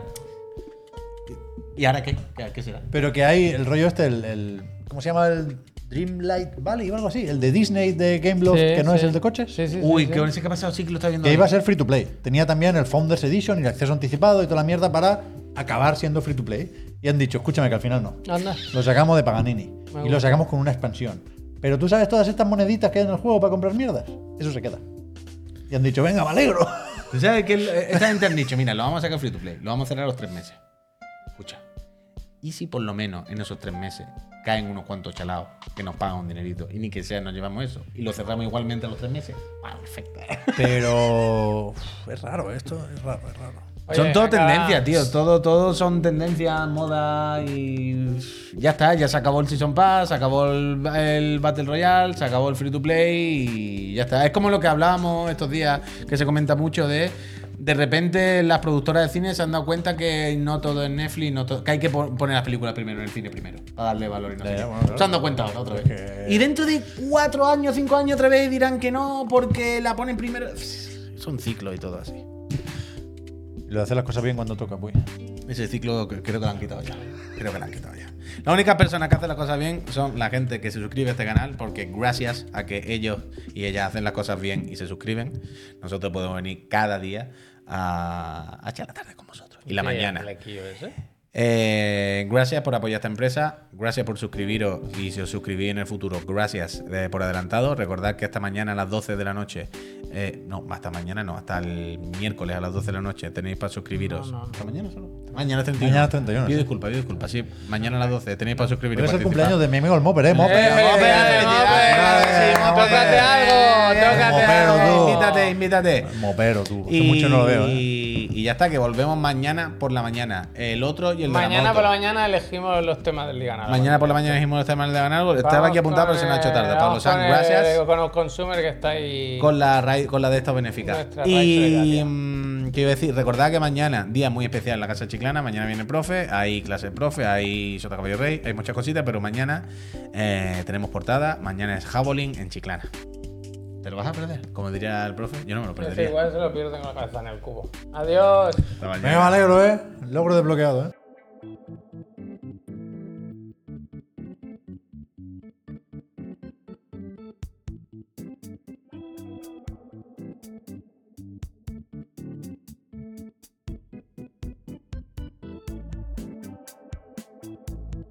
¿Y ahora qué? ¿Qué, qué será? Pero que hay el rollo este, el, el- ¿cómo se llama? El Dreamlight Valley o algo así. El de Disney de Game Loft, Sí, que no sí. es el de coches. Sí, sí, Uy, sí, que sí. ahora sí que ha pasado, sí que lo está viendo. Que iba a ahora. ser free to play. Tenía también el Founders Edition y el acceso anticipado y toda la mierda para acabar siendo free to play. Y han dicho, escúchame que al final no. Anda. Lo sacamos de Paganini. Y gusta. lo sacamos con una expansión. Pero tú sabes todas estas moneditas que hay en el juego para comprar mierdas. Eso se queda. Y han dicho, venga, me alegro. ¿Tú sabes que el- eh, esta gente han dicho, mira, lo vamos a sacar free to play, lo vamos a cerrar a los tres meses. Escucha. ¿Y si por lo menos en esos tres meses caen unos cuantos chalados que nos pagan un dinerito y ni que sea nos llevamos eso y lo cerramos igualmente a los tres meses? ¡Wow, perfecto! <laughs> Pero uf, es raro esto, es raro, es raro. Oye, son todo acaba- tendencias, tío. Todo, todo son tendencias, moda y. Ya está, ya se acabó el Season Pass, se acabó el, el Battle Royale, se acabó el Free to Play y ya está. Es como lo que hablábamos estos días, que se comenta mucho de. De repente las productoras de cine se han dado cuenta que no todo es Netflix, no todo- que hay que po- poner las películas primero en el cine primero, para darle valor y no sé Ya, qué. bueno, claro. Se han dado cuenta ahora otra vez. Porque- Y dentro de cuatro años, cinco años otra vez dirán que no porque la ponen primero. Es un ciclo y todo así. Y lo de hacer las cosas bien cuando toca, pues. Ese ciclo que- creo que lo han quitado ya. Creo que lo han quitado ya. La única persona que hace las cosas bien son la gente que se suscribe a este canal porque gracias a que ellos y ellas hacen las cosas bien y se suscriben, nosotros podemos venir cada día a, a echar la tarde con vosotros. Y la Sí, mañana. el flequillo ese. Eh, gracias por apoyar esta empresa, gracias por suscribiros y si os suscribís en el futuro, gracias eh, por adelantado. Recordad que hasta mañana a las 12 de la noche, eh, no, hasta mañana no, hasta el miércoles a las 12 de la noche tenéis para suscribiros. No, no, no. ¿Hasta mañana solo? Mañana 31. Mañana 31, Pido sí. disculpas, pido disculpas. Sí, mañana a las 12 tenéis para suscribiros. Pero es y el participar. cumpleaños de mi amigo el Moper, ¿eh? Moper. Eh, Mope, Mope, felicidades. Mope, Mope. Tócate Mope, algo, tócate Mopero, algo. tú. Invítate, invítate. Mopero, tú. Hace pues, mucho no lo veo, ¿eh? Y y ya está, que volvemos mañana por la mañana. El otro y el de la Mañana por la moto. mañana elegimos los temas del Liga Naval. Mañana por la mañana dijimos este los temas de ganar. Estaba Vamos aquí apuntado, pero se me ha hecho con tarde. el- Pablo vamos San, con el- gracias. Con los consumers que estáis. Con la, raíz- con la de esta benéfica. Nuestra raíz Y solidaria. mm, mm, ¿qué iba a decir? Recordad que mañana, día muy especial en la Casa Chiclana, mañana viene el profe, hay clase del profe, hay Sota Caballo Rey, hay muchas cositas, pero mañana eh, tenemos portada, mañana es Javelin en Chiclana. ¿Te lo vas a perder? Como diría el profe, yo no me lo perdería. igual se lo pierdo con la cabeza en el cubo. Adiós. Hasta Me mañana. alegro, ¿eh? Logro desbloqueado, ¿eh?